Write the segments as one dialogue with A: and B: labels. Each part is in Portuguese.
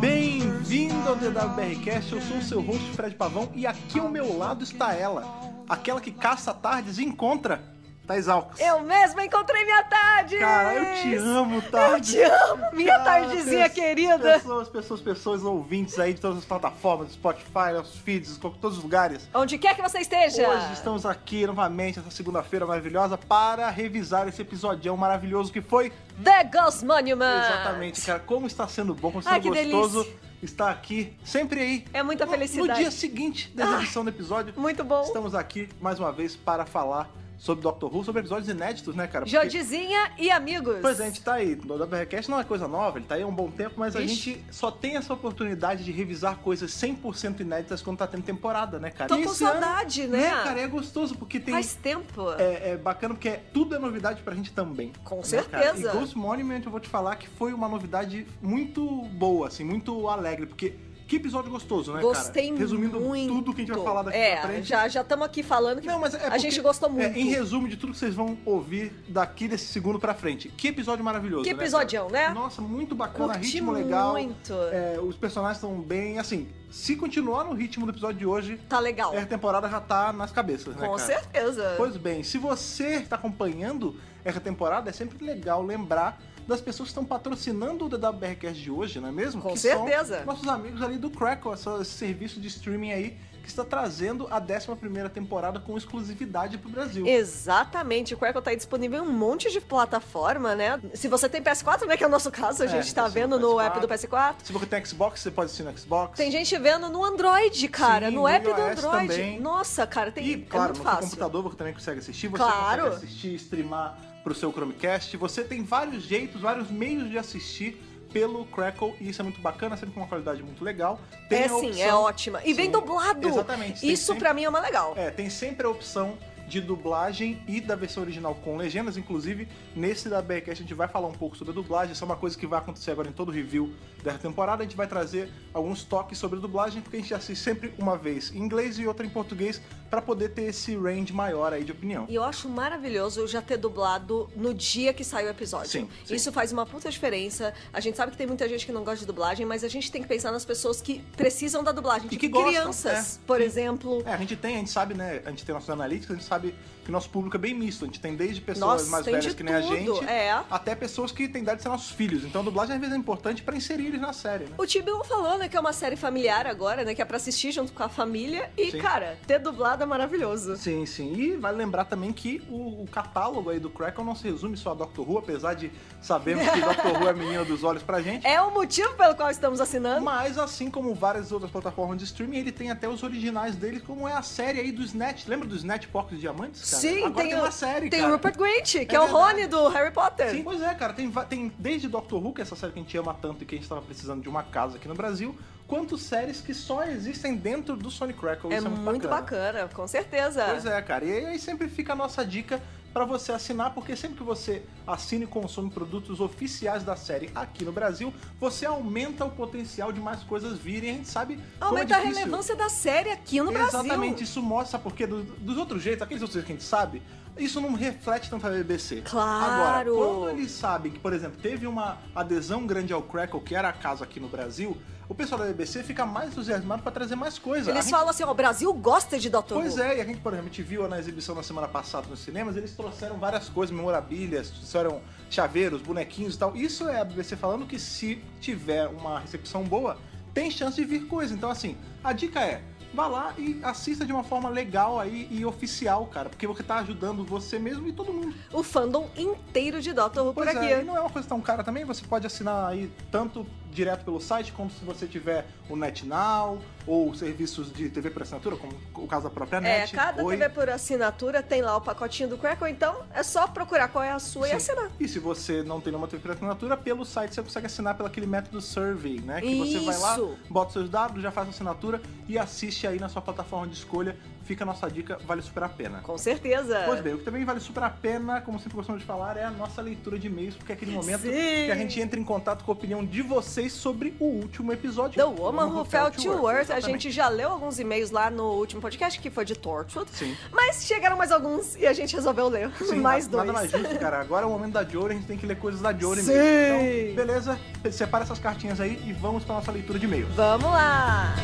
A: Bem-vindo ao DWBRcast, eu sou o seu host Fred Pavão e aqui ao meu lado está ela, aquela que caça tardes e encontra, Thais Alves.
B: Eu mesma encontrei minha tarde!
A: Cara, eu te amo,
B: Eu
A: tarde.
B: te amo, minha
A: Cara,
B: tardezinha
A: pes-
B: querida!
A: Pessoas, pessoas, pessoas, ouvintes aí de todas as plataformas, do Spotify, nossos feeds, em todos os lugares.
B: Onde quer que você esteja!
A: Hoje estamos aqui novamente, essa segunda-feira maravilhosa, para revisar esse episodião maravilhoso que foi
B: The Ghost Monument!
A: Exatamente, cara. Como está sendo bom, como está
B: Ai,
A: sendo
B: que
A: gostoso
B: delícia.
A: estar aqui, sempre aí.
B: É muita
A: No- No
B: felicidade. Ah,
A: dia seguinte da exibição do episódio,
B: Muito bom!
A: estamos aqui mais uma vez para falar sobre Doctor Who, sobre episódios inéditos, né, cara? Porque-
B: Jodizinha e amigos!
A: Pois é, a gente tá aí. O WRCast não é coisa nova, ele tá aí há um bom tempo, mas a
B: Ixi.
A: gente só tem essa oportunidade de revisar coisas 100% inéditas quando tá tendo temporada, né, cara?
B: Tô
A: E
B: com
A: esse ano,
B: saudade, né?
A: cara? É gostoso, porque tem
B: Faz tempo!
A: é, é bacana porque é- tudo é novidade pra gente também.
B: Com
A: né,
B: certeza.
A: cara? E Ghost Monument eu vou te falar que foi uma novidade muito boa, assim, muito alegre, porque que episódio gostoso, né,
B: Gostei
A: cara? Resumindo
B: muito!
A: tudo que a gente vai falar daqui
B: é,
A: pra frente.
B: já já estamos aqui falando que
A: Não, mas é
B: a
A: porque-
B: gente gostou
A: é,
B: muito.
A: em resumo de tudo que vocês vão ouvir daqui desse segundo pra frente. Que episódio maravilhoso,
B: Que
A: né, cara?
B: episodião, né?
A: Nossa, muito bacana,
B: Curti
A: ritmo legal.
B: muito!
A: É, os personagens estão bem, assim, se continuar no ritmo do episódio de hoje,
B: Tá legal!
A: a temporada já tá nas cabeças, né,
B: Com
A: cara?
B: certeza!
A: Pois bem, se você está acompanhando essa temporada, é sempre legal lembrar das pessoas que estão patrocinando o DWBRcast de hoje, não é mesmo?
B: Com
A: que
B: certeza.
A: São nossos amigos ali do Crackle, essa- esse serviço de streaming aí que está trazendo a 11ª temporada com exclusividade pro Brasil.
B: Exatamente, o Crackle tá aí disponível em um monte de plataforma, né? Se você tem PS4, né, que é o nosso caso, a
A: É,
B: gente tá
A: você tem
B: vendo no
A: PS4.
B: app do PS4.
A: Se você tem Xbox, você pode assistir no Xbox.
B: Tem gente vendo no Android, cara,
A: Sim,
B: no
A: no
B: app do
A: iOS
B: Android.
A: também.
B: Nossa, cara, tem
A: E, claro,
B: é muito
A: no seu
B: fácil.
A: computador você também consegue assistir, você
B: Claro.
A: consegue assistir, streamar pro seu Chromecast. Você tem vários jeitos, vários meios de assistir pelo Crackle, e isso é muito bacana, sempre com uma qualidade muito legal. Tem
B: é
A: a
B: sim, é
A: opção-
B: ótima. E vem
A: Sim,
B: dublado.
A: Exatamente. Tem
B: Isso
A: sempre-
B: pra mim é uma legal.
A: É, tem sempre a opção de dublagem e da versão original com legendas, inclusive nesse da BRCast a gente vai falar um pouco sobre a dublagem, isso é uma coisa que vai acontecer agora em todo o review dessa temporada, a gente vai trazer alguns toques sobre a dublagem, porque a gente assiste sempre uma vez em inglês e outra em português pra poder ter esse range maior aí de opinião.
B: E eu acho maravilhoso eu já ter dublado no dia que sai o episódio.
A: Sim, sim.
B: Isso faz uma puta diferença. A gente sabe que tem muita gente que não gosta de dublagem, mas a gente tem que pensar nas pessoas que precisam da dublagem.
A: E
B: tipo,
A: que gostam,
B: crianças,
A: é.
B: por
A: Sim.
B: exemplo.
A: É, a gente tem, a gente sabe, né? A gente tem nossos analíticos, a gente sabe que o nosso público é bem misto. A gente tem desde pessoas
B: Nossa,
A: mais
B: tem
A: velhas
B: de
A: que nem a
B: tudo,
A: gente,
B: é.
A: até pessoas que têm idade de ser nossos filhos. Então a dublagem às vezes é importante pra inserir eles na série, né?
B: O Tibion falou, né, que é uma série familiar agora, né, que é pra assistir junto com a família. E,
A: Sim.
B: cara, ter dublado é maravilhoso.
A: Sim, sim. E vale lembrar também que o, o catálogo aí do Crackle não se resume só a Doctor Who, apesar de sabermos que Doctor Who é a menina dos olhos pra gente.
B: É o motivo pelo qual estamos assinando.
A: Mas, assim como várias outras plataformas de streaming, ele tem até os originais dele, como é a série aí do Snatch. Lembra do Snatch Porcos e Diamantes, cara? Agora tem,
B: o-
A: uma série,
B: Tem
A: cara.
B: o Rupert Grint, que
A: É
B: é, o
A: verdade.
B: Rony do Harry Potter.
A: Sim, pois é, cara. Tem, va- tem desde Doctor Who, que é essa série que a gente ama tanto e que a gente tava precisando de uma casa aqui no Brasil, quanto séries que só existem dentro do Sonic Crackle.
B: É
A: Isso é
B: muito bacana. com certeza.
A: Pois é, cara. E aí sempre fica a nossa dica pra você assinar, porque sempre que você assina e consome produtos oficiais da série aqui no Brasil, você aumenta o potencial de mais coisas virem. A gente sabe como é
B: Aumenta a
A: difícil.
B: relevância da série aqui no
A: Exatamente,
B: Brasil.
A: isso mostra porque do- dos outros jeitos, aqueles outros jeitos que a gente sabe, isso não reflete tanto a BBC. Agora,
B: Claro.
A: quando eles sabem que, por exemplo, teve uma adesão grande ao Crackle, que era a casa aqui no Brasil, o pessoal da BBC fica mais entusiasmado pra trazer mais coisa. A
B: Eles
A: gente
B: falam assim, ó, o Brasil gosta de Doctor
A: Pois
B: Who.
A: é, e a gente, por exemplo, a gente viu na exibição na semana passada nos cinemas, eles trouxeram várias coisas, memorabilhas, trouxeram chaveiros, bonequinhos e tal. Isso é a BBC falando que se tiver uma recepção boa, tem chance de vir coisa. Então, assim, a dica é, vá lá e assista de uma forma legal aí e oficial, cara, porque você tá ajudando você mesmo e todo mundo.
B: O fandom inteiro de Doctor Who
A: Pois
B: por aqui.
A: é, e não é uma coisa tão cara também, você pode assinar aí tanto direto pelo site, como se você tiver o NetNow, ou serviços de TV por assinatura, como o caso da própria
B: É,
A: Net.
B: cada
A: Oi.
B: TV por assinatura tem lá o pacotinho do Crackle, então é só procurar qual é a sua e
A: Sim.
B: assinar.
A: E se você não tem nenhuma TV por assinatura, pelo site você consegue assinar pelo aquele método survey, né? Que você vai lá,
B: Isso.
A: bota seus dados, já faz a assinatura e assiste aí na sua plataforma de escolha. fica a nossa dica, vale super a pena.
B: Com certeza.
A: Pois bem, o que também vale super a pena, como sempre gostamos de falar, é a nossa leitura de e-mails, porque é aquele momento
B: Sim.
A: que a gente entra em contato com a opinião de vocês sobre o último episódio. é
B: The Woman Who Fell to Earth. A
A: exatamente.
B: gente já leu alguns e-mails lá no último podcast, que foi de Torchwood.
A: Sim.
B: Mas chegaram mais alguns e a gente resolveu ler
A: Sim,
B: mais
A: nada,
B: dois.
A: Nada mais justo, cara. Agora é o momento da Jory, a gente tem que ler coisas da Jory
B: Sim.
A: mesmo. Então, beleza? Separa essas cartinhas aí e vamos pra nossa leitura de e-mails.
B: Vamos lá!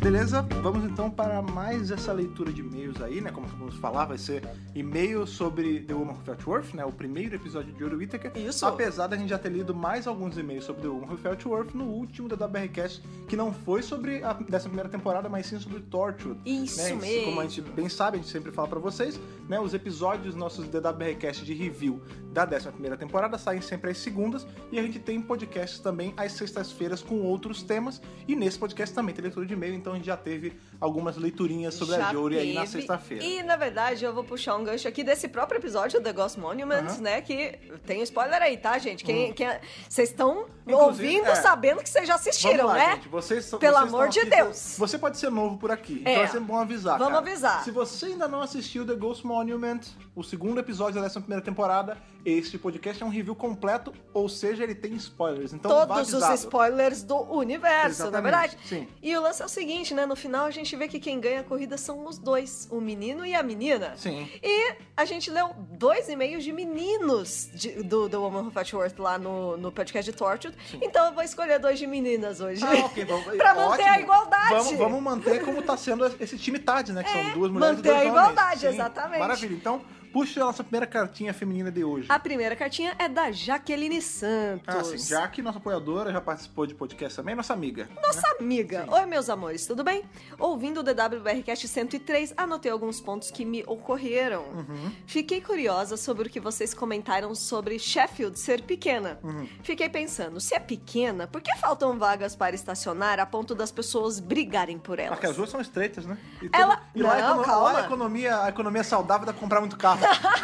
A: Beleza? Vamos então para mais essa leitura de e-mails aí, né? Como vamos falar, vai ser e-mail sobre The Woman Who Felt Worth, né? O primeiro episódio de Ouro Whittaker.
B: Isso.
A: Apesar da gente já ter lido mais alguns e-mails sobre The Woman Who Felt Worth no último da WRCast, que não foi sobre a dessa primeira temporada, mas sim sobre Torchwood.
B: Isso
A: né?
B: mesmo.
A: Como a gente bem sabe, a gente sempre fala pra vocês, né? Os episódios nossos DWRcast de review da 11ª temporada saem sempre às segundas e a gente tem podcasts também às sextas-feiras com outros temas e nesse podcast também tem leitura de e-mail, então a gente já teve algumas leiturinhas sobre
B: Já
A: a Jory aí na
B: teve.
A: sexta-feira.
B: E, na verdade, eu vou puxar um gancho aqui desse próprio episódio, The Ghost Monument,
A: Aham. Hum.
B: né? Que tem um spoiler aí, tá, gente? Quem- quem- Vocês estão
A: Inclusive,
B: ouvindo,
A: é.
B: sabendo que vocês já assistiram,
A: Vamos lá,
B: né?
A: gente. Vocês, são-
B: Pelo
A: vocês
B: amor
A: estão aqui,
B: de
A: então,
B: Deus.
A: Você pode ser novo por aqui.
B: É.
A: Então é sempre bom avisar.
B: Vamos
A: cara.
B: avisar.
A: Se você ainda não assistiu The Ghost Monument, o segundo episódio da 11 temporada, este podcast é um review completo, ou seja, ele tem spoilers. Então vá
B: Todos os
A: avisado.
B: spoilers do universo, na
A: Exatamente,
B: verdade.
A: sim.
B: E o lance é o seguinte, né? No final a gente vê que quem ganha a corrida são os dois, o menino e a menina.
A: Sim.
B: E a gente leu dois e-mails de meninos de- do, do Woman Who Felt Worth lá no, no podcast de Tortured. Então eu vou escolher dois de meninas hoje.
A: Ah, ok, vamos.
B: pra manter
A: ótimo.
B: a igualdade.
A: Vamos, vamos manter como tá sendo esse time TAD, né? Que
B: É,
A: são duas mulheres
B: manter
A: e dois
B: a igualdade,
A: homens. Sim,
B: exatamente.
A: Maravilha. Então, puxa a nossa primeira cartinha feminina de hoje.
B: A primeira cartinha é da Jaqueline Santos.
A: Ah, sim. Já que nossa apoiadora já participou de podcast também, nossa amiga.
B: Nossa amiga! Oi, meus amores, tudo bem? Ouvindo o DWBRCast 103, anotei alguns pontos que me ocorreram. Fiquei curiosa sobre o que vocês comentaram sobre Sheffield ser pequena. Fiquei pensando, se é pequena, por que faltam vagas para estacionar a ponto das pessoas brigarem por elas?
A: Porque as ruas são estreitas, né? E,
B: É Ela-
A: e lá, a
B: Não,
A: econo-
B: calma.
A: lá a economia, a economia saudável dá pra comprar muito carro.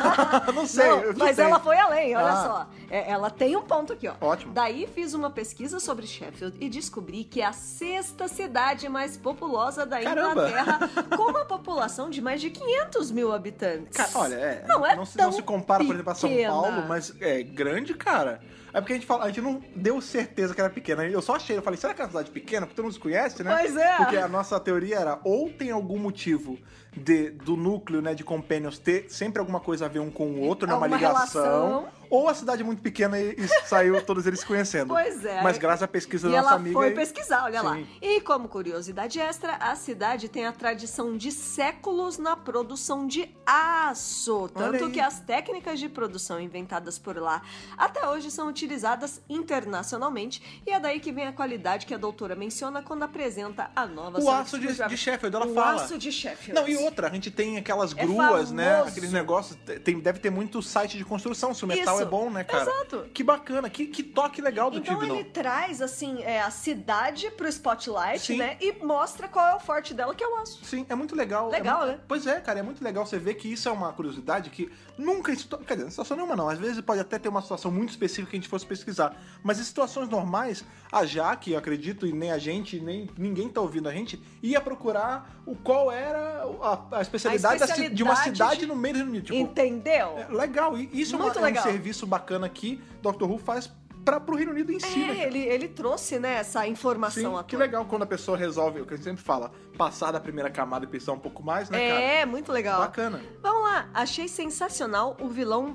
A: não sei.
B: Não,
A: eu chutei.
B: mas ela foi além, olha
A: Ah.
B: só. É, ela tem um ponto aqui, ó.
A: Ótimo.
B: Daí fiz uma pesquisa sobre Sheffield e descobri que é a sexta cidade mais populosa da
A: Caramba.
B: Inglaterra, com uma população de mais de 500 mil habitantes.
A: Cara, olha, é,
B: Não é
A: se, não
B: tão
A: se compara, por exemplo, a São
B: pequena.
A: Paulo, mas é grande, cara. É porque a gente, fala, a gente não deu certeza que era pequena. Eu só achei, eu falei, será que é uma cidade pequena? Porque todo mundo se conhece, né?
B: Pois é.
A: Porque a nossa teoria era, ou tem algum motivo de, do núcleo, né, de Companions ter sempre alguma coisa a ver um com o outro, né, uma
B: Alguma
A: ligação.
B: relação.
A: Ou a cidade é muito pequena e, e saiu todos eles se conhecendo.
B: Pois é.
A: Mas graças à pesquisa
B: E
A: da nossa
B: ela
A: amiga...
B: foi
A: aí-
B: pesquisar, olha lá.
A: Sim.
B: E como curiosidade extra, a cidade tem a tradição de séculos na produção de aço. Tanto
A: aí.
B: que as técnicas de produção inventadas por lá até hoje são utilizadas internacionalmente. E é daí que vem a qualidade que a doutora menciona quando apresenta a nova
A: O
B: Sonic
A: aço de,
B: Screwdriver.
A: de Sheffield, ela
B: o
A: fala.
B: aço de Sheffield.
A: Não, e outra, a gente tem aquelas
B: É
A: gruas, né?
B: famoso.
A: Aqueles negócios. te- Tem, deve ter muito site de construção, se o metal
B: Isso.
A: é bom, né, cara? é
B: Exato.
A: Que bacana, que, que toque legal do
B: Então
A: Tibnon.
B: ele traz, assim, é, a cidade pro spotlight,
A: Sim.
B: né? E mostra qual é o forte dela, que é o aço.
A: Sim, é muito legal.
B: Legal,
A: É mu-
B: né?
A: Pois é, cara, é muito legal você ver que isso é uma curiosidade que nunca. em situa- Quer dizer, em situação nenhuma não. Às vezes pode até ter uma situação muito específica que a gente fosse pesquisar. Mas em situações normais, a Jaque, eu acredito, e nem a gente, nem ninguém tá ouvindo a gente, ia procurar o qual era a, a especialidade, da ci- de uma
B: especialidade
A: cidade
B: de-
A: no meio do Reino Unido. Tipo,
B: Entendeu?
A: É, legal, e isso é uma-
B: Muito
A: é
B: legal.
A: um serviço bacana que Doctor Who faz para pro Reino Unido em si, né,
B: É,
A: cara?
B: ele, ele trouxe, né, essa
A: Sim,
B: informação à
A: que
B: tona.
A: legal quando a pessoa resolve, o que a gente sempre fala, passar da primeira camada e pensar um pouco mais, né, cara?
B: É, muito legal.
A: Bacana.
B: Vamos lá, achei sensacional o vilão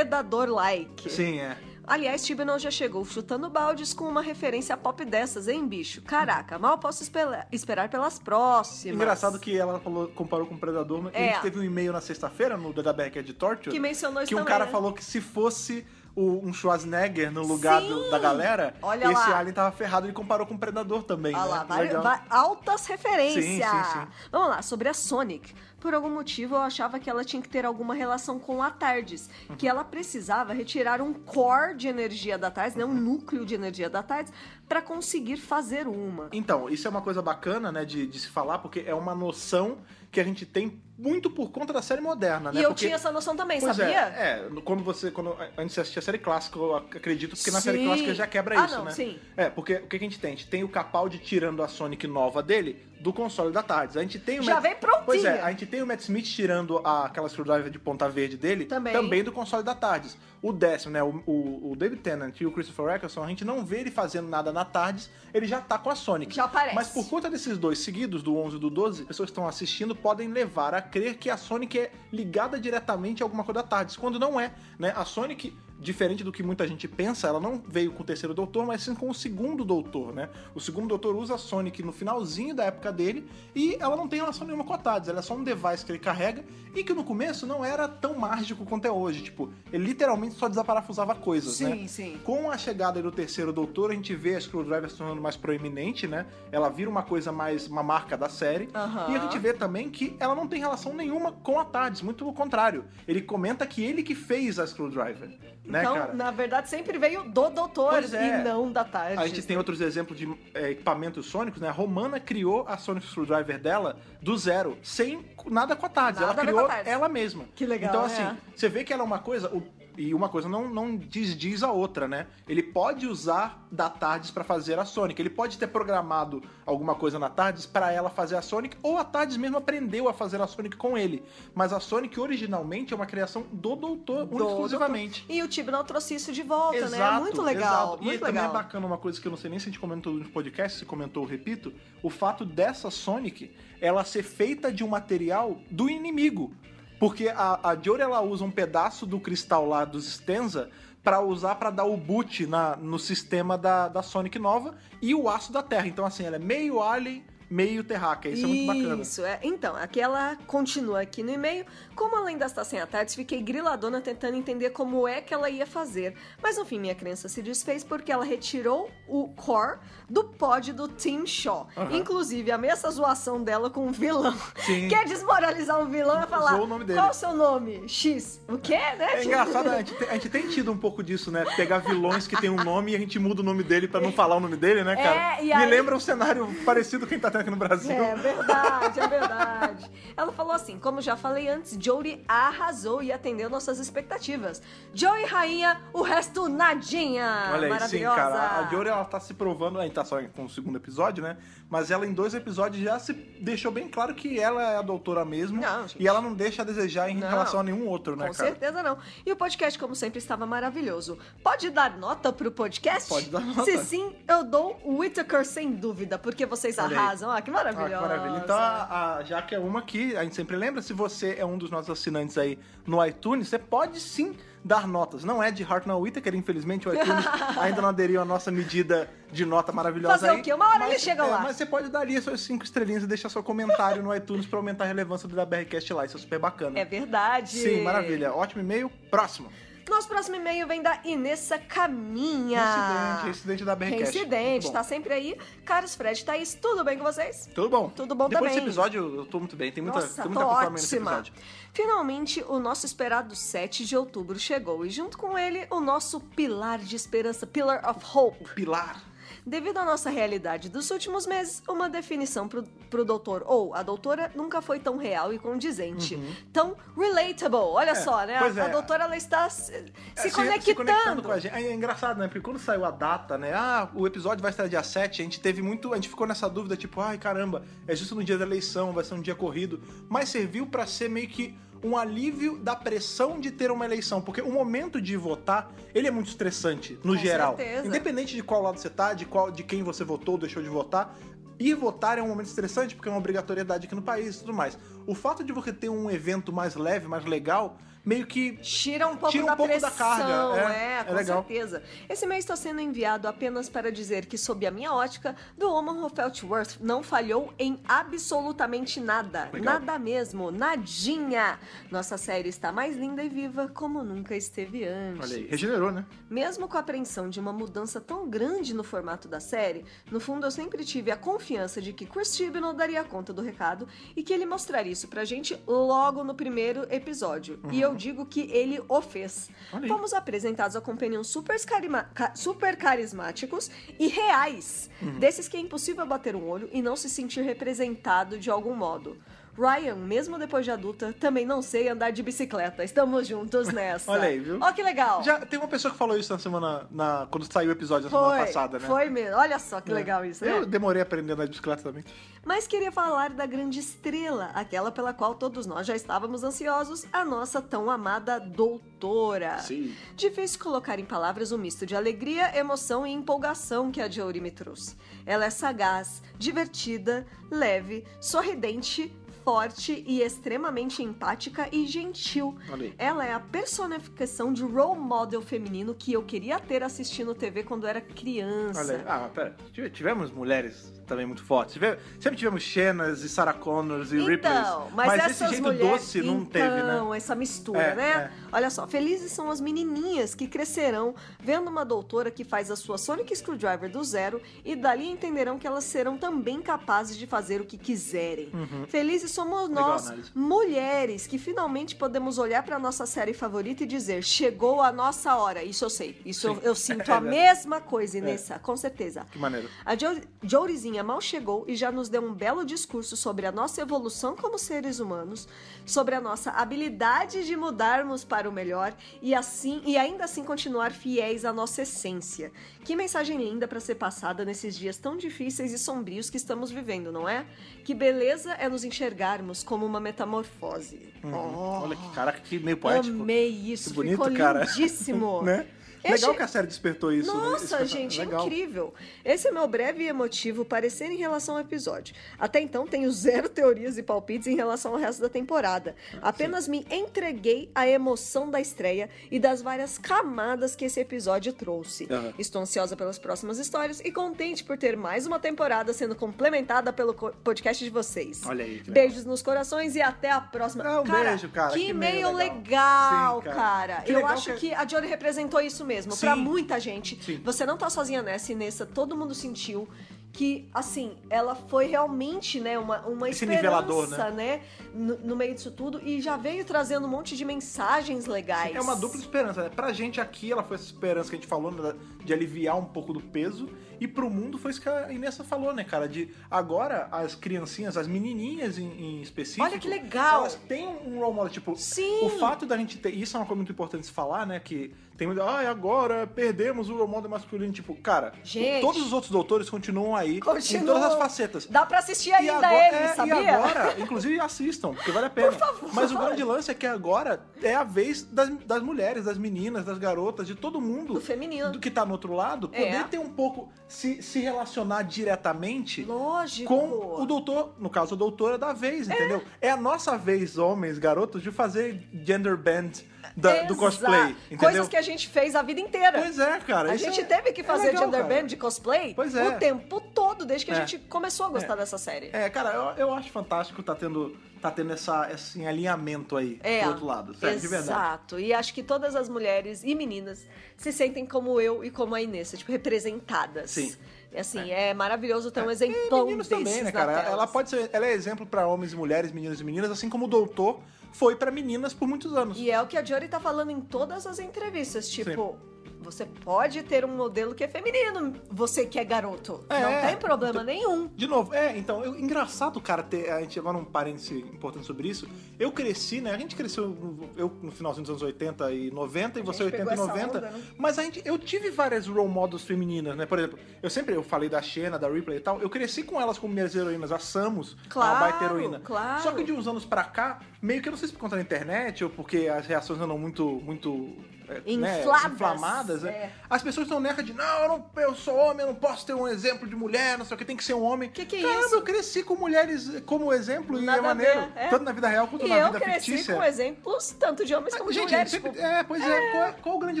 B: Predador-like.
A: Sim, é.
B: Aliás, Tibnon já chegou chutando baldes com uma referência pop dessas, hein, bicho? Caraca, mal posso espela- esperar pelas próximas.
A: Engraçado que ela falou- comparou com o Predador, mas
B: É.
A: a gente teve um e-mail na sexta-feira no DWRC de Torture.
B: Que mencionou isso
A: Que um
B: também,
A: cara
B: né?
A: falou que se fosse o- um Schwarzenegger no lugar do-
B: Sim!
A: da galera,
B: Olha
A: esse
B: lá.
A: alien tava ferrado e comparou com o Predador também.
B: Olha
A: né?
B: lá, vai-
A: Legal.
B: vai- altas referências.
A: Sim, sim, sim.
B: Vamos lá, sobre a Sonic. Por algum motivo, eu achava que ela tinha que ter alguma relação com a TARDIS, que
A: Uhum.
B: ela precisava retirar um core de energia da TARDIS, né, um
A: Uhum.
B: núcleo de energia da TARDIS, para conseguir fazer uma.
A: Então, isso é uma coisa bacana, né, de, de se falar, porque é uma noção que a gente tem muito por conta da série moderna, né?
B: E eu
A: Porque-
B: tinha essa noção também,
A: Pois
B: sabia?
A: É, é, no- quando você. Quando, antes você assistia a série clássica, eu ac- acredito, porque na série
B: Sim.
A: clássica já quebra
B: Ah,
A: isso,
B: não,
A: né?
B: sim.
A: É, porque o que que a gente tem? A gente tem o Capaldi tirando a Sonic nova dele do console da TARDIS. A gente tem o
B: Já vem prontinha.
A: Pois é, a gente tem o Matt Smith tirando a, aquela screwdriver de ponta verde dele
B: Também.
A: do console da TARDIS. O décimo, né? O, o- o David Tennant e o Christopher Eccleston, a gente não vê ele fazendo nada na TARDIS, ele já tá com a Sonic.
B: Já aparece.
A: Mas por conta desses dois seguidos, do 11 e do 12, pessoas que estão assistindo podem levar a crer que a Sonic é ligada diretamente a alguma coisa da TARDIS, quando não é, né? A Sonic, diferente do que muita gente pensa, ela não veio com o terceiro doutor, mas sim com o segundo doutor, né? O segundo doutor usa a Sonic no finalzinho da época dele e ela não tem relação nenhuma com a TARDIS, ela é só um device que ele carrega e que no começo não era tão mágico quanto é hoje, tipo, ele literalmente só desaparafusava coisas, né?
B: Sim, sim.
A: Com a chegada do terceiro doutor, a gente vê a Screwdriver se tornando mais proeminente, né? Ela vira uma coisa mais uma marca da série.
B: Aham.
A: E a gente vê também que ela não tem relação nenhuma com a TARDIS, muito pelo contrário. Ele comenta que ele que fez a Screwdriver, né,
B: então,
A: cara?
B: na verdade, sempre veio do doutor
A: Pois é.
B: e não da tarde.
A: A gente tem outros exemplos de é, equipamentos sônicos, né? A Romana criou a Sonic Screwdriver dela do zero, sem nada com a TARDIS.
B: Nada
A: ela
B: a ver com
A: criou
B: a TARDIS.
A: ela mesma.
B: Que legal,
A: Então,
B: é.
A: assim, você vê que ela é uma coisa. o- e uma coisa não, não desdiz a outra, né? Ele pode usar da TARDIS pra fazer a Sonic. Ele pode ter programado alguma coisa na TARDIS pra ela fazer a Sonic, ou a TARDIS mesmo aprendeu a fazer a Sonic com ele. Mas a Sonic originalmente é uma criação do Doutor,
B: Do
A: única e exclusivamente.
B: E o Tibnall trouxe isso de volta, né? É
A: Exato,
B: muito legal.
A: exato.
B: Muito
A: e também é
B: legal.
A: bacana uma coisa que eu não sei nem se a gente comentou no podcast, se comentou, eu repito, o fato dessa Sonic ela ser feita de um material do inimigo. Porque a, a Jory, ela usa um pedaço do cristal lá dos Stenza pra usar pra dar o boot na, no sistema da, da Sonic nova e o aço da Terra. Então, assim, ela é meio alien, meio terráquea. Isso, é muito bacana.
B: Isso, é. Então, aqui ela continua aqui no e-mail. Como além das estar sem a tarde, fiquei griladona tentando entender como é que ela ia fazer. Mas no fim, minha crença se desfez porque ela retirou o core do pod do Tim Shaw.
A: Aham.
B: Inclusive, a mesma zoação dela com o vilão.
A: Sim.
B: Quer desmoralizar um vilão e falar.
A: Usou o nome dele.
B: Qual é o seu nome? X. O quê, né?
A: É engraçado, né? a gente, tem, a gente tem tido um pouco disso, né? Pegar vilões que tem um nome e a gente muda o nome dele pra não falar o nome dele, né, cara?
B: É, e
A: Me
B: aí-
A: lembra um cenário parecido com que tá tendo aqui no Brasil.
B: É verdade, é verdade. Ela falou assim: como já falei antes, Jory arrasou e atendeu nossas expectativas. Joey rainha, o resto nadinha.
A: Olha aí, sim,
B: Maravilhosa.
A: cara. A Jory, ela tá se provando, a gente tá só com o segundo episódio, né? Mas ela, em dois episódios, já se deixou bem claro que ela é a doutora mesmo.
B: Não, gente.
A: e ela não deixa a desejar em
B: Não.
A: relação a nenhum outro, né,
B: Com
A: cara?
B: certeza não. E o podcast, como sempre, estava maravilhoso. Pode dar nota pro podcast?
A: Pode dar nota.
B: Se sim, eu dou o Whittaker sem dúvida, porque vocês
A: Olha aí.
B: arrasam. Ah, que maravilhosa.
A: Ah, que maravilha. Então, a, a- já que é uma que a gente sempre lembra, se você é um dos nossos assinantes aí no iTunes, você pode sim dar notas. Não é de Hartnell Whittaker, infelizmente o iTunes ainda não aderiu à nossa medida de nota maravilhosa
B: Fazer o
A: aí.
B: quê? Uma hora eles chegam lá.
A: Mas você pode dar ali as suas cinco estrelinhas e deixar seu comentário no iTunes pra aumentar a relevância do DBRcast lá. Isso é super bacana.
B: É verdade.
A: Sim, maravilha. Ótimo e-mail. Próximo.
B: Nosso próximo e-mail vem da Inessa Caminha.
A: Reincidente, reincidente da BRCast.
B: Reincidente,
A: Muito bom.
B: tá sempre aí. Caros Fred, Thaís, tudo bem com vocês?
A: Tudo bom?
B: Tudo bom
A: Depois
B: também.
A: desse episódio, eu tô muito bem. Tem muita,
B: Nossa, tá
A: tem
B: tô
A: muita coisa pra mim nesse
B: ótima.
A: episódio.
B: Finalmente, o nosso esperado 7 de outubro chegou e junto com ele, o nosso pilar de esperança, Pillar of Hope.
A: Pilar.
B: Devido à nossa realidade dos últimos meses, uma definição pro, pro doutor ou a doutora nunca foi tão real e condizente. Tão relatable, olha só, né?
A: pois
B: A, a
A: Uhum. é.
B: doutora, ela está se,
A: É,
B: se conectando.
A: com a gente. É engraçado, né? Porque quando saiu a data, né? Ah, o episódio vai estar dia 7, a gente teve muito. A gente ficou nessa dúvida, tipo, ai caramba, é justo no dia da eleição, vai ser um dia corrido. Mas serviu pra ser meio que um alívio da pressão de ter uma eleição. Porque o momento de votar, ele é muito estressante, no
B: Com
A: geral.
B: certeza.
A: Independente de qual lado você tá, de qual de quem você votou, deixou de votar. Ir votar é um momento estressante porque é uma obrigatoriedade aqui no país e tudo mais. O fato de você ter um evento mais leve, mais legal, meio que
B: Tira um pouco,
A: Tira um
B: da,
A: pouco da
B: pressão,
A: carga, é,
B: é,
A: é
B: com
A: legal.
B: certeza. Esse e-mail está sendo enviado apenas para dizer que, sob a minha ótica, do Oman Feltworth não falhou em absolutamente nada.
A: Legal.
B: Nada mesmo, nadinha. Nossa série está mais linda e viva como nunca esteve antes.
A: Olha aí, regenerou, né?
B: Mesmo com a apreensão de uma mudança tão grande no formato da série, no fundo eu sempre tive a confiança de que Chris Chibnall daria conta do recado e que ele mostraria isso pra gente logo no primeiro episódio. E eu digo que ele o fez.
A: Uhum. Olha aí.
B: Fomos apresentados a companions super, carima- ca- super carismáticos e reais,
A: Uhum.
B: desses que é impossível bater um olho e não se sentir representado de algum modo. Ryan, mesmo depois de adulta, também não sei andar de bicicleta. Estamos juntos nessa.
A: Olha aí, viu?
B: Ó, que legal.
A: Já tem uma pessoa que falou isso na semana. Na, quando saiu o episódio na
B: Foi,
A: semana passada, né?
B: Foi mesmo. Olha só que legal isso, né?
A: Eu demorei a aprender a andar de bicicleta também.
B: Mas queria falar da grande estrela, aquela pela qual todos nós já estávamos ansiosos, a nossa tão amada doutora.
A: Sim.
B: Difícil colocar em palavras o misto de alegria, emoção e empolgação que a Jory me trouxe. Ela é sagaz, divertida, leve, sorridente, forte e extremamente empática e gentil.
A: Olha aí.
B: Ela é a personificação de role model feminino que eu queria ter assistindo TV quando era criança.
A: Olha aí. Ah, mas pera. tive- Tivemos mulheres também muito fortes. Tive- Sempre tivemos Shenas e Sarah Connors e Ripley's.
B: Então, mas,
A: esse
B: essas
A: jeito
B: mulheres,
A: doce não
B: então,
A: teve, né?
B: essa mistura,
A: É,
B: né? Olha só, felizes são as menininhas que crescerão vendo uma doutora que faz a sua Sonic Screwdriver do zero e dali entenderão que elas serão também capazes de fazer o que quiserem. Felizes somos
A: Uhum. Legal
B: nós,
A: análise.
B: mulheres, que finalmente podemos olhar pra nossa série favorita e dizer: chegou a nossa hora. Isso eu sei, isso eu, eu sinto
A: É
B: a
A: verdade. É.
B: mesma coisa, Inessa, com certeza.
A: Que maneiro.
B: A Jo- Jourizinha mal chegou e já nos deu um belo discurso sobre a nossa evolução como seres humanos, sobre a nossa habilidade de mudarmos para o melhor e assim e ainda assim continuar fiéis à nossa essência. Que mensagem linda para ser passada nesses dias tão difíceis e sombrios que estamos vivendo, não é? Que beleza é nos enxergarmos como uma metamorfose. Oh,
A: Uhum. Olha que caraca, que meio poético.
B: Amei isso,
A: Que bonito,
B: ficou
A: cara.
B: lindíssimo.
A: Né?
B: Eu
A: Legal
B: achei-
A: que a série despertou isso. né? Esse
B: Nossa,
A: pensamento.
B: gente, é
A: Legal.
B: incrível. Esse é o meu breve e emotivo parecer em relação ao episódio. Até então, tenho zero teorias e palpites em relação ao resto da temporada. Apenas me entreguei à emoção da estreia e das várias camadas que esse episódio trouxe.
A: Aham.
B: Estou ansiosa pelas próximas histórias e contente por ter mais uma temporada sendo complementada pelo co- podcast de vocês.
A: Olha aí, que legal.
B: Beijos nos corações e até a próxima.
A: Ah, um beijo, cara,
B: Que,
A: que
B: e-mail
A: e-mail legal.
B: legal,
A: Sim, cara.
B: cara.
A: Que
B: Eu
A: legal
B: acho
A: que- é
B: que a Jory representou isso mesmo.
A: Sim.
B: Pra muita gente.
A: Sim.
B: Você não tá sozinha nessa, e nessa todo mundo sentiu que, assim, ela foi realmente, né, uma, uma
A: Esse
B: esperança,
A: nivelador,
B: né, no, no meio disso tudo, e já veio trazendo um monte de mensagens legais.
A: É uma dupla esperança, né? Pra gente aqui, ela foi essa esperança que a gente falou, né? De aliviar um pouco do peso. E pro mundo foi isso que a Inessa falou, né, cara? De agora as criancinhas, as menininhas em, em específico.
B: Olha que legal!
A: Elas têm um role model, tipo.
B: Sim!
A: O fato da gente ter. Isso é uma coisa muito importante de se falar, né? Que tem muito. Ah, agora perdemos o role model masculino. Tipo, cara,
B: Gente.
A: todos os outros doutores continuam aí em
B: Continua.
A: todas as facetas.
B: Dá pra assistir ainda ele,
A: é,
B: sabia?
A: E agora, inclusive, assistam, porque vale a pena. Mas o grande lance é que agora é a vez das, das mulheres, das meninas, das garotas, de todo mundo.
B: Do feminino.
A: do que tá no outro lado,
B: É.
A: poder ter um pouco, se, se relacionar diretamente
B: Lógico.
A: com o doutor, no caso, a doutora da vez, entendeu? É a nossa vez, homens, garotos, de fazer gender band da- do
B: Exato.
A: cosplay, entendeu?
B: Coisas que a gente fez a vida inteira.
A: Pois é, cara.
B: A
A: isso
B: gente
A: é-
B: teve que
A: é
B: fazer
A: legal,
B: gender
A: cara.
B: band de cosplay
A: Pois é.
B: o tempo todo, desde que a
A: É.
B: gente começou a gostar dessa série.
A: É, cara, eu, eu acho fantástico tá tendo, tá tendo essa, esse alinhamento aí
B: É.
A: do outro lado, sério, de verdade.
B: Exato. E acho que todas as mulheres e meninas se sentem como eu e como a Inês, tipo, representadas.
A: Sim.
B: E, Assim, é, maravilhoso ter um
A: E
B: exemplão
A: meninos
B: desses
A: também, né,
B: na
A: cara?
B: tela.
A: Ela pode ser, ela é exemplo pra homens e mulheres, meninos e meninas, assim como o doutor foi pra meninas por muitos anos.
B: E é o que a Jory tá falando em todas as entrevistas, tipo... Você pode ter um modelo que é feminino, você que é garoto.
A: É.
B: Não tem problema nenhum.
A: De novo, é, então, eu- engraçado, cara, ter, a gente agora um parêntese importante sobre isso. Eu cresci, né? A gente cresceu no, eu, no finalzinho dos anos 80 e 90, e você
B: gente
A: 80 e
B: pegou essa
A: 90.
B: onda, né?
A: Mas a gente, eu tive várias role models femininas, né? Por exemplo, eu sempre eu falei da Xena, da Ripley e tal. Eu cresci com elas como minhas heroínas, a Samus,
B: Claro,
A: a baita heroína.
B: claro.
A: Só que de uns anos pra cá, meio que eu não sei se por conta da internet ou porque as reações andam muito, muito é,
B: Infladas,
A: Né, inflamadas, né?
B: é.
A: as pessoas estão nessa de, não eu, não, eu sou homem, eu não posso ter um exemplo de mulher, não sei o que, tem que ser um homem.
B: Que que é
A: Caramba,
B: isso?
A: eu cresci com mulheres eh, como exemplo e
B: Nada
A: é
B: a
A: maneiro.
B: ver, é.
A: Tanto na vida real quanto
B: E
A: na
B: eu
A: vida
B: cresci
A: fictícia.
B: com exemplos tanto de homens como de
A: Gente,
B: mulheres.
A: sempre-
B: tipo,
A: é, pois é, Qual, é- qual é o grande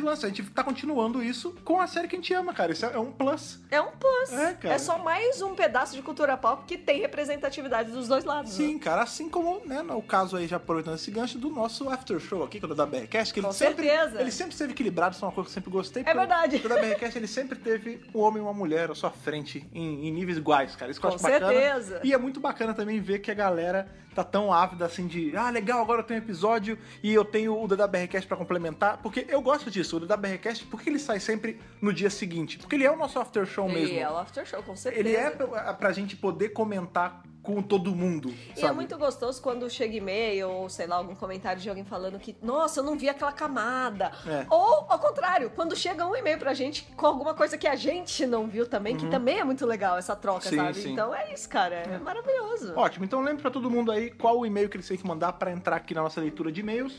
A: lance? A gente tá continuando isso com a série que a gente ama, cara. Isso é é um plus.
B: É um plus.
A: É, cara.
B: só mais um pedaço de cultura pop que tem representatividade dos dois lados. né?
A: Sim, cara, assim como, né, no caso aí, já aproveitando esse gancho, do nosso after show aqui, que é o da BRCast, que ele
B: Com
A: sempre,
B: certeza.
A: ele sempre esteve equilibrado, isso é uma coisa que eu sempre gostei.
B: É
A: porque o-
B: verdade.
A: O da BRCast, ele sempre teve um homem e uma mulher à sua frente, em, em níveis iguais, cara. Isso que eu
B: Com
A: acho bacana.
B: certeza.
A: E é muito bacana também ver que a galera tá tão ávida, assim, de, ah, legal, agora eu tenho um episódio e eu tenho o da BRCast pra complementar, porque eu gosto disso, o da BRCast, por que ele sai sempre no dia seguinte? Porque ele é o nosso after show mesmo.
B: Ele é o after show, com certeza.
A: Ele é pra, pra gente poder comentar com todo mundo,
B: E
A: sabe?
B: é muito gostoso quando chega e-mail ou, sei lá, algum comentário de alguém falando que, nossa, eu não vi aquela camada.
A: É.
B: Ou, ao contrário, quando chega um e-mail pra gente com alguma coisa que a gente não viu também, que também é muito legal essa troca,
A: Uhum. Sim,
B: sabe?
A: sim.
B: Então é isso, cara. É, maravilhoso.
A: Ótimo, então lembre pra todo mundo aí qual o e-mail que eles têm que mandar pra entrar aqui na nossa leitura de e-mails.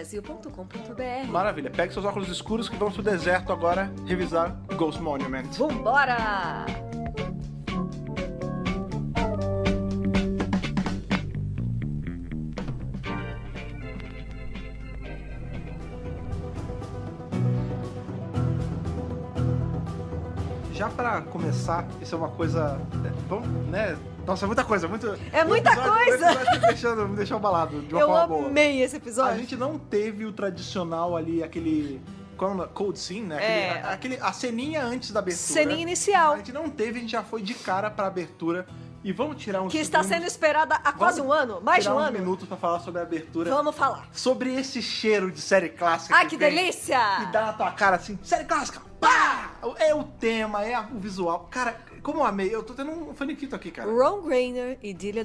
B: podcast.drbrasil.com.br
A: Maravilha, pegue seus óculos escuros que vamos pro deserto agora revisar Ghost Monument.
B: Vambora!
A: Já pra começar, isso é uma coisa. é, Vamos, né? Nossa, é muita coisa, muito.
B: É muita coisa!
A: O episódio me deixando, me deixou abalado de uma
B: Eu
A: forma boa.
B: amei esse
A: A
B: episódio.
A: gente não teve o tradicional ali, aquele. Qual é o nome? Cold scene, né? Aquele,
B: É.
A: a- aquele- a ceninha antes da abertura.
B: Ceninha inicial,
A: né? A gente não teve, a gente já foi de cara pra abertura. E vamos tirar uns
B: que está
A: segundos,
B: sendo esperada há quase um ano, mais de
A: tirar né?
B: um
A: uns
B: ano.
A: minutos pra falar sobre a abertura.
B: Vamos falar.
A: Sobre esse cheiro de série clássica.
B: Ai, que
A: vem
B: delícia!
A: E dá na tua cara assim, série clássica, pá! É o tema, é a- o visual. Cara, como eu amei. Eu tô tendo um faniquito aqui, cara.
B: Ron Grainer e Delia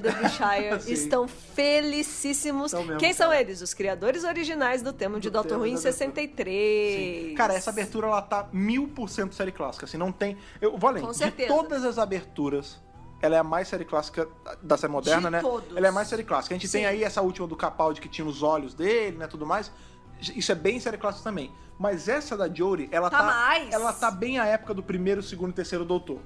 B: Derbyshire
A: Sim.
B: estão felicíssimos.
A: Estão mesmo,
B: Quem são
A: cara.
B: eles? Os criadores originais do tema de
A: Do
B: Dr.
A: tema
B: Who em
A: da abertura.
B: 63.
A: Sim. Cara, essa abertura ela tá mil por cento série clássica, assim, não tem. Eu vou além.
B: Com
A: de
B: certeza.
A: todas as aberturas, ela é a mais série clássica da série moderna, né?
B: todos.
A: Ela é a mais série clássica. A gente
B: Sim.
A: tem aí essa última do Capaldi que tinha os olhos dele, né, tudo mais. Isso é bem série clássica também. Mas essa da Jory, ela
B: Tá
A: tá,
B: mais.
A: ela tá bem a época do primeiro, segundo e terceiro doutor.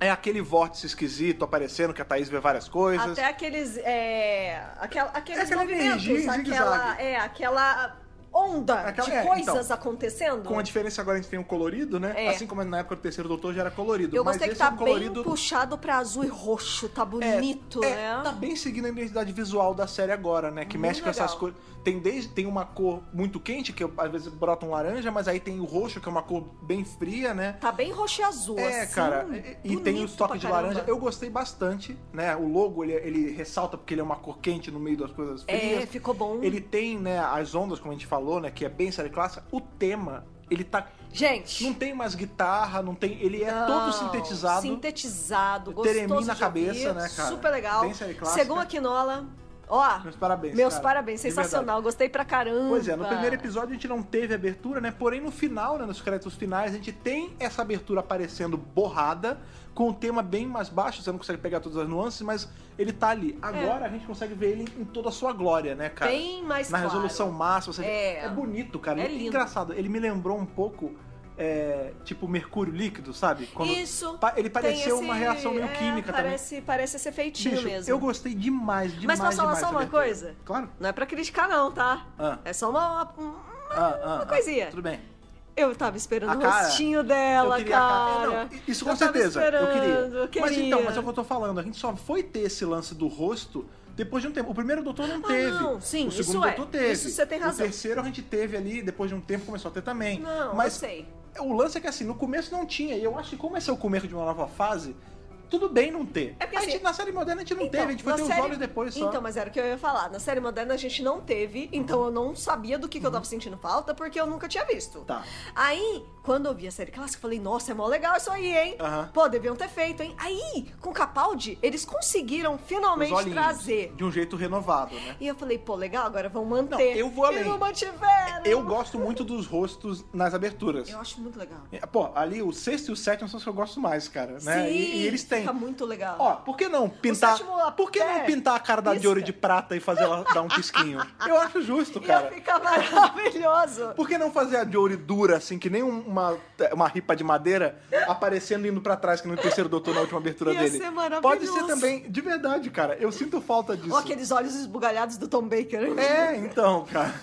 A: É aquele vórtice esquisito aparecendo que a Thaís vê várias coisas.
B: Até aqueles. É, aquela, aqueles
A: É aquela
B: movimentos,
A: energia em
B: aquela,
A: zigue-zague.
B: é, aquela onda
A: Aquela-
B: de
A: é,
B: coisas
A: então,
B: acontecendo.
A: Com a diferença agora a gente tem o colorido, né?
B: É.
A: Assim como na época do terceiro doutor já era colorido.
B: Eu
A: mas
B: gostei que
A: esse é
B: tá
A: um colorido
B: bem puxado pra azul e roxo, tá bonito,
A: É,
B: né?
A: Tá bem seguindo a identidade visual da série agora, né? Que
B: Muito
A: mexe com essas
B: legal.
A: cores. Tem desde tem uma cor muito quente, que às vezes brota um laranja, mas aí tem o roxo, que é uma cor bem fria, né?
B: Tá bem roxo e azul,
A: É,
B: assim,
A: cara, e, e tem
B: bonito
A: os toques
B: pra
A: de laranja.
B: caramba.
A: Eu gostei bastante, né? O logo ele, ele ressalta porque ele é uma cor quente no meio das coisas frias.
B: É, ficou bom.
A: Ele tem, né, as ondas, como a gente falou, né? Que é bem série clássica. O tema, ele tá.
B: Gente,
A: Não tem mais guitarra, não tem. Ele é
B: Não,
A: todo sintetizado.
B: Sintetizado, gostoso
A: Teremina na
B: de
A: cabeça,
B: ouvir,
A: né, cara?
B: Super legal.
A: Bem série clássica.
B: Segundo a Quinola, ó,
A: Meus parabéns.
B: meus
A: cara,
B: parabéns,
A: de
B: sensacional, gostei pra caramba.
A: Pois é, no primeiro episódio a gente não teve abertura, né? Porém, no final, né, nos créditos finais, a gente tem essa abertura aparecendo borrada, com o tema bem mais baixo, você não consegue pegar todas as nuances, mas ele tá ali. Agora a gente consegue ver ele em toda a sua glória, né, cara?
B: É. Bem mais
A: Na
B: claro.
A: resolução máxima, você...
B: É.
A: é bonito, cara.
B: É
A: É
B: lindo.
A: engraçado, ele me lembrou um pouco, é, tipo, mercúrio líquido, sabe? Quando-
B: Isso.
A: pa- Ele
B: tem
A: pareceu
B: esse-
A: uma reação meio
B: é,
A: química também.
B: parece, Parece esse feitinho
A: Bicho,
B: mesmo.
A: eu gostei demais, demais,
B: Mas posso falar
A: demais
B: só
A: dessa
B: uma
A: abertura.
B: coisa?
A: Claro.
B: Não é pra criticar não, tá?
A: Ah.
B: É só uma... uma-
A: Ah, ah,
B: Uma
A: ah.
B: coisinha.
A: Tudo bem.
B: Eu tava esperando
A: A
B: o
A: cara?
B: rostinho dela,
A: Eu queria a
B: cara.
A: cara- É, não, isso com
B: Eu tava
A: certeza. Eu
B: esperando,
A: queria.
B: eu
A: Mas
B: queria.
A: então, mas é o que eu tô falando. A gente só foi ter esse lance do rosto depois de um tempo. O primeiro doutor não teve.
B: Ah, não, sim,
A: o segundo
B: isso é.
A: doutor teve.
B: Isso você tem razão.
A: O terceiro a gente teve ali, depois de um tempo começou a ter também.
B: Não,
A: mas
B: eu sei.
A: o lance é que assim, no começo não tinha. E eu acho que como esse é o começo de uma nova fase, tudo bem não ter.
B: É porque,
A: a gente,
B: assim,
A: na série moderna a gente não teve, a gente foi
B: na
A: ter
B: série-
A: os olhos depois só.
B: Então, mas era o que eu ia falar. Na série moderna a gente não teve, então eu não sabia do que, que eu tava sentindo falta, porque eu nunca tinha visto.
A: Uhum. Tá.
B: Aí, quando eu vi a série clássica, eu falei, nossa, é mó legal isso aí, hein?
A: Aham.
B: Pô, deviam ter feito, hein? Aí, com Capaldi, eles conseguiram
A: Os
B: finalmente
A: olhinhos,
B: trazer.
A: De um jeito renovado, né?
B: E eu falei, pô, legal, agora vão manter.
A: Não, eu vou
B: E
A: além.
B: não mantiveram.
A: Eu gosto muito dos rostos nas aberturas.
B: Eu acho muito legal.
A: É, Pô, ali o sexto e o sétimo são os que eu gosto mais, cara. Né?
B: Sim,
A: e, e eles têm bem.
B: Fica muito legal.
A: Ó, por que não pintar?
B: sétimo a
A: Por que não
B: pé
A: pintar a cara da
B: pisca.
A: Diori de prata e fazer ela dar um pisquinho? Eu acho justo, cara.
B: Ia ficar maravilhoso.
A: Por que não fazer a Jory dura, assim, que nem uma, uma ripa de madeira, aparecendo e indo pra trás, que no terceiro doutor na última abertura
B: Ia
A: dele?
B: ser maravilhoso.
A: Pode ser também, de verdade, cara. Eu sinto falta disso.
B: Ou aqueles olhos esbugalhados do Tom Baker.
A: É, então, cara.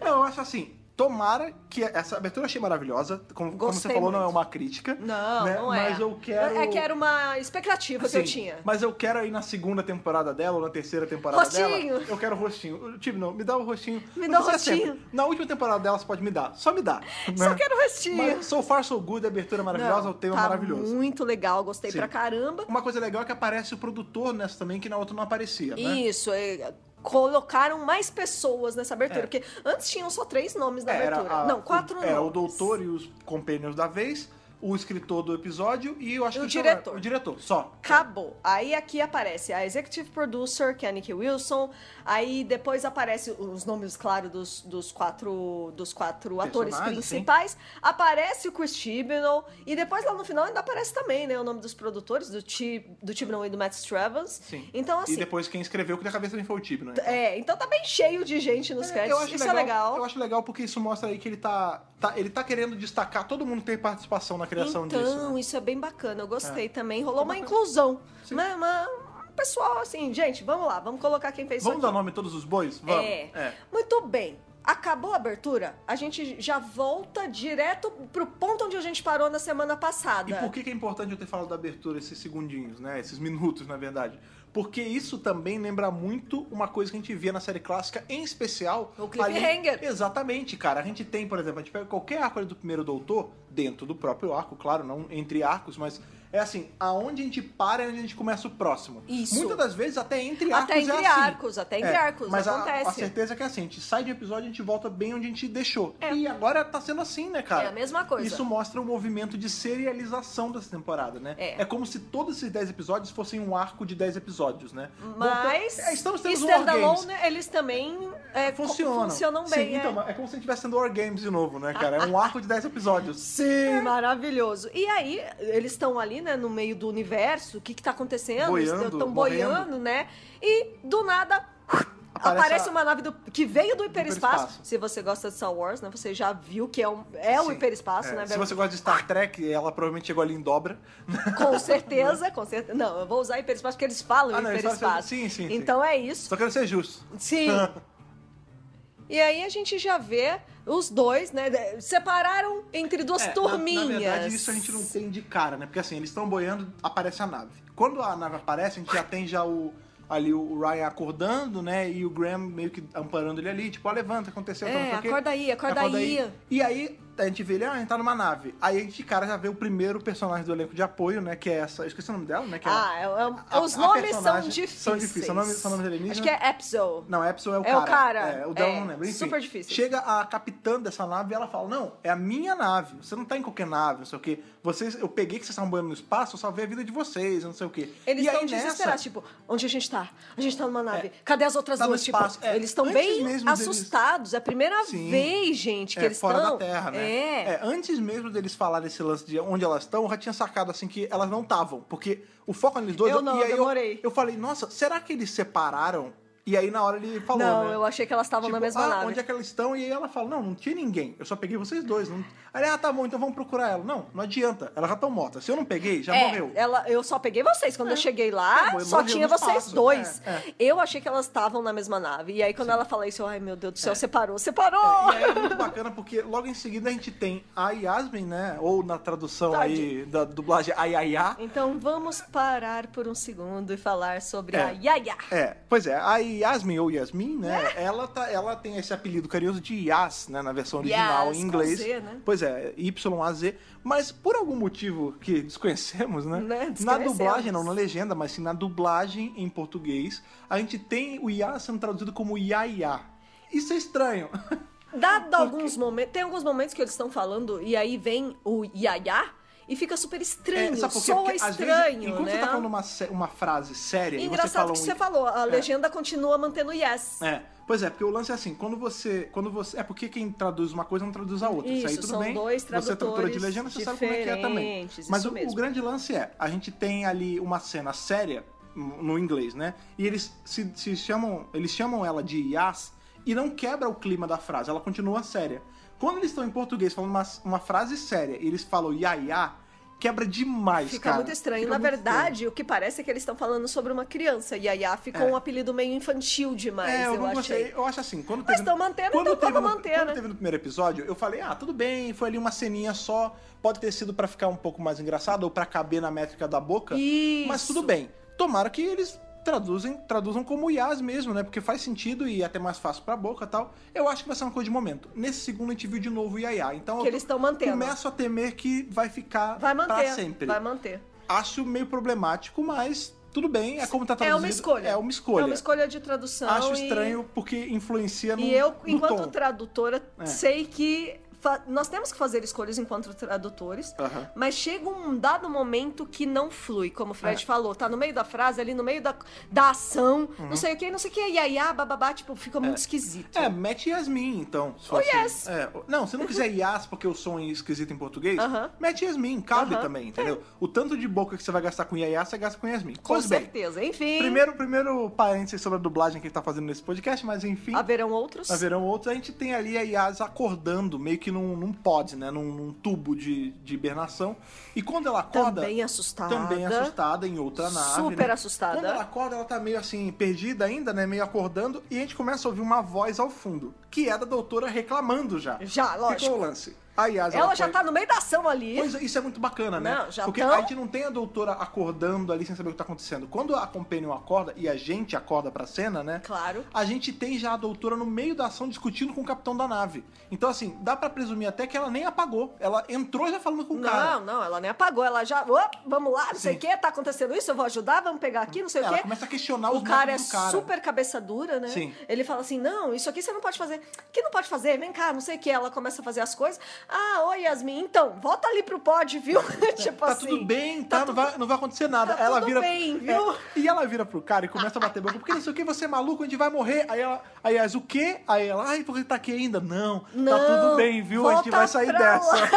A: Não, eu acho assim. Tomara que essa abertura eu achei maravilhosa. Como, como você
B: Gostei
A: falou, não é
B: muito.
A: uma crítica.
B: Não,
A: né?
B: não é.
A: Mas eu quero.
B: É que era uma expectativa que eu
A: Sim,
B: tinha.
A: Mas eu quero aí na segunda temporada dela ou na terceira temporada
B: Rostinho.
A: dela. Eu quero rostinho. Tipo, não, me dá o rostinho.
B: Me
A: Não
B: dá o
A: precisa ser
B: rostinho.
A: sempre. Na última temporada dela você pode me dar. Só me dá.
B: Só
A: né?
B: quero o restinho.
A: Mas so far so good, a abertura é maravilhosa,
B: Não,
A: o tema
B: tá
A: maravilhoso.
B: Muito legal, gostei
A: Sim.
B: pra caramba.
A: Uma coisa legal é que aparece o produtor nessa também, que na outra não aparecia, né?
B: Isso, é, colocaram mais pessoas nessa abertura.
A: É.
B: Porque antes tinham só três nomes na
A: É, era
B: abertura.
A: a-
B: não, quatro
A: o,
B: nomes.
A: Era o doutor e os companions da vez, o escritor do episódio e eu acho
B: E
A: que
B: o
A: sei lá,
B: diretor.
A: o diretor, só.
B: Acabou. Aí aqui aparece a executive producer, que é a Nikki Wilson. Aí depois aparece os nomes, claro, dos, dos quatro, dos quatro atores
A: Personagens, sim.
B: principais. Aparece o Chris Chibnall. E depois lá no final ainda aparece também, né? O nome dos produtores, do, Chib do Chibnall e do Matt Stravans.
A: Sim.
B: Então, assim.
A: E depois quem escreveu, que na cabeça também foi o Tibno. né?
B: É, então tá bem cheio de gente nos
A: É,
B: créditos. Isso é legal.
A: Eu acho legal porque isso mostra aí que ele tá, tá- ele tá querendo destacar todo mundo tem participação na criação
B: então,
A: disso. né? É.
B: isso é bem bacana, eu gostei também. Rolou
A: Ficou
B: uma
A: bacana.
B: inclusão.
A: Sim.
B: Uma, uma- um pessoal assim, gente, vamos lá, vamos colocar quem fez
A: Vamos
B: isso.
A: dar
B: Aqui.
A: nome a todos os bois? Vamos.
B: É. Muito bem. Acabou a abertura, a gente já volta direto pro ponto onde a gente parou na semana passada.
A: E por que, que é importante eu ter falado da abertura esses segundinhos, né? Esses minutos, na verdade. Porque isso também lembra muito uma coisa que a gente via na série clássica, em especial.
B: O cliffhanger.
A: ali- Exatamente, cara. A gente tem, por exemplo, a gente pega qualquer arco ali do primeiro doutor, dentro do próprio arco, claro, não entre arcos, mas é assim, aonde a gente para é onde a gente começa o próximo.
B: Isso.
A: Muitas das vezes até entre arcos
B: Até
A: é
B: entre
A: assim.
B: arcos, até entre
A: É,
B: arcos,
A: mas a-
B: acontece.
A: A, certeza é que é assim, a gente sai de um episódio e a gente volta bem onde a gente deixou.
B: É.
A: E agora tá sendo assim, né, cara?
B: É a mesma coisa.
A: Isso mostra o movimento de serialização dessa temporada, né?
B: É.
A: como se todos esses 10 episódios fossem um arco de 10 episódios, né?
B: Mas
A: Volta- É, estamos tendo um War
B: standalone,
A: Games.
B: eles também é, co-
A: Funcionam.
B: funcionam
A: Sim,
B: bem. é.
A: então, é como se a gente estivesse tendo War Games de novo, né, cara? É um arco de 10 episódios. É,
B: Sim, maravilhoso. E aí, eles estão ali, né, no meio do universo, o que que tá acontecendo?
A: Boiando,
B: Eles estão
A: morrendo.
B: boiando, né? E do nada
A: Aparece
B: aparece,
A: a-
B: uma nave do- que veio do hiperespaço.
A: hiperespaço.
B: Se você gosta de Star Wars, né, você já viu que é, um- é o
A: Sim.
B: hiperespaço,
A: É,
B: né,
A: Se
B: Bel?
A: você gosta de Star Trek, ela provavelmente chegou ali em dobra.
B: Com certeza, com certeza. Não, eu vou usar hiperespaço porque eles falam
A: Ah, não, eles falam-
B: hiperespaço.
A: sim, sim, sim.
B: Então é isso.
A: Só quero ser justo.
B: Sim. E aí a gente já vê os dois, né? de- Separaram entre duas
A: É, na-
B: turminhas.
A: Na, verdade, isso a gente não tem de cara, né? Porque assim, eles estão boiando, aparece a nave. Quando a nave aparece, a gente já tem já o ali o Ryan acordando, né? E o Graham meio que amparando ele ali, tipo, ó, levanta, aconteceu, tá,
B: É,
A: não sei o quê.
B: acorda aí, acorda aí.
A: E aí a gente vê ele, ah, ele tá numa nave. Aí a gente, de cara, já vê o primeiro personagem do elenco de apoio, né? Que é essa. Eu esqueci o nome dela, né? Que é-
B: Ah, eu- eu-
A: A-
B: os
A: a
B: nomes são
A: personagem-
B: difíceis.
A: são difíceis, são nomes- são nomes alienígenas.
B: Acho que é Epso.
A: Não, Epson é o
B: É
A: cara.
B: o cara.
A: É, o dela
B: É,
A: não lembro. Enfim,
B: super difícil.
A: Chega a capitã dessa nave e ela fala: Não, é a minha nave. Você não tá em qualquer nave, não sei o quê. Vocês, eu peguei que vocês estavam boiando no espaço, eu salvei a vida de vocês, não sei o quê.
B: Eles
A: E aí
B: estão
A: nessa, É.
B: desesperados, tipo, onde a gente tá? A gente tá numa nave. Cadê as outras
A: Tá no
B: duas? Tipo,
A: espaço. É,
B: eles estão
A: antes
B: bem
A: mesmo deles-
B: assustados. É a primeira
A: Sim.
B: vez, gente, que
A: é,
B: eles
A: fora
B: estão.
A: da Terra, né?
B: É.
A: antes mesmo deles falarem esse lance de onde elas estão, eu já tinha sacado assim que elas não estavam. Porque o foco é neles dois.
B: Eu não,
A: e aí
B: demorei.
A: Eu, falei, nossa, será que eles separaram? E aí na hora ele falou.
B: não,
A: né?
B: eu achei que elas estavam
A: Tipo,
B: na mesma
A: ah,
B: nave.
A: onde é que elas estão? E aí ela fala, não, não tinha ninguém. Eu só peguei vocês dois. Não... Aí, ela, ah, tá bom, então vamos procurar ela. Não, não adianta. Elas já estão mortas. Se eu não peguei, já
B: É,
A: morreu. É.
B: Ela, eu só peguei vocês. Quando eu cheguei lá,
A: Acabou,
B: só
A: morreu
B: tinha
A: no
B: vocês
A: espaço.
B: dois.
A: É, é.
B: Eu achei que elas estavam na mesma nave. E aí, quando ela fala isso, eu, ai meu Deus do céu, separou, separou!
A: E aí é muito bacana porque logo em seguida a gente tem a Yasmin, né? Ou na tradução aí da dublagem, a Yaya.
B: Então vamos parar por um segundo e falar sobre
A: É.
B: a Yaya.
A: É, pois é, a Yasmin ou Yasmin, né? Ela, tá, ela tem esse apelido carinhoso de Yas, né? Na versão original
B: Yas,
A: em
B: com
A: inglês.
B: Z, né?
A: Pois é, Y-A-Z. Mas por algum motivo que desconhecemos, né?
B: Né,
A: Na
B: desconhecemos.
A: dublagem, não na legenda, mas sim na dublagem em português, a gente tem o Yas sendo traduzido como Yaya. Isso é estranho.
B: Dado alguns momentos, tem alguns momentos que eles estão falando e aí vem o Yaya e fica super estranho,
A: É, sabe por quê?
B: soa
A: Porque, às
B: estranho,
A: vezes, enquanto
B: né?
A: você tá falando uma, sé- uma frase séria e você
B: Engraçado
A: fala
B: o que
A: um
B: você falou, a legenda continua mantendo yes.
A: É, pois é, porque o lance é assim, quando você, quando você, é porque quem traduz uma coisa não traduz a outra, isso, aí
B: Isso,
A: tudo
B: são
A: bem.
B: dois
A: você é tradutora de
B: tradutores
A: legenda, você sabe como é que é também.
B: diferentes,
A: Mas
B: isso
A: o, o
B: mesmo.
A: grande lance é, a gente tem ali uma cena séria no no inglês, né? E eles se, se chamam, eles chamam ela de Yas e não quebra o clima da frase, ela continua séria. Quando eles estão em português falando uma, uma frase séria e eles falam ya ya, quebra demais,
B: Fica
A: cara.
B: muito estranho.
A: Fica
B: Na
A: muito estranho.
B: verdade, o que parece é que eles estão falando sobre uma criança. E aí ficou
A: É.
B: um apelido meio infantil demais,
A: É, eu, não
B: achei.
A: gostei. Eu acho assim, quando
B: Mas
A: teve...
B: tão mantendo,
A: quando
B: então
A: teve
B: vamos
A: no-
B: manter,
A: Quando
B: né?
A: teve no primeiro episódio, eu falei, ah, tudo bem, foi ali uma ceninha só, pode ter sido pra ficar um pouco mais engraçado ou pra caber na métrica da boca,
B: Isso.
A: mas tudo bem. Tomara que eles traduzem, traduzam como Yas mesmo, né? Porque faz sentido e é até mais fácil pra boca e tal. Eu acho que vai ser uma coisa de momento. Nesse segundo a gente viu de novo o Yaya, então
B: Que
A: eu
B: eles estão mantendo.
A: começo a temer que vai ficar
B: Vai
A: pra
B: manter.
A: sempre.
B: Vai manter.
A: Acho meio problemático, mas tudo bem, é como tá
B: É
A: traduzido.
B: uma escolha.
A: É uma escolha.
B: É uma escolha de tradução.
A: Acho
B: e-
A: estranho porque influencia no,
B: E eu,
A: Então, no
B: enquanto
A: tom.
B: tradutora,
A: É.
B: sei que fa- nós temos que fazer escolhas enquanto tradutores,
A: Aham.
B: mas chega um dado momento que não flui, como o Fred
A: É.
B: falou, tá no meio da frase, ali no meio da, da ação, não sei o que, não sei o que, iaiá, bababá, tipo, fica muito esquisito.
A: Uhum. É, mete Yasmin, então. se for
B: Ou
A: assim.
B: Oh, yes.
A: É, o- não, se não quiser Yas porque o som é esquisito em português,
B: Aham.
A: mete Yasmin, cabe
B: Aham.
A: também, entendeu? O tanto de boca que você vai gastar com Yaya, você gasta com Yasmin.
B: Com
A: pois bem,
B: certeza. Enfim,
A: primeiro, primeiro parênteses sobre a dublagem que ele tá fazendo nesse podcast, mas enfim,
B: haverão outros.
A: haverão outros. A gente tem ali a Yas acordando, meio que num, num pod, né? Num, num tubo de, de hibernação. E quando ela acorda...
B: Também assustada.
A: Também é assustada em outra nave.
B: Super
A: né?
B: assustada.
A: Quando ela acorda, ela tá meio assim, perdida ainda, né? Meio acordando. E a gente começa a ouvir uma voz ao fundo, que é da doutora reclamando já.
B: Já,
A: Ficou
B: lógico.
A: o lance. A Yas,
B: Ela já
A: foi-
B: tá no meio da ação ali.
A: Pois é, isso é muito bacana, né?
B: Não, já tá?
A: Porque
B: tão-
A: a gente não tem a doutora acordando ali sem saber o que tá acontecendo. Quando a Companion acorda e a gente acorda pra cena, né?
B: Claro.
A: A gente tem já a doutora no meio da ação discutindo com o capitão da nave. Então, assim, dá pra presumir até que ela nem apagou. Ela entrou já falando com o é, cara.
B: Não, não, ela nem apagou, ela já. "Op, vamos lá, não sei
A: Sim.
B: o que, tá acontecendo isso, eu vou ajudar, vamos pegar aqui, não sei o
A: Ela
B: quê.
A: começa a questionar
B: O
A: os
B: cara é
A: métodos do cara.
B: super cabeça dura, né?
A: Sim.
B: Ele fala assim: não, isso aqui você não pode fazer. Que não pode fazer? Vem cá, não sei o que. Ela começa a fazer as coisas. Ah, oi, Yasmin, então, volta ali pro pod, viu? tipo
A: tá
B: assim.
A: tudo bem, tá?
B: tá
A: não, vai, não vai acontecer nada.
B: tá
A: ela
B: tudo
A: vira,
B: bem, viu?
A: É, e ela vira pro cara e começa a bater boca. Porque não sei o que, você é maluco, a gente vai morrer. Aí ela, aí as o quê? Aí ela, ai, porque tá aqui ainda? Não, tá
B: Não,
A: tudo bem, viu? A gente
B: volta
A: vai sair
B: pra
A: dessa.
B: lá.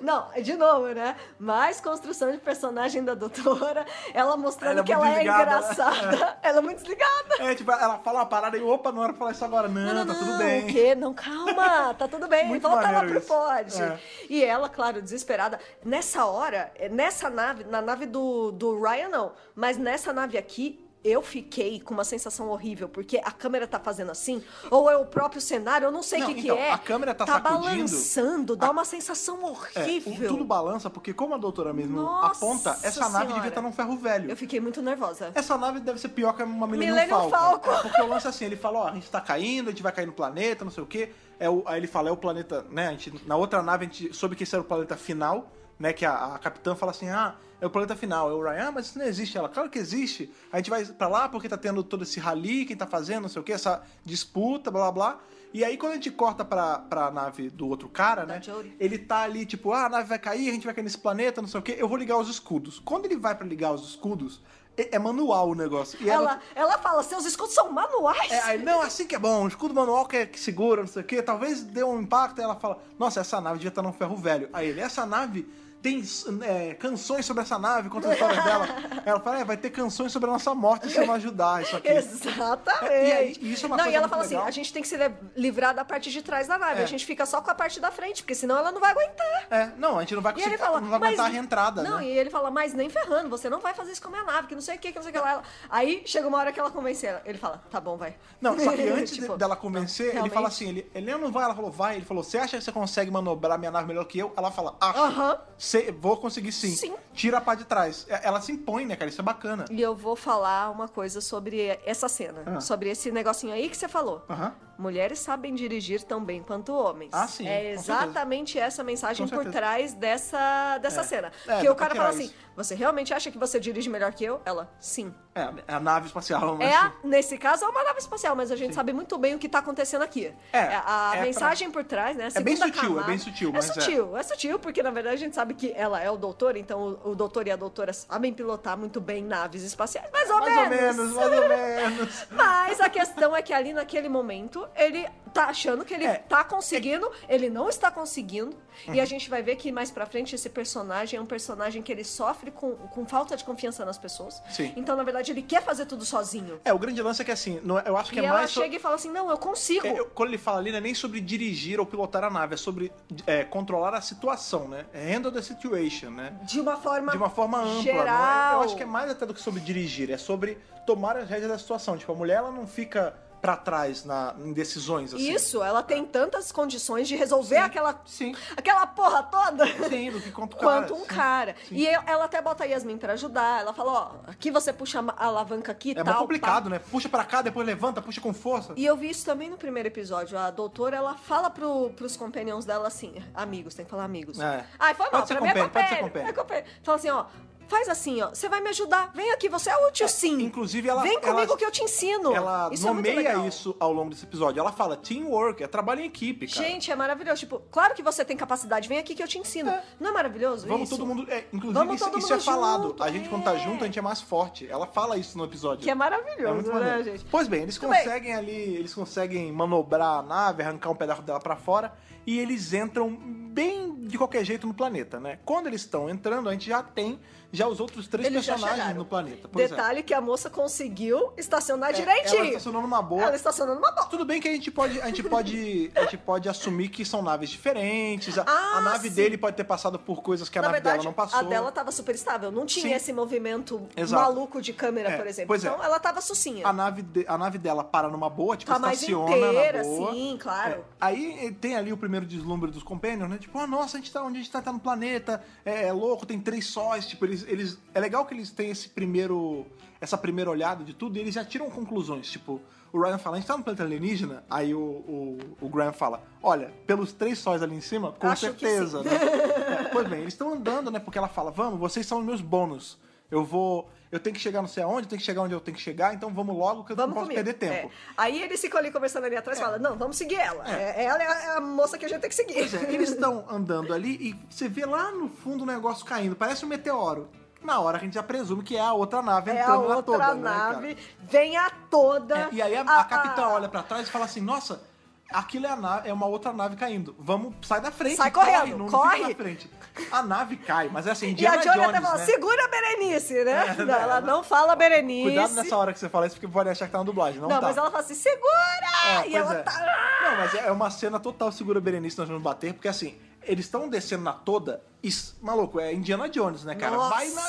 B: Não, é de novo, né? Mais construção de personagem da doutora. Ela mostrando
A: Ela é
B: que
A: muito
B: ela é
A: desligada, né?
B: engraçada. Ela é muito desligada.
A: É, tipo, ela fala uma parada e, opa, não era pra falar isso agora. Não,
B: Não, não,
A: tá tudo
B: não,
A: bem.
B: O quê? Não, calma, tá tudo bem.
A: Muito
B: Volta lá
A: maneiro
B: pro
A: isso.
B: pod.
A: É.
B: E ela, claro, desesperada. Nessa hora, eh, nessa nave, na nave do, do Ryan, não. Mas nessa nave aqui. Eu fiquei com uma sensação horrível, porque a câmera tá fazendo assim, ou é o próprio cenário, eu não sei o
A: Não,
B: que, que
A: então,
B: é.
A: a câmera tá sacudindo.
B: balançando, dá
A: A-
B: uma sensação
A: É,
B: horrível.
A: o- tudo balança, porque como a doutora mesmo
B: Nossa
A: aponta, essa nave devia
B: Senhora.
A: estar num ferro velho.
B: Eu fiquei muito nervosa.
A: Essa nave deve ser pior que uma Millennium,
B: Millennium
A: Falcon.
B: Falcon.
A: É, porque o lance é assim, ele fala, ó, a gente tá caindo, a gente vai cair no planeta, não sei o quê. É o, aí ele fala, é o planeta, né, a gente, na outra nave a gente soube que esse era o planeta final, né, que a, a capitã fala assim, ah, é o planeta final. É o Ryan, ah, mas isso não existe. Ela, claro que existe. A gente vai pra lá porque tá tendo todo esse rally, quem tá fazendo, não sei o quê, essa disputa, blá, blá, blá. E aí quando a gente corta pra, pra nave do outro cara,
B: Da
A: né,
B: Jodie.
A: ele tá ali, tipo, ah, a nave vai cair, a gente vai cair nesse planeta, não sei o quê, eu vou ligar os escudos. Quando ele vai pra ligar os escudos, é, é manual o negócio. E ela.
B: Ela, ela fala, seus escudos são manuais.
A: É, aí, não, assim que é bom, o escudo manual que, é- que segura, não sei o quê, talvez dê um impacto, aí ela fala, nossa, essa nave devia estar num ferro velho. Aí ele, essa nave tem é, canções sobre essa nave, conta a história dela. Ela fala, é, vai ter canções sobre a nossa morte se eu não ajudar isso aqui.
B: Exatamente.
A: É, e aí, isso é uma
B: não,
A: coisa
B: e ela
A: muito legal.
B: fala assim: a gente tem que se le- livrar da parte de trás da nave,
A: É.
B: a gente fica só com a parte da frente, porque senão ela não vai aguentar.
A: É, não, a gente não vai
B: E
A: conseguir,
B: ele fala,
A: não vai
B: mas...
A: aguentar a reentrada,
B: Não,
A: né?
B: e ele fala, mas nem ferrando, você não vai fazer isso com a minha nave, que não sei o que, que não sei o que lá. Ela- Aí chega uma hora que ela convence ela. Ele fala, tá bom, vai.
A: Não, só que antes de-
B: Tipo,
A: dela convencer, ele
B: realmente.
A: fala assim, ele, ele não vai, ela falou, vai, ele falou, você acha que você consegue manobrar minha nave melhor que eu? Ela fala, acho.
B: Aham.
A: sei, vou conseguir sim.
B: Sim.
A: Tira a parte de trás. É, Ela se impõe, né, cara? Isso é bacana.
B: E eu vou falar uma coisa sobre essa cena,
A: Ah.
B: sobre esse negocinho aí que você falou.
A: Aham.
B: Mulheres sabem dirigir tão bem quanto homens.
A: Ah, sim, com
B: É exatamente essa mensagem
A: Com
B: por
A: certeza.
B: trás dessa, dessa
A: É.
B: cena.
A: É,
B: que
A: dá
B: o cara
A: pra
B: fala
A: tirar
B: assim:
A: isso.
B: Você realmente acha que você dirige melhor que eu? Ela, sim.
A: É, é a nave espacial, mas. assim,
B: É, a- nesse caso, é uma nave espacial, mas a gente sabe muito bem o que tá acontecendo aqui.
A: É,
B: a
A: é pra-
B: mensagem por trás, né? a
A: É bem
B: segunda
A: sutil, é
B: camada-
A: bem sutil,
B: É
A: mas é.
B: sutil, é. sutil, porque na verdade a gente sabe que ela é o doutor, então o, o doutor e a doutora sabem pilotar muito bem naves espaciais, mais ou
A: mais
B: menos.
A: ou menos, mais ou menos.
B: Mas a questão é que ali naquele momento ele tá achando que ele
A: É. Uhum.
B: tá conseguindo, ele não está conseguindo. E a gente vai ver que mais pra frente esse personagem é um personagem que ele sofre com, com falta de confiança nas pessoas.
A: Sim.
B: Então, na verdade, ele quer fazer tudo sozinho.
A: É, o grande lance é que assim, não é- eu acho que
B: e
A: é
B: ela
A: mais. so-
B: chega e fala assim: não, eu consigo.
A: É, eu- quando ele fala ali, não é nem sobre dirigir ou pilotar a nave, é sobre é, controlar a situação, né? Handle the situation, né?
B: De uma forma.
A: De uma forma ampla.
B: Geral.
A: não é? eu acho que é mais até do que sobre dirigir, é sobre tomar as rédeas da situação. Tipo, a mulher ela não fica pra trás na, em decisões assim.
B: Isso, ela tem tantas condições de resolver aquela,
A: Sim.
B: aquela porra toda.
A: Sim, do que quanto,
B: quanto um
A: sim.
B: cara. E eu- ela até bota a Yasmin pra ajudar. Ela fala, ó, aqui você puxa a ma- a alavanca aqui e
A: É
B: tal. tá?
A: mais
B: pá.
A: complicado, né? Puxa pra cá, depois levanta, puxa com força.
B: E eu vi isso também no primeiro episódio. A doutora, ela fala pro, pros companions dela assim, amigos, tem que falar amigos.
A: É.
B: Ai, foi mal,
A: Pode ser
B: pra mim é
A: companion, pode ser
B: companion, é companion. Fala assim, ó, faz assim, ó, você vai me ajudar, vem aqui, você é útil sim.
A: inclusive, ela-
B: Vem comigo
A: ela-
B: que eu te ensino.
A: Ela
B: isso é muito
A: nomeia
B: legal.
A: isso ao longo desse episódio. Ela fala teamwork, é trabalho em equipe, cara.
B: Gente, é maravilhoso. Tipo, claro que você tem capacidade, vem aqui que eu te ensino. Não é maravilhoso
A: Vamos
B: isso?
A: todo mundo. é, inclusive,
B: Vamos
A: isso,
B: todo
A: isso
B: mundo
A: é falado.
B: junto,
A: a gente, quando tá
B: é.
A: junto, a gente é mais forte. Ela fala isso no episódio.
B: Que é maravilhoso,
A: É muito
B: né,
A: maneiro.
B: gente?
A: Pois bem, eles
B: Muito bem.
A: conseguem ali, eles conseguem manobrar a nave, arrancar um pedaço dela pra fora e eles entram bem de qualquer jeito no planeta, né? Quando eles estão entrando, a gente já tem já os outros três
B: Eles já
A: personagens
B: chegaram.
A: no planeta. Pois é.
B: Detalhe que a moça conseguiu estacionar
A: É, Ela
B: direitinho.
A: estacionou numa boa.
B: Ela estacionou numa boa.
A: Tudo bem que a gente pode, a gente pode, a gente pode assumir que são naves diferentes. A,
B: Ah,
A: a nave
B: sim.
A: dele pode ter passado por coisas que a
B: Na
A: nave
B: verdade,
A: dela não passou.
B: a dela tava super estável. Não tinha
A: Sim.
B: esse movimento
A: Exato.
B: maluco de câmera,
A: É,
B: por exemplo.
A: pois é.
B: então ela tava sucinha.
A: A nave, de- a nave dela para numa boa, É, tipo,
B: tá mais
A: estaciona
B: inteira,
A: na boa.
B: sim, claro.
A: É, aí eh, tem ali o primeiro deslumbre dos Companions, né? Tipo, ah, nossa, a gente tá onde a gente tá, tá no planeta, é, é louco, tem três sóis, tipo, eles, eles... É legal que eles têm esse primeiro... Essa primeira olhada de tudo e eles já tiram conclusões, tipo... O Ryan fala, a gente tá no planeta alienígena? Aí o, o, o Graham fala, olha, pelos três sóis ali em cima, com
B: Acho que
A: certeza, né? É, pois bem, eles estão andando, né? Porque ela fala, vamos, vocês são os meus bônus. Eu vou... Eu tenho que chegar não sei aonde, eu tenho que chegar onde eu tenho que chegar, então vamos logo que eu
B: Vamos
A: não posso
B: comigo.
A: perder tempo. É.
B: É. Aí eles ficam ali conversando ali atrás e falam: não, vamos seguir ela. É- Ela é a, é a moça que a gente tem que seguir.
A: Pois é, eles estão andando ali e você vê lá no fundo o negócio caindo, parece um meteoro. Na hora que a gente já presume que é a outra nave
B: É a
A: entrando
B: outra
A: na toda,
B: nave, Ah,
A: né,
B: vem a toda.
A: cara? É, e aí a, a capitã olha pra trás e fala assim, nossa, aquilo é, a nave- é uma outra nave caindo. Vamos, sai da frente.
B: Sai
A: corre,
B: correndo,
A: não,
B: corre.
A: Não fica na frente. A nave cai, mas é assim,
B: E a
A: Indiana
B: Johnny até
A: Jones,
B: fala,
A: né?
B: segura a Berenice, né?
A: É,
B: Não, ela
A: né?
B: não fala Berenice.
A: Cuidado nessa hora que você fala isso, porque pode achar que tá na dublagem, não,
B: Não,
A: tá.
B: mas ela fala assim, segura!
A: É,
B: e
A: pois
B: ela
A: é.
B: tá...
A: Não, mas é uma cena total segura Berenice nós vamos bater, porque assim, eles estão descendo na toda, e, maluco, é Indiana Jones, né, cara?
B: Nossa.
A: Vai na.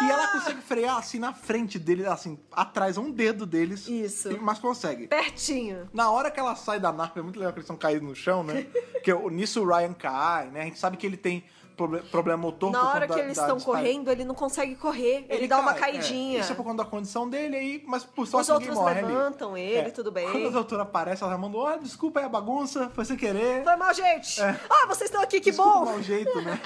A: E ela consegue frear assim na frente deles, assim, atrás, a um dedo deles.
B: Isso.
A: e- Mas consegue.
B: Pertinho.
A: Na hora que ela sai da nave, é muito legal que eles estão caídos no chão, né? Porque o- nisso o Ryan cai, né? A gente sabe que ele tem proble- problema motor por
B: Na hora
A: conta
B: que
A: da-
B: eles
A: da
B: estão
A: dispara-
B: correndo, ele não consegue correr. Ele, dá uma
A: cai, é.
B: caidinha.
A: Isso é por conta da condição dele aí, mas por sorte
B: Os
A: ninguém
B: outros
A: morre ali.
B: levantam ele,
A: É.
B: tudo bem.
A: Quando a doutora aparece, ela já mandou, ah, desculpa aí a bagunça, foi sem querer.
B: Foi mal, gente. Ah, vocês estão aqui, que
A: É. Desculpa o
B: bom.
A: mau jeito, né?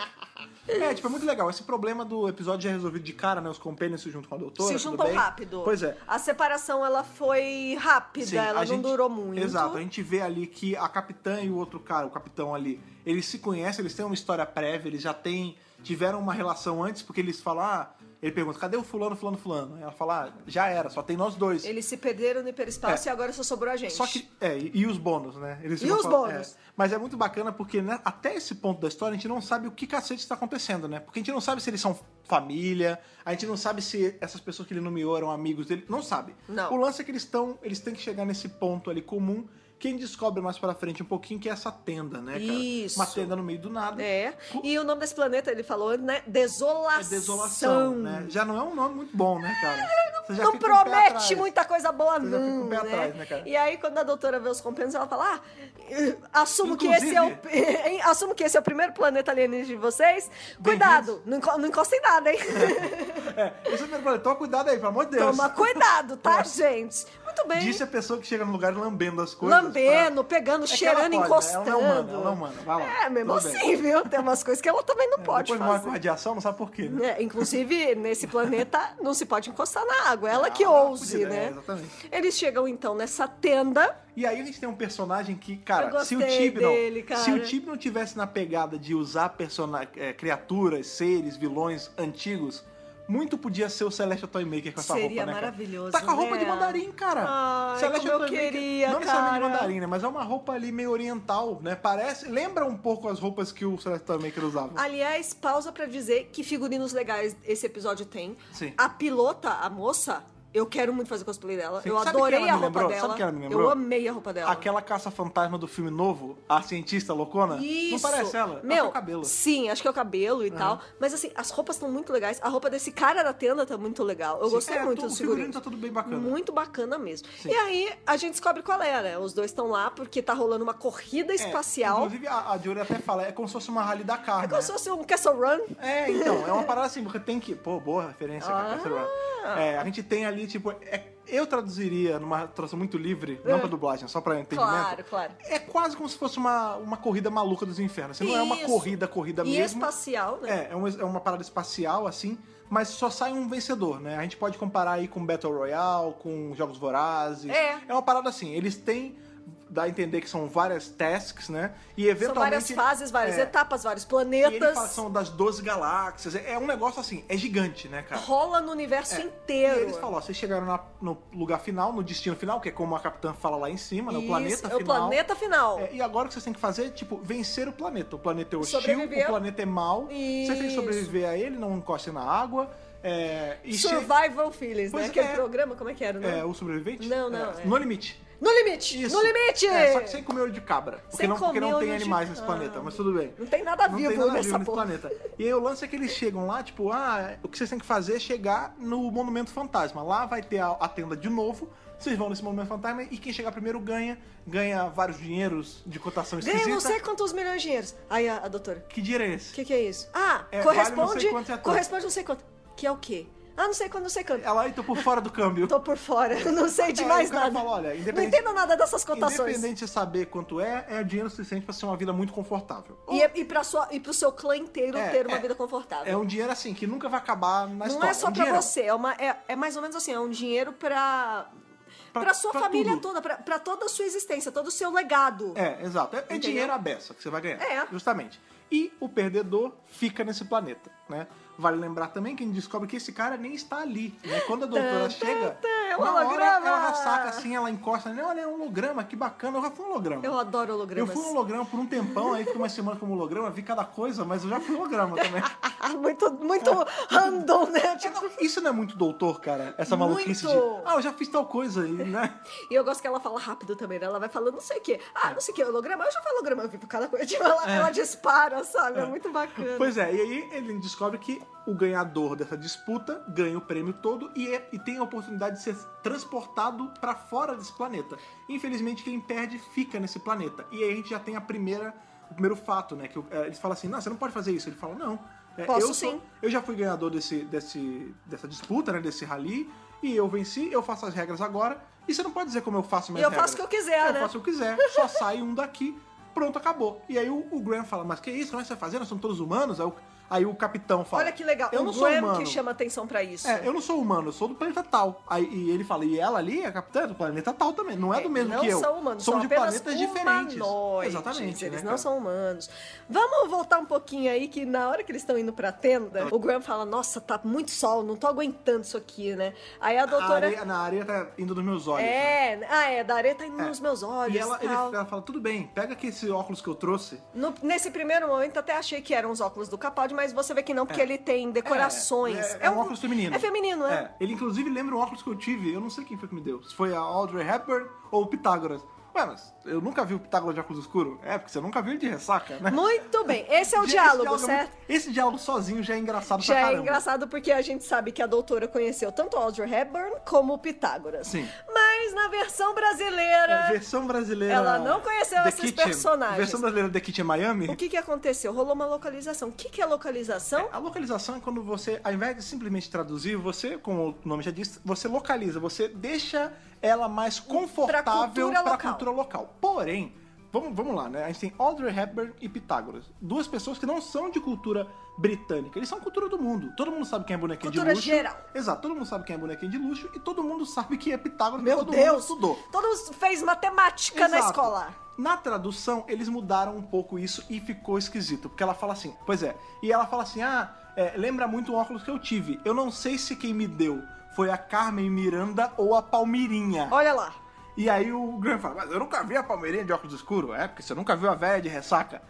A: É, tipo, é muito legal. Esse problema do episódio já é resolvido de cara, né? Os companions se juntam com a doutora.
B: Se
A: tudo
B: juntam
A: bem.
B: rápido.
A: Pois é.
B: A separação, ela foi rápida.
A: Sim,
B: ela
A: a
B: não
A: gente-
B: durou muito.
A: Exato, a gente vê ali que a capitã e o outro cara, o capitão ali, eles se conhecem, eles têm uma história prévia, eles já têm, tiveram uma relação antes, porque eles falam, ah, ele pergunta, cadê o fulano, fulano, fulano? E ela fala, ah, já era, só tem nós dois.
B: Eles se perderam no hiperespaço e agora só sobrou a gente.
A: É. Só que. É, e e os bônus, né? Eles
B: E
A: ficam
B: os
A: falando-
B: bônus?
A: é. Mas é muito bacana porque né, até esse ponto da história a gente não sabe o que cacete está acontecendo, né? Porque a gente não sabe se eles são família, a gente não sabe se essas pessoas que ele nomeou eram amigos dele. Não sabe.
B: Não.
A: O lance é que eles estão. Eles têm que chegar nesse ponto ali comum. Quem descobre mais pra frente um pouquinho que é essa tenda, né, cara?
B: Isso.
A: Uma tenda no meio do nada.
B: É. E o nome desse planeta, ele falou, né? Desolação.
A: É desolação, né? Já não é um nome muito bom, né, cara? você já
B: não
A: fica com o pé
B: promete
A: atrás.
B: muita coisa boa,
A: Você já fica
B: não.
A: com o pé
B: né?
A: atrás, né, cara?
B: E aí, quando a doutora vê os compêndios, ela fala: ah, assumo que,
A: Inclusive-
B: esse é o, hein, assumo que esse é o primeiro planeta alienígena de vocês. Cuidado, não, enco- não encosta em nada, hein?
A: É, esse é o primeiro problema. Toma cuidado aí, pelo amor de Deus.
B: Toma cuidado, tá, gente? Muito bem.
A: Disse a pessoa que chega no lugar lambendo as coisas.
B: Lambendo, pegando,
A: pra- É que ela
B: cheirando,
A: pode,
B: encostando.
A: Né? Ela não é humana, ela não é humana. Vai lá.
B: É, mesmo
A: tudo bem. É,
B: assim, viu? Tem umas coisas que ela também não pode
A: Depois morre
B: fazer.
A: com radiação, não sabe por quê, né?
B: É, inclusive, nesse planeta, não se pode encostar na água. é Ela
A: Ah,
B: que
A: ela
B: ouse,
A: podia,
B: né?
A: é, exatamente.
B: Eles chegam, então, nessa tenda.
A: E aí a gente tem um personagem que, cara,
B: Eu
A: se o
B: gostei
A: Tib não,
B: dele, cara.
A: se o Tib não tivesse na pegada de usar persona- é, criaturas, seres, vilões antigos, muito podia ser o Celestial Toymaker com essa
B: Seria
A: roupa, né? cara?
B: maravilhoso,
A: Tá com a roupa
B: né?
A: de mandarim, cara.
B: Ai, como eu queria,
A: não necessariamente
B: cara.
A: mandarim, né? Mas é uma roupa ali meio oriental, né? Parece, lembra um pouco as roupas que o Celestial Toymaker usava.
B: Aliás, pausa pra dizer que figurinos legais esse episódio tem.
A: Sim.
B: A pilota, a moça, eu quero muito fazer cosplay dela.
A: Sim.
B: Eu
A: Sabe
B: adorei
A: quem ela
B: a
A: me
B: roupa
A: lembrou?
B: dela.
A: Sabe quem ela me lembrou?
B: Eu amei a roupa dela.
A: Aquela caça-fantasma do filme novo, a cientista loucona,
B: Isso.
A: não parece ela?
B: Meu,
A: é o seu cabelo.
B: Sim, acho que é o cabelo e tal. Mas assim, as roupas estão muito legais. A roupa desse cara da tenda tá muito legal. Eu
A: Sim,
B: gostei
A: é,
B: muito
A: tu-
B: dos
A: O figurino
B: figurinos.
A: tá tudo bem bacana.
B: Muito bacana mesmo.
A: Sim.
B: E aí, a gente descobre qual era. né? Os dois estão lá porque tá rolando uma corrida
A: É,
B: espacial.
A: inclusive, né? a, a Jory até fala, é como se fosse uma rally da carne.
B: É como se fosse um Castle Run.
A: É, então, é uma parada assim, porque tem que. Pô, boa referência, cara. Castle
B: Ah.
A: Run. É, a gente tem ali, tipo, é- eu traduziria numa tradução muito livre, não pra dublagem, só pra entendimento.
B: Hum. Claro, claro.
A: É quase como se fosse uma, uma corrida maluca dos infernos. Assim, não é uma
B: Isso.
A: corrida, corrida
B: E
A: mesmo.
B: espacial, né?
A: É, é uma, é uma parada espacial, assim, mas só sai um vencedor, né? A gente pode comparar aí com Battle Royale, com Jogos Vorazes.
B: É.
A: uma parada assim, eles têm... Dá a entender que são várias tasks, né? E
B: São
A: eventualmente...
B: várias fases, várias
A: é,
B: etapas, vários
A: E ele fala,
B: planetas.
A: são das 12 galáxias. É é um negócio assim, é gigante, né, cara? é,
B: Rola no universo
A: E
B: inteiro.
A: eles falam, ó, vocês chegaram na- no lugar final, no destino final, que é como a capitã fala lá em cima, né? O
B: Isso,
A: planeta final.
B: é o planeta final.
A: É, e agora o que vocês têm que fazer é, tipo, vencer o planeta. O planeta é hostil,
B: Sobreviver.
A: o planeta é mau. Você tem que
B: Isso.
A: sobreviver a ele, não encoste na água. É, e che-
B: Survival Feelings,
A: Pois
B: né? Aquele
A: é.
B: programa, como é que era, né?
A: é, o sobrevivente?
B: Não, não,
A: É,
B: é.
A: No limite.
B: No limite!
A: Isso.
B: No limite!
A: É, só que sem comer olho de cabra. Porque
B: Sem
A: não, porque não
B: comer
A: tem
B: olho de
A: animais nesse
B: cabra.
A: planeta, mas tudo bem.
B: Não tem nada
A: Não
B: vivo
A: tem nada
B: nessa
A: vivo nesse
B: porra.
A: planeta. E aí o lance é que eles chegam lá, tipo, ah, o que vocês têm que fazer é chegar no Monumento Fantasma. Lá vai ter a, a tenda de novo. Vocês vão nesse Monumento Fantasma e quem chegar primeiro ganha. Ganha vários dinheiros de cotação
B: Ganha
A: esquisita.
B: não sei quantos milhões de dinheiros. Aí a, a doutora,
A: Que dinheiro é esse?
B: o que, que é isso? Ah,
A: É, vale não
B: corresponde.
A: sei quanto e é tanto.
B: corresponde não sei quanto. Que é o quê? Ah, não sei quanto, não sei quanto.
A: Ela, ai, É tô por fora do câmbio.
B: Tô por fora, não sei de
A: É,
B: mais
A: o cara
B: nada.
A: fala, olha,
B: não
A: independente-
B: entendo nada dessas cotações.
A: Independente de saber quanto é, é dinheiro suficiente pra ser uma vida muito confortável.
B: E, é- e, pra sua, e pro seu clã inteiro
A: Oh. É,
B: ter uma
A: é.
B: vida confortável.
A: É um dinheiro assim, que nunca vai acabar na história.
B: não é só
A: um
B: pra
A: dinheiro.
B: você, é, uma, é, é mais ou menos assim, é um dinheiro pra. Pra,
A: Pra-
B: sua
A: pra
B: família
A: tudo.
B: toda, pra, pra toda a sua existência, todo o seu legado.
A: É, exato. É, é
B: Entendeu?
A: dinheiro à beça que você vai ganhar.
B: É.
A: Justamente. E o perdedor fica nesse planeta, né? Vale lembrar também que a gente descobre que esse cara nem está ali, né? Quando a doutora
B: Tan,
A: chega,
B: tan, tan, é um
A: na hora
B: holograma!
A: ela já saca assim, ela encosta, né? Olha, é um holograma, que bacana. Eu já fui um holograma.
B: Eu adoro
A: Eu
B: hologramas.
A: fui um holograma por um tempão, aí fiquei uma semana como holograma, vi cada coisa, mas eu já fui holograma também.
B: Ah, muito, muito
A: É.
B: random, né? Tipo,
A: Isso não é muito doutor, cara, essa maluquice
B: Muito!
A: de. Ah, eu já fiz tal coisa, e, né?
B: E eu gosto que ela fala rápido também, né? Ela vai falando não sei o quê. Ah, não sei o quê, holograma. Eu já falo holograma, eu vivo cada coisa. Tipo, ela, ela dispara, sabe? É muito bacana.
A: É. Pois é, e aí ele descobre que o ganhador dessa disputa ganha o prêmio todo e, é- e tem a oportunidade de ser transportado pra fora desse planeta. Infelizmente, quem perde fica nesse planeta. E aí a gente já tem a primeira, o primeiro fato, né? Que o- eh, eles falam assim: não, você não pode fazer isso. Ele fala: não. é,
B: Posso
A: eu sou-
B: sim.
A: eu já fui ganhador desse, desse, dessa disputa, né? Desse rally. E eu venci, eu faço as regras agora. E você não pode dizer como eu faço minhas
B: eu
A: regras.
B: faço o que eu quiser,
A: É, Eu
B: né?
A: faço o que eu quiser, só sai um daqui, pronto, acabou. E aí o, o Graham fala, mas que isso, como é que você vai fazer? Nós somos todos humanos? Aí o, aí o capitão fala...
B: Olha que legal.
A: Eu
B: o
A: não sou
B: Graham
A: humano.
B: que chama atenção pra isso.
A: É, eu não sou humano, eu sou do planeta tal. Aí, e ele fala, e ela ali, a capitã é do planeta tal também, não é do mesmo
B: não
A: que eu.
B: são humanos,
A: Somos
B: são
A: de
B: apenas
A: planetas diferentes.
B: humanoides.
A: Exatamente.
B: Eles
A: né,
B: não
A: cara?
B: são humanos. Vamos voltar um pouquinho aí, que na hora que eles estão indo pra tenda, o Graham fala, nossa, tá muito sol, não tô aguentando isso aqui, né? Aí a
A: A
B: doutora...
A: areia, na areia tá indo nos meus olhos. né?
B: é, ah, é, da areia tá indo
A: É.
B: nos meus olhos
A: E ela, ele-
B: tal.
A: ela fala, tudo bem, pega aqui esse óculos que eu trouxe.
B: No- nesse primeiro momento, até achei que eram os óculos do Capaldi, mas você vê que não, porque ele tem decorações.
A: É, é um óculos feminino.
B: É feminino, é.
A: Ele inclusive lembra um óculos que eu tive, eu não sei quem foi que me deu. Se foi a Audrey Hepburn ou o Pitágoras. Ué, mas eu nunca vi o Pitágoras de óculos escuro. É, porque você nunca viu ele de ressaca, né?
B: Muito bem, esse é o
A: Gente,
B: diálogo,
A: esse é
B: certo?
A: muito- esse diálogo sozinho já é engraçado pra
B: Já é
A: caramba.
B: engraçado porque a gente sabe que a doutora conheceu tanto o Audrey Hepburn como o Pitágoras.
A: Sim. É
B: Mas na versão brasileira,
A: A versão brasileira.
B: Ela não conheceu esses personagens.
A: Versão brasileira do The Kitchen Miami.
B: o que, que aconteceu? Rolou uma localização. O que, que é localização?
A: A localização é quando você, ao invés de simplesmente traduzir, você, como o nome já diz, você localiza, você deixa ela mais confortável
B: cultura
A: pra
B: local.
A: cultura local. Porém, vamos, vamos lá, né? A gente tem Audrey Hepburn e Pitágoras. Duas pessoas que não são de cultura britânica, eles são cultura do mundo. Todo mundo sabe quem é bonequinho
B: Cultura
A: de luxo.
B: geral.
A: Exato, todo mundo sabe quem é bonequinho de luxo e todo mundo sabe que é Pitágoras,
B: Meu
A: todo mundo
B: Deus!
A: estudou.
B: Todo mundo fez matemática na
A: Exato.
B: escola.
A: Na tradução, eles mudaram um pouco isso e ficou esquisito, porque ela fala assim, pois é, e ela fala assim, ah, é, lembra muito o óculos que eu tive, eu não sei se quem me deu foi a Carmen Miranda ou a Palmirinha.
B: Olha lá.
A: E aí o Graham fala, mas eu nunca vi a Palmeirinha de óculos escuro, é, porque você nunca viu a velha de ressaca.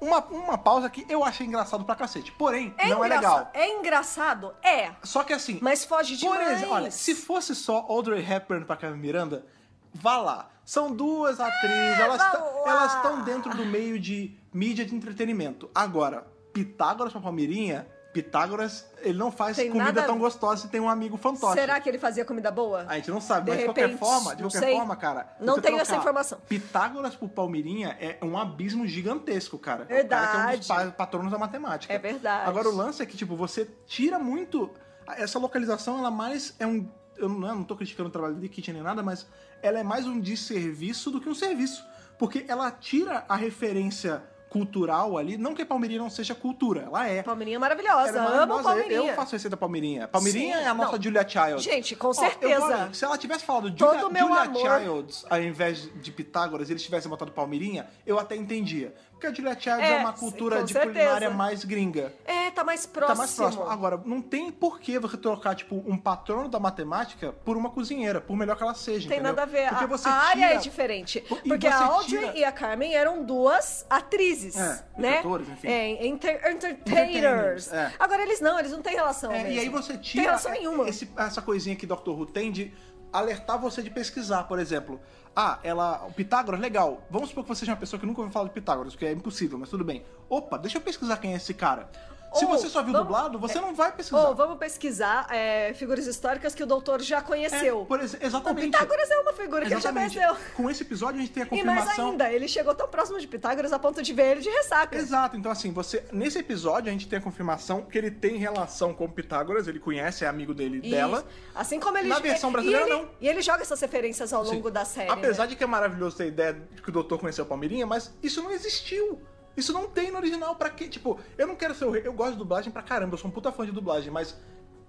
A: Uma, uma pausa que eu achei engraçado pra cacete, porém,
B: É
A: não é
B: engraça-
A: legal.
B: É engraçado? É.
A: Só que assim,
B: Mas foge
A: por
B: demais.
A: exemplo, olha, se fosse só Audrey Hepburn pra Carmen Miranda, vá lá. São duas atrizes, elas
B: vá
A: tão-
B: lá.
A: elas estão dentro do meio de mídia de entretenimento. Agora, Pitágoras pra Palmeirinha, Pitágoras, ele não faz
B: Tem
A: comida
B: nada a
A: tão
B: ver.
A: gostosa se tem um amigo fantoche.
B: Será que ele fazia comida boa?
A: A gente não sabe,
B: De
A: mas de qualquer
B: repente,
A: forma, de
B: não
A: qualquer
B: sei.
A: forma, cara.
B: Não
A: você
B: tenho essa
A: trocar
B: informação.
A: Pitágoras pro Palmeirinha é um abismo gigantesco, cara. É O cara que é um dos
B: Verdade.
A: pa- patronos da matemática.
B: É verdade.
A: Agora o lance é que, tipo, você tira muito. Essa localização, ela mais é um. Eu não, eu não tô criticando o trabalho de Kitchen nem nada, mas ela é mais um desserviço do que um serviço. Porque ela tira a referência cultural ali, não que a Palmeirinha não seja cultura, ela é.
B: Palmeirinha maravilhosa.
A: Ela é
B: Amo
A: maravilhosa, eu-
B: Palmeirinha.
A: Eu faço receita Palmeirinha. Palmeirinha
B: Sim,
A: é a nossa
B: não.
A: Julia Child.
B: Gente, com
A: Ó,
B: certeza.
A: eu falo, se ela tivesse falado Julia,
B: Todo o meu
A: Julia
B: amor.
A: Childs ao invés de Pitágoras, e eles tivessem botado Palmeirinha, eu até entendia. Porque a Julia Childs é,
B: É,
A: uma
B: sim,
A: cultura
B: com
A: de
B: certeza.
A: culinária mais gringa.
B: É, tá mais
A: Tá
B: próximo.
A: mais próximo. Agora, não tem por que você trocar, tipo, um patrono da matemática por uma cozinheira, por melhor que ela seja.
B: Tem
A: entendeu?
B: nada a ver.
A: Porque
B: A-
A: você
B: a área
A: tira-
B: é diferente.
A: E
B: Porque
A: você
B: a Audrey
A: tira-
B: e a Carmen eram duas atrizes,
A: É, e
B: né?
A: atores, enfim.
B: É, enter-
A: Entertainers,
B: entertainers.
A: é.
B: Agora eles não, eles não têm relação
A: É,
B: mesmo.
A: e aí você
B: Tem
A: tira
B: relação nenhuma.
A: esse- essa coisinha que Dr. Who tem de alertar você de pesquisar, por exemplo. Ah, ela. O Pitágoras, legal. Vamos supor que você seja uma pessoa que nunca ouviu falar de Pitágoras, porque é impossível, mas tudo bem. Opa, deixa eu pesquisar quem é esse cara. Se
B: Ou,
A: você só viu
B: vamos- é,
A: dublado, você não vai pesquisar.
B: Ou vamos pesquisar é, figuras históricas que o doutor já
A: É,
B: conheceu.
A: por exe-
B: o
A: exatamente.
B: Pitágoras é uma figura
A: Exatamente.
B: que ele já conheceu.
A: Com esse episódio a gente tem a
B: E mais
A: confirmação.
B: ainda, ele chegou tão próximo de Pitágoras a ponto de ver ele de ressaca.
A: Exato, então assim, você nesse episódio a gente tem a confirmação que ele tem relação com Pitágoras, ele conhece, é amigo dele e
B: E-
A: dela.
B: Assim como ele
A: Na
B: e-
A: versão
B: e
A: brasileira,
B: ele-
A: não.
B: E ele joga essas referências ao longo
A: Sim.
B: da série. né?
A: Apesar de que é maravilhoso ter a ideia de que o doutor conheceu a Palmeirinha, mas isso não existiu. Isso não tem no original. Pra quê? Tipo, eu não quero ser o rei. Eu gosto de dublagem pra caramba. Eu sou um puta fã de dublagem, mas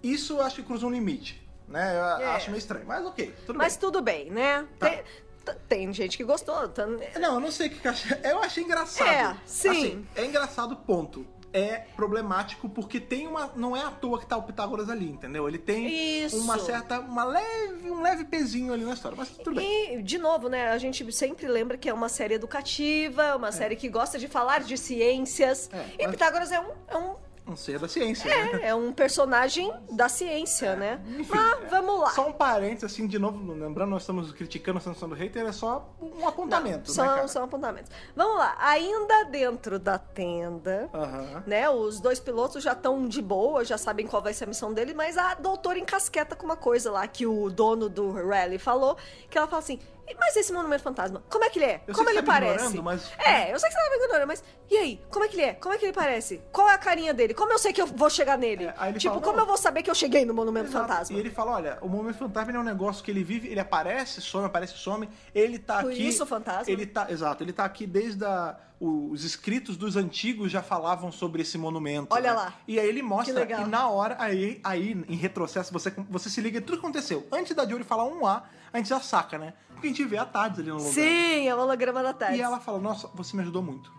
A: isso eu acho que cruza um limite. Né? Eu
B: É.
A: acho meio estranho. Mas ok, tudo
B: Mas
A: bem.
B: tudo bem, né?
A: Tá.
B: Tem, t- tem gente que gostou. tá-
A: Não, eu não sei o que que eu achei. Eu achei engraçado.
B: É, sim.
A: Assim, é engraçado, ponto. É problemático porque tem uma. Não é à toa que tá o Pitágoras ali, entendeu? Ele tem
B: Isso.
A: uma certa. Uma leve, um leve pezinho ali na história. Mas tudo bem.
B: E, de novo, né? A gente sempre lembra que é uma série educativa, uma série que gosta de falar de ciências.
A: É,
B: e
A: mas-
B: Pitágoras é um, é, um,
A: Não sei, é da ciência, né?
B: é, é um personagem da ciência, né?
A: Enfim, é.
B: Mas vamos lá.
A: Só um parênteses, assim, de novo, lembrando, nós estamos criticando a sanção do hater, é só um apontamento,
B: são,
A: né, cara?
B: são apontamentos. Vamos lá. Ainda dentro da tenda.
A: Aham.
B: Né, os dois pilotos já estão de boa, já sabem qual vai ser a missão dele, mas a doutora encasqueta com uma coisa lá que o dono do rally falou, que ela fala assim, "E- mas esse monumento fantasma, como é que ele é?
A: Eu sei
B: como
A: que
B: ele
A: você tá me
B: parece?
A: ignorando, mas-
B: É, eu sei que você tava me ignorando, mas e aí? Como é que ele é? Como é que ele parece? Qual é a carinha dele? Como eu sei que eu vou chegar nele?
A: É, aí ele
B: tipo,
A: fala,
B: como
A: "Não."
B: eu vou saber que eu cheguei no monumento
A: Exato.
B: um fantasma?
A: E ele fala, olha, o momento fantasma ele é um negócio que ele vive, ele aparece, some, aparece, some. Ele tá
B: Por
A: aqui.
B: isso o fantasma.
A: Ele tá, exato, ele tá aqui desde a, os escritos dos antigos já falavam sobre esse monumento.
B: Olha
A: né?
B: lá.
A: E aí ele mostra
B: Que legal.
A: e na hora aí, aí em retrocesso você você se liga em tudo que aconteceu. Antes da Jory falar um A, a gente já saca, né? Porque a gente vê a tarde ali no lugar.
B: Sim, é o holograma da tarde.
A: E ela fala, nossa, você me ajudou muito.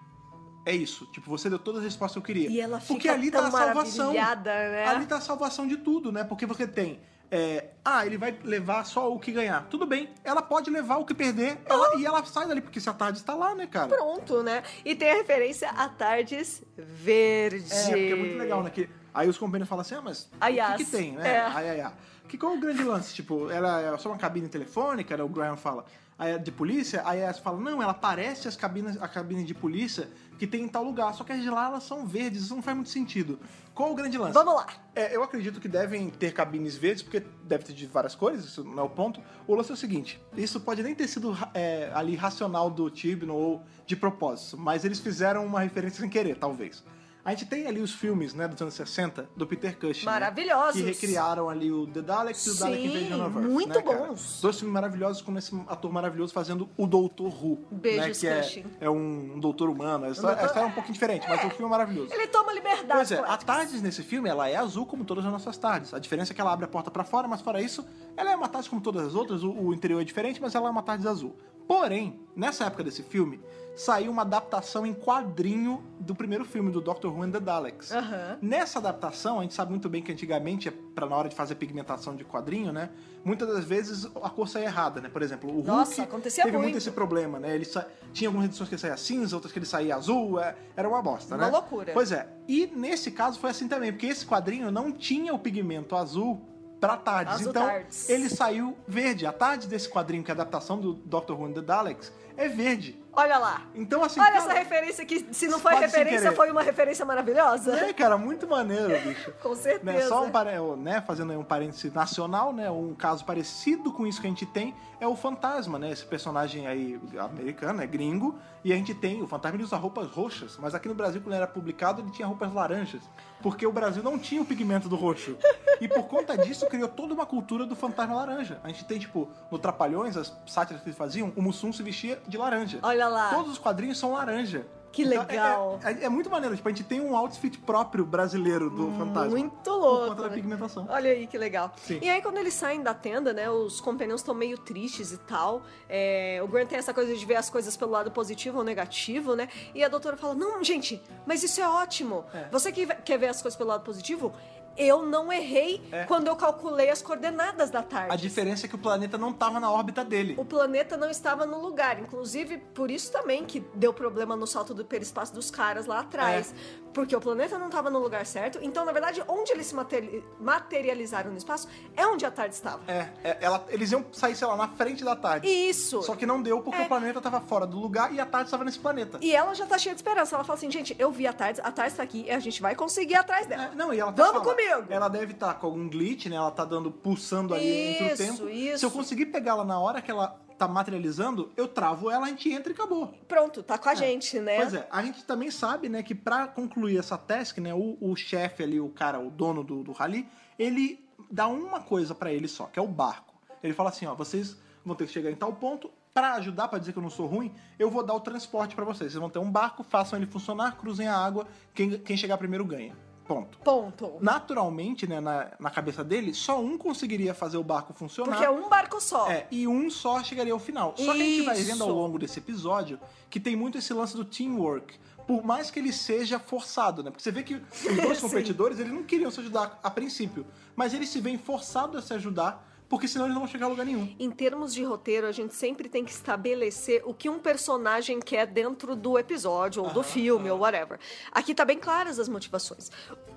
A: É isso. Tipo, você deu todas as respostas que eu queria.
B: E ela
A: Porque
B: fica
A: ali
B: tão
A: tá a salvação.
B: maravilhada, né?
A: Ali tá a salvação de tudo, né? Porque você tem. é, ah, ele vai levar só o que ganhar. Tudo bem. Ela pode levar o que perder. ela- e ela sai dali, porque se a tarde está lá, né, cara?
B: Pronto, né? E tem a referência a tardes verde.
A: É, porque é muito legal, né? Que Aí os companheiros falam assim, ah, mas
B: Ai,
A: o que,
B: as.
A: que tem, né?
B: É.
A: Ai, ai, ai. Que qual é o grande lance? Tipo, ela é só uma cabine telefônica, né? o Graham fala, aí é de polícia, aí as fala, não, ela parece as cabines, a cabine de polícia que tem em tal lugar, só que as de lá elas são verdes, isso não faz muito sentido. Qual é o grande lance?
B: Vamos lá.
A: É, eu acredito que devem ter cabines verdes, porque deve ter de várias cores, isso não é o ponto. O lance é o seguinte: isso pode nem ter sido ra- é, ali racional do Tibno ou de propósito, mas eles fizeram uma referência sem querer, talvez. A gente tem ali os filmes, né, dos anos 60, do Peter Cushing. né,
B: Maravilhosos.
A: que recriaram ali o The Daleks e o Dalek
B: Sim,
A: Invasion of Earth.
B: muito
A: né, cara?
B: bons.
A: Dois filmes maravilhosos com esse ator maravilhoso fazendo o Doutor Who. né,
B: Beijos,
A: que é,
B: Cushing.
A: é um doutor humano. A história, a
B: doutor-
A: história é um pouquinho diferente, mas o filme é maravilhoso.
B: Ele toma liberdade.
A: Pois é,
B: com
A: a
B: ela.
A: tarde nesse filme, ela é azul como todas as nossas tardes. A diferença é que ela abre a porta pra fora, mas fora isso, ela é uma tarde como todas as outras, o, o interior é diferente, mas ela é uma tarde azul. Porém, nessa época desse filme, saiu uma adaptação em quadrinho do primeiro filme, do Doctor Who and the Daleks.
B: Aham.
A: Nessa adaptação, a gente sabe muito bem que antigamente, pra na hora de fazer pigmentação de quadrinho, né? Muitas das vezes a cor saía errada, né? Por exemplo, o
B: Nossa,
A: Hulk
B: acontecia
A: teve muito.
B: muito.
A: esse problema, né? Ele sa... tinha algumas edições que ele saía cinza, outras que ele saía azul, é- era uma bosta,
B: Uma
A: né?
B: loucura.
A: Pois é. E nesse caso foi assim também, porque esse quadrinho não tinha o pigmento azul pra tardes.
B: Azul
A: então,
B: tardes.
A: ele saiu verde. A tarde desse quadrinho, que é a adaptação do Doctor Who and the Daleks, é verde.
B: Olha lá.
A: Então, assim.
B: Olha
A: cara,
B: essa referência que, se não foi
A: Pode sem
B: referência,
A: querer.
B: foi uma referência maravilhosa.
A: É, cara, muito maneiro, bicho.
B: Com
A: Né,
B: certeza.
A: só um pare- o- né, fazendo aí um parêntese nacional, né, um caso parecido com isso que a gente tem é o Fantasma, né, esse personagem aí americano, é gringo, e a gente tem, o Fantasma ele usa roupas roxas, mas aqui no Brasil quando ele era publicado ele tinha roupas laranjas, porque o Brasil não tinha o pigmento do roxo. E por conta disso criou toda uma cultura do Fantasma laranja. A gente tem, tipo, no Trapalhões, as sátiras que eles faziam, o Mussum se vestia de laranja.
B: Olha lá.
A: Todos os quadrinhos são laranja.
B: Que
A: Então, é-
B: legal.
A: É, é muito maneiro, tipo, a gente tem um outfit próprio brasileiro do Um Fantasma.
B: Muito
A: Por
B: louco.
A: conta da
B: né?
A: pigmentação.
B: Olha aí que legal.
A: Sim.
B: E aí, quando eles saem da tenda, né? Os companheiros estão meio tristes e tal. É, o Grant tem essa coisa de ver as coisas pelo lado positivo ou negativo, né? E a doutora fala: Não, gente, mas isso é ótimo.
A: É.
B: Você que quer ver as coisas pelo lado positivo? Eu não errei
A: É.
B: quando eu calculei as coordenadas da tarde.
A: A diferença é que o planeta não tava na órbita dele.
B: O planeta não estava no lugar. Inclusive, por isso também que deu problema no salto do perispaço dos caras lá
A: É.
B: atrás. Porque o planeta não estava no lugar certo. Então, na verdade, onde eles se materi- materializaram no espaço é onde a tarde estava.
A: É, é, ela- eles iam sair, sei lá, na frente da tarde.
B: Isso!
A: Só que não deu porque
B: É.
A: o planeta tava fora do lugar e a tarde estava nesse planeta.
B: E ela já tá cheia de esperança. Ela fala assim, gente, eu vi a tarde, a tarde tá aqui e a gente vai conseguir ir atrás dela.
A: É, Não, e ela até
B: Vamos
A: fala,
B: comigo!
A: Ela deve estar com algum glitch, né? Ela tá dando, pulsando ali entre o
B: Isso,
A: tempo.
B: isso.
A: Se eu conseguir pegá-la na hora que ela tá materializando, eu travo ela, a gente entra e acabou.
B: Pronto, tá com a gente, né?
A: Pois é, a gente também sabe, né, que pra concluir essa task, né, o, o chefe ali, o cara, o dono do, do rally, ele dá uma coisa pra ele só, que é o barco. Ele fala assim, ó, vocês vão ter que chegar em tal ponto, pra ajudar, pra dizer que eu não sou ruim, eu vou dar o transporte pra vocês. Vocês vão ter um barco, façam ele funcionar, cruzem a água, quem, quem chegar primeiro ganha. Ponto.
B: Ponto.
A: Naturalmente, né, na, na cabeça dele, só um conseguiria fazer o barco funcionar.
B: Porque é um barco só.
A: É, e um só chegaria ao final. Só que a gente vai
B: Isso.
A: vendo ao longo desse episódio que tem muito esse lance do teamwork. Por mais que ele seja forçado, né? Porque você vê que os dois
B: Sim.
A: competidores, eles não queriam se ajudar a princípio. Mas eles se veem forçados a se ajudar, porque senão eles não vão chegar a lugar nenhum.
B: Em termos de roteiro, a gente sempre tem que estabelecer o que um personagem quer dentro do episódio, ou do filme, ou whatever. Aqui tá bem claras as motivações.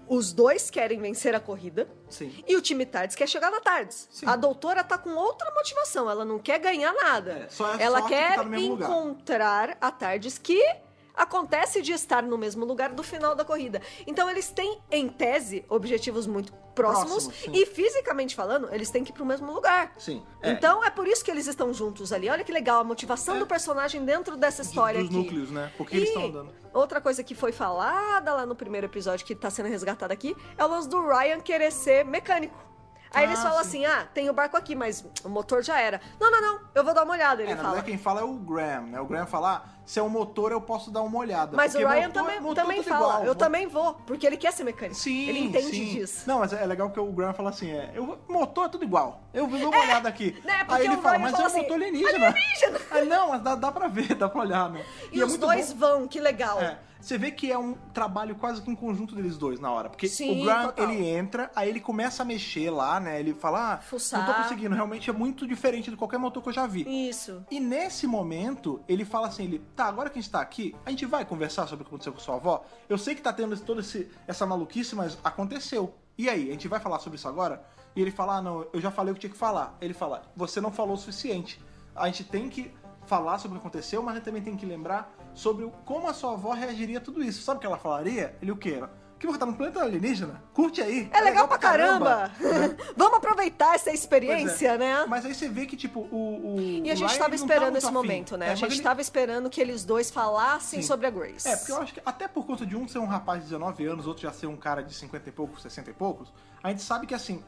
B: Os dois querem vencer a corrida.
A: Sim.
B: E o time Tardes quer chegar na Tardes.
A: Sim.
B: A doutora tá com outra motivação. Ela não quer ganhar nada.
A: É, só é
B: ela
A: sorte
B: quer
A: que tá no mesmo lugar.
B: encontrar a Tardes que acontece de estar no mesmo lugar do final da corrida. Então eles têm, em tese, objetivos muito próximos.
A: Próximos, sim.
B: e fisicamente falando, eles têm que ir pro mesmo lugar.
A: Sim.
B: Então é por isso que eles estão juntos ali. Olha que legal a motivação do personagem dentro dessa história
A: É. dos
B: aqui.
A: núcleos, né? Porque eles
B: E
A: estão andando.
B: Outra coisa que foi falada lá no primeiro episódio que tá sendo resgatada aqui é o lance do Ryan querer ser mecânico. Aí eles
A: Ah,
B: falam
A: sim.
B: assim: ah, tem o barco aqui, mas o motor já era. Não, não, não, eu vou dar uma olhada. Ele
A: É, na
B: fala.
A: verdade, quem fala é o Graham, né? O Graham fala, ah, se é um motor, eu posso dar uma olhada.
B: Mas o
A: Porque
B: Ryan
A: motor-
B: também,
A: motor
B: também
A: tudo
B: fala:
A: igual,
B: eu
A: motor-
B: também vou, porque ele quer ser mecânico.
A: Sim,
B: ele entende
A: sim.
B: disso.
A: Não, mas é legal que o Graham fala assim, é, eu, vou- motor é tudo igual. Eu vou dar uma olhada aqui.
B: né, porque
A: Aí ele
B: o
A: fala,
B: Ryan
A: mas é
B: fala
A: um
B: assim,
A: motor alienígena.
B: alienígena.
A: Aí, não, mas dá, dá pra ver, dá pra olhar, né?
B: E,
A: é
B: os
A: muito
B: dois
A: bom-
B: vão, que legal.
A: é, você vê que é um trabalho quase que em conjunto deles dois na hora. Porque
B: Sim,
A: o Graham,
B: total.
A: ele entra, aí ele começa a mexer lá, né? Ele fala, ah,
B: Fuçar.
A: não tô conseguindo. Realmente é muito diferente de qualquer motor que eu já chave.
B: Isso.
A: E nesse momento, ele fala assim, ele, tá, agora que a gente tá aqui, a gente vai conversar sobre o que aconteceu com sua avó? Eu sei que tá tendo esse- toda esse- essa maluquice, mas aconteceu. E aí, a gente vai falar sobre isso agora? E ele fala, ah, não, eu já falei o que tinha que falar. Ele fala, você não falou o suficiente. A gente tem que falar sobre o que aconteceu, mas a gente também tem que lembrar sobre o- como a sua avó reagiria a tudo isso. Sabe o que ela falaria? Ele, o quê? Que você tá no planeta alienígena? Curte aí.
B: É, legal, pra caramba. Vamos aproveitar essa
A: Uhum. Pois é.
B: experiência, né?
A: Mas aí você vê que, tipo, o. o
B: E a gente
A: Ryan,
B: tava
A: ele não tá
B: esperando
A: muito
B: esse
A: afim.
B: momento, né?
A: É,
B: a
A: mas
B: gente
A: ele-
B: tava esperando que eles dois falassem
A: Sim.
B: sobre a Grace.
A: É, porque eu acho que até por conta de um ser um rapaz de 19 anos, outro já ser um cara de 50 e poucos, 60 e poucos, a gente sabe que assim,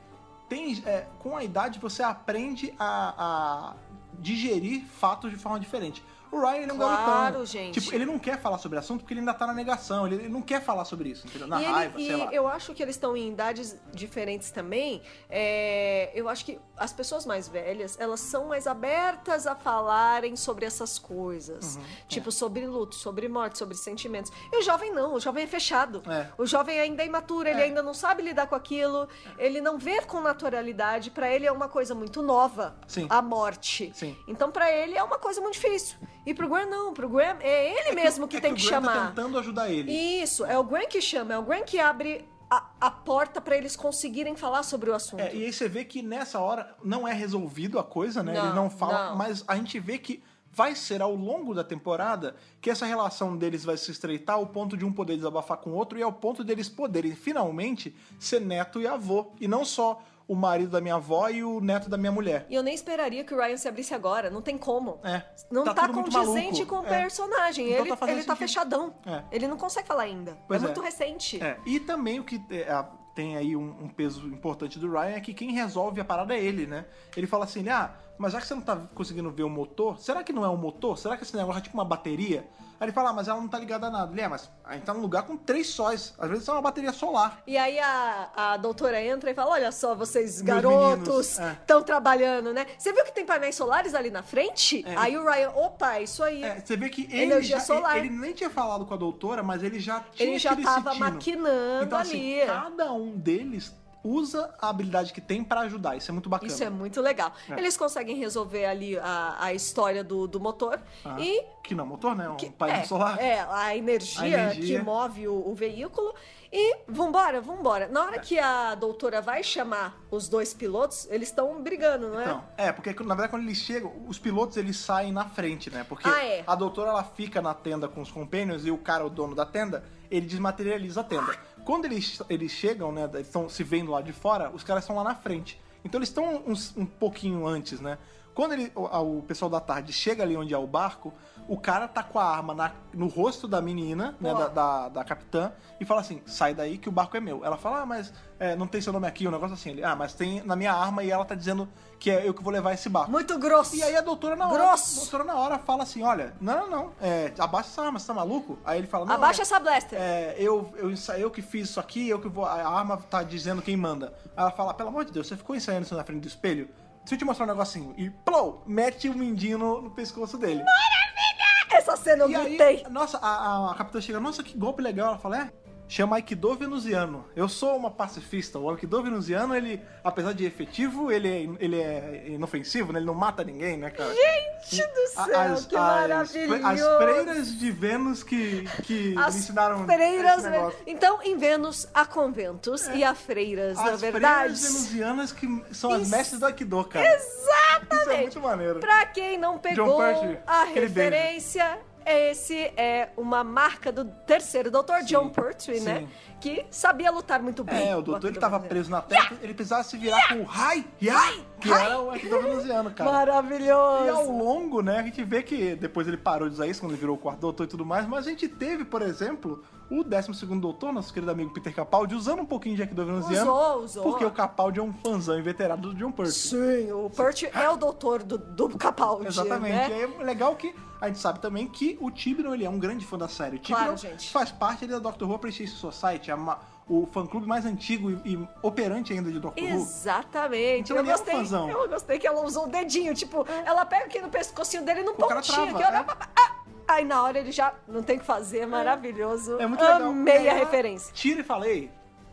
A: tem, é, com a idade você aprende a, a digerir fatos de forma diferente. O Ryan ele é um
B: Claro,
A: garotão.
B: gente.
A: Tipo, ele não quer falar sobre o assunto porque ele ainda tá na negação, ele, ele não quer falar sobre isso, entendeu? Na
B: e ele-
A: raiva,
B: e
A: sei lá.
B: eu acho que eles estão em idades diferentes também. É, eu acho que as pessoas mais velhas, elas são mais abertas a falarem sobre essas coisas.
A: Uhum. É.
B: tipo, sobre luto, sobre morte, sobre sentimentos. E o jovem não, o jovem é fechado.
A: É.
B: O jovem ainda é imaturo, ele
A: É.
B: ainda não sabe lidar com aquilo, ele não vê com naturalidade. Pra ele é uma coisa muito nova,
A: Sim.
B: a morte.
A: Sim.
B: Então pra ele é uma coisa muito difícil. E pro Graham não, pro Graham é ele mesmo que,
A: É
B: tem
A: o
B: que,
A: Graham
B: chamar.
A: Tá tentando ajudar ele.
B: Isso, é o Grant que chama, é o Grant que abre a, a porta pra eles conseguirem falar sobre o assunto.
A: É, e aí você vê que nessa hora não é resolvido a coisa, né?
B: Não,
A: Ele não fala,
B: não.
A: mas a gente vê que vai ser ao longo da temporada que essa relação deles vai se estreitar ao ponto de um poder desabafar com o outro e ao ponto deles poderem finalmente ser neto e avô. E não só o marido da minha avó e o neto da minha mulher.
B: E eu nem esperaria que o Ryan se abrisse agora, não tem como.
A: É.
B: Não tá,
A: tudo muito
B: condizente
A: maluco.
B: com o
A: É.
B: personagem.
A: Então
B: ele
A: tá
B: tá,
A: fazendo
B: ele tá
A: sentido.
B: fechadão.
A: É.
B: Ele não consegue falar ainda.
A: Pois
B: é,
A: é.
B: muito recente.
A: É, e também o que é, a- tem aí um, um peso importante do Ryan é que quem resolve a parada é ele, né? Ele fala assim, ah, mas já que você não tá conseguindo ver o motor, será que não é um motor? Será que esse negócio é tipo uma bateria? Aí ele fala, ah, mas ela não tá ligada a nada. Ele, é, mas a gente tá num lugar com três sóis, às vezes é uma bateria solar.
B: E aí a, a doutora entra e fala: Olha só,
A: Meus
B: vocês garotos
A: meninos, é.
B: estão trabalhando, né? Você viu que tem painéis solares ali na frente?
A: É.
B: Aí o Ryan, opa, é isso aí.
A: É, você vê que ele,
B: Energia
A: já,
B: solar.
A: ele nem tinha falado com a doutora, mas ele já tinha
B: ele já
A: tido esse
B: tava
A: tino.
B: maquinando
A: Então, assim,
B: ali.
A: cada um deles usa a habilidade que tem pra ajudar. Isso é muito bacana.
B: Isso é muito legal.
A: É.
B: Eles conseguem resolver ali a, a história do, do motor
A: Ah,
B: e.
A: Que não é motor, né? É Um
B: que-
A: painel
B: é,
A: solar.
B: É, a energia,
A: A energia.
B: que move o, o veículo. E vambora, vambora. Na
A: É.
B: hora que a doutora vai chamar os dois pilotos, eles estão brigando, não é?
A: Então, é, porque na verdade quando eles chegam, os pilotos eles saem na frente, né? Porque
B: Ah, é.
A: a doutora ela fica na tenda com os companions e o cara, o dono da tenda, ele desmaterializa a tenda. Quando eles, eles chegam, né, eles estão se vendo lá de fora, os caras estão lá na frente. Então eles estão uns- um pouquinho antes, né? Quando ele, o, a- o pessoal da tarde chega ali onde é o barco, o cara tá com a arma na- no rosto da menina, né,
B: Ó.
A: da, da, da capitã, e fala assim: sai daí que o barco é meu. Ela fala: ah, mas é, não tem seu nome aqui, um negócio assim. Ele, ah, mas tem na minha arma e ela tá dizendo que é eu que vou levar esse barco.
B: Muito grosso.
A: E aí a doutora na hora,
B: Grosso.
A: a doutora na hora fala assim: olha, não, não, não, é, abaixa essa arma, você tá maluco? Aí ele fala: não,
B: Abaixa
A: é-
B: essa blaster.
A: é, eu, eu, ensa- eu que fiz isso aqui, eu que vou. A arma tá dizendo quem manda. Aí ela fala, pelo amor de Deus, você ficou ensaiando isso na frente do espelho? Deixa eu te mostrar um negocinho. E plou! Mete o mindinho no, no pescoço dele.
B: Essa cena eu
A: e aí,
B: gritei.
A: nossa, a, a- a capitã chega, nossa, que golpe legal. Ela fala, é. Chama Aikido venusiano. Eu sou uma pacifista. O Aikido venusiano, ele, apesar de efetivo, ele é, in- ele é inofensivo, né? Ele não mata ninguém, né, cara?
B: Gente do
A: A-
B: céu, que maravilhoso.
A: As freiras de Vênus que, que
B: As
A: me ensinaram
B: freiras.
A: esse negócio. É.
B: Então, em Vênus, há conventos e há freiras, na
A: As
B: verdade.
A: freiras venusianas que são as
B: Isso.
A: mestres do Aikido, cara. Exatamente! Isso é muito maneiro.
B: Pra quem não
A: John
B: pegou
A: Pertwee,
B: a
A: aquele beijo.
B: referência, esse é uma marca do terceiro doutor, John Pertwee,
A: sim.
B: né? Que sabia lutar muito bem.
A: É, o doutor ele
B: Aquilo
A: tava
B: brasileiro.
A: preso na terra, ele precisava se virar com o Rai, Yai, que era o Aikido venusiano, cara. E ao
B: Maravilhoso!
A: longo, né, a gente vê que depois ele parou de usar isso quando ele virou o quarto doutor e tudo mais, mas a gente teve, por exemplo, o 12 doutor, nosso querido amigo Peter Capaldi, usando um pouquinho de Aikido venusiano.
B: Usou, usou.
A: Porque o Capaldi é um fãzão inveterado do John Pertwee.
B: Sim, o Pertwee é o doutor do, do Capaldi,
A: Exatamente.
B: né?
A: E aí, é legal que a gente sabe também que o Tibno ele é um grande fã da série. O Tibno
B: Claro, gente.
A: faz parte ali da Doctor Who Appreciation Society, é uma- o fã-clube mais antigo e, e operante ainda de Doctor Who.
B: Exatamente.
A: Então
B: eu
A: ele é um
B: gostei.
A: fãzão. É.
B: eu gostei que ela usou o dedinho. Tipo, ela pega aqui no pescocinho dele num
A: O cara
B: pontinho.
A: trava,
B: que
A: é.
B: olha, pá, pá, ah! Aí na hora ele já não tem o que fazer, maravilhoso.
A: É muito legal.
B: Amei
A: E
B: a
A: aí,
B: referência.
A: Tira e falei.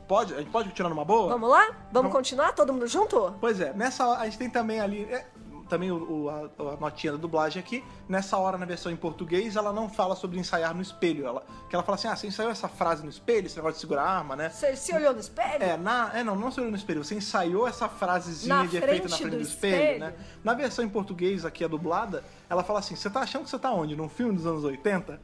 A: Pode, a gente pode continuar numa boa?
B: Vamos lá? Vamos
A: Vamos.
B: continuar? Todo mundo junto?
A: Pois é, nessa hora a gente tem também ali. é, também o, o- a, a notinha da dublagem aqui, nessa hora na versão em português, ela não fala sobre ensaiar no espelho. Ela, que ela fala assim: ah, você ensaiou essa frase no espelho, esse negócio de segurar a arma, né?
B: Você se olhou no espelho?
A: É, na, é, não, não se olhou no espelho. Você ensaiou essa frasezinha
B: Na
A: de efeito na
B: frente
A: frente
B: do
A: do, espelho,
B: espelho.
A: né? Na versão em português, aqui a dublada, ela fala assim: você tá achando que você tá onde? Num filme dos anos 80?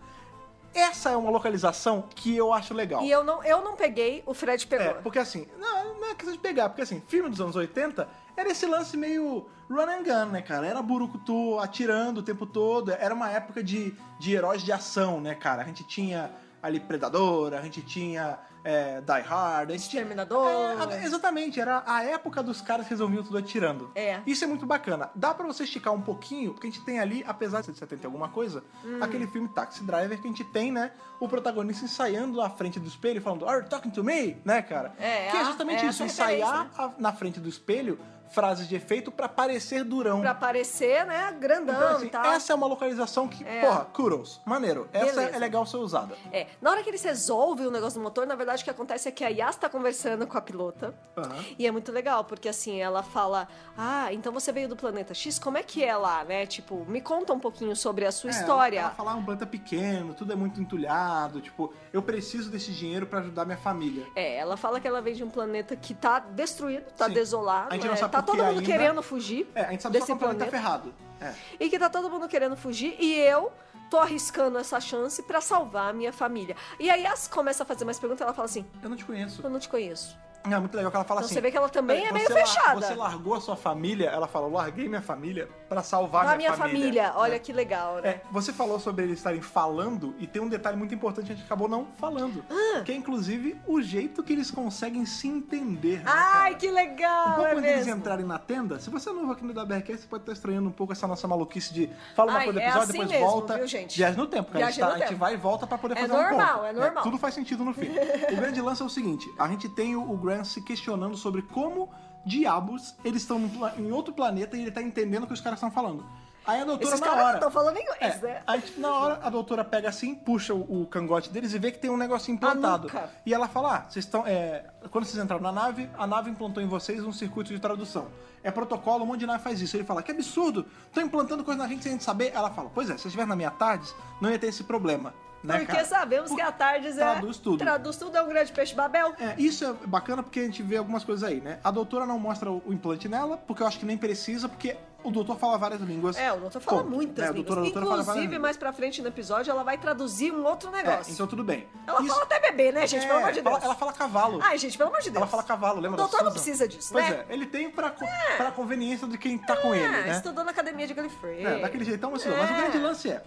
A: Essa é uma localização que eu acho legal.
B: E eu não, eu não peguei, o Fred pegou.
A: É, porque assim, não, não é questão de pegar, porque assim, filme dos anos 80 era esse lance meio run and gun, né, cara? Era burucutu atirando o tempo todo, era uma época de, de heróis de ação, né, cara? A gente tinha ali Predador, a gente tinha é, Die Hard, a gente tinha...
B: Exterminador.
A: É, a- exatamente, era a época dos caras que resolviam tudo atirando.
B: É.
A: Isso é muito bacana. Dá pra você esticar um pouquinho, porque a gente tem ali, apesar de ser de 70 e alguma coisa,
B: Hum.
A: aquele filme Taxi Driver que a gente tem, né? O protagonista ensaiando à frente do espelho, falando, Are you talking to me? Né, cara?
B: É,
A: que
B: a-
A: é justamente
B: é
A: isso,
B: essa referência,
A: ensaiar a- na frente do espelho frases de efeito pra parecer durão.
B: Pra aparecer, né? Grandão
A: Então, assim,
B: e tal.
A: essa é uma localização que, porra, kudos, maneiro. Essa
B: Beleza.
A: é legal ser usada.
B: É, na hora que eles resolvem o negócio do motor, na verdade o que acontece é que a Yas tá conversando com a pilota.
A: Aham.
B: E é muito legal, porque assim, ela fala: Ah, então você veio do planeta X, como é que é lá, né? Tipo, me conta um pouquinho sobre a sua
A: É,
B: história.
A: Ela fala, ah, um planta pequeno, tudo é muito entulhado, tipo, eu preciso desse dinheiro pra ajudar minha família.
B: É, ela fala que ela vem de um planeta que tá destruído, tá
A: Sim.
B: desolado,
A: A gente
B: né?
A: não sabe
B: tá
A: por
B: todo
A: que
B: mundo
A: ainda.
B: querendo fugir
A: É, a gente sabe só
B: desse
A: que o planeta tá
B: planeta
A: ferrado. É.
B: e que tá todo mundo querendo fugir e eu tô arriscando essa chance pra salvar a minha família. E aí as começa a fazer mais perguntas, ela fala assim:
A: Eu não te conheço.
B: "Eu não te conheço".
A: É muito legal que ela fala
B: Então
A: assim.
B: você vê que ela também é
A: "Você
B: meio
A: lar-
B: fechada.
A: Você largou a sua família, ela fala, eu larguei minha família pra salvar
B: a minha família, olha
A: É.
B: que legal, né?
A: É, você falou sobre eles estarem falando e tem um detalhe muito importante que a gente acabou não falando.
B: Ah.
A: Que é inclusive o jeito que eles conseguem se entender. né,
B: Ai,
A: cara?
B: que legal!
A: Um pouco
B: é
A: antes
B: mesmo.
A: deles entrarem na tenda, se você é novo aqui no WBRQ, você pode estar estranhando um pouco essa nossa maluquice de fala uma
B: Ai,
A: coisa do
B: é
A: episódio,
B: assim
A: depois
B: mesmo,
A: volta.
B: viu, gente?
A: Viaja no tempo, cara. A gente,
B: Viaja no
A: tá- a gente
B: tempo.
A: vai e volta pra poder
B: É
A: fazer um
B: normal,
A: ponto.
B: é
A: né?
B: normal.
A: Tudo faz sentido no fim. o grande lance é o seguinte, a gente tem o, o Grant se questionando sobre como diabos eles estão num pla- em outro planeta e ele tá entendendo o que os caras estão falando. Aí a doutora
B: Esses
A: na
B: caras
A: hora...
B: não estão falando inglês,
A: É,
B: né?
A: a gente- na hora a doutora pega assim, puxa o, o cangote deles e vê que tem um negocinho implantado.
B: nuca.
A: E ela fala: ah, vocês estão. é, quando vocês entraram na nave, a nave implantou em vocês um circuito de tradução. É protocolo, um monte de nave faz isso. Ele fala: que absurdo, estão implantando coisa na gente sem a gente saber. Ela fala: pois é, se estiver na minha tardes, não ia ter esse problema. Né,
B: Porque
A: cara?
B: sabemos
A: Por-
B: que a Tardes
A: Traduz
B: é.
A: tudo.
B: Traduz tudo, é um grande peixe babel.
A: É, isso é bacana porque a gente vê algumas coisas aí, né? A doutora não mostra o o implante nela, porque eu acho que nem precisa, porque o doutor fala várias línguas.
B: É, o doutor fala
A: Ponto.
B: muitas
A: É, a
B: línguas.
A: doutora- a doutora fala várias
B: Inclusive,
A: línguas.
B: mais pra frente no episódio, ela vai traduzir um outro
A: É,
B: negócio.
A: então tudo bem.
B: Ela
A: Isso-
B: fala até bebê, né, gente? pelo
A: É,
B: amor de
A: fala-
B: Deus.
A: ela fala cavalo.
B: Ai, gente, pelo amor de Deus.
A: Ela fala cavalo, lembra
B: O doutor
A: da
B: não
A: Susan?
B: precisa disso,
A: pois
B: né? É.
A: é, ele tem pra, co- pra conveniência de quem tá com ele,
B: Ah,
A: né?
B: estudou na academia de Gallifrey.
A: É, daquele jeitão vacilou. Mas o
B: É.
A: grande lance é,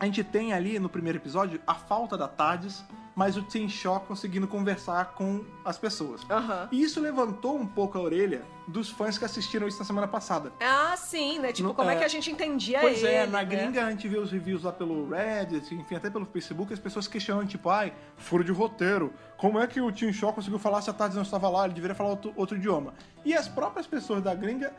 A: a gente tem ali no primeiro episódio a falta da Tardes, mas o Tim Shaw conseguindo conversar com as pessoas.
B: Aham.
A: E isso levantou um pouco a orelha dos fãs que assistiram isso na semana passada.
B: Ah, sim, né? Tipo,
A: Não-
B: como é.
A: é.
B: que a gente entendia
A: Pois
B: ele,
A: é, na
B: né?
A: gringa a gente vê os reviews lá pelo Reddit, assim, enfim, até pelo Facebook, as pessoas questionando, tipo, ai, furo de roteiro, como é que o Tim Shaw conseguiu falar se a Tardes não estava lá, ele deveria falar outro, outro idioma. E as próprias pessoas da gringa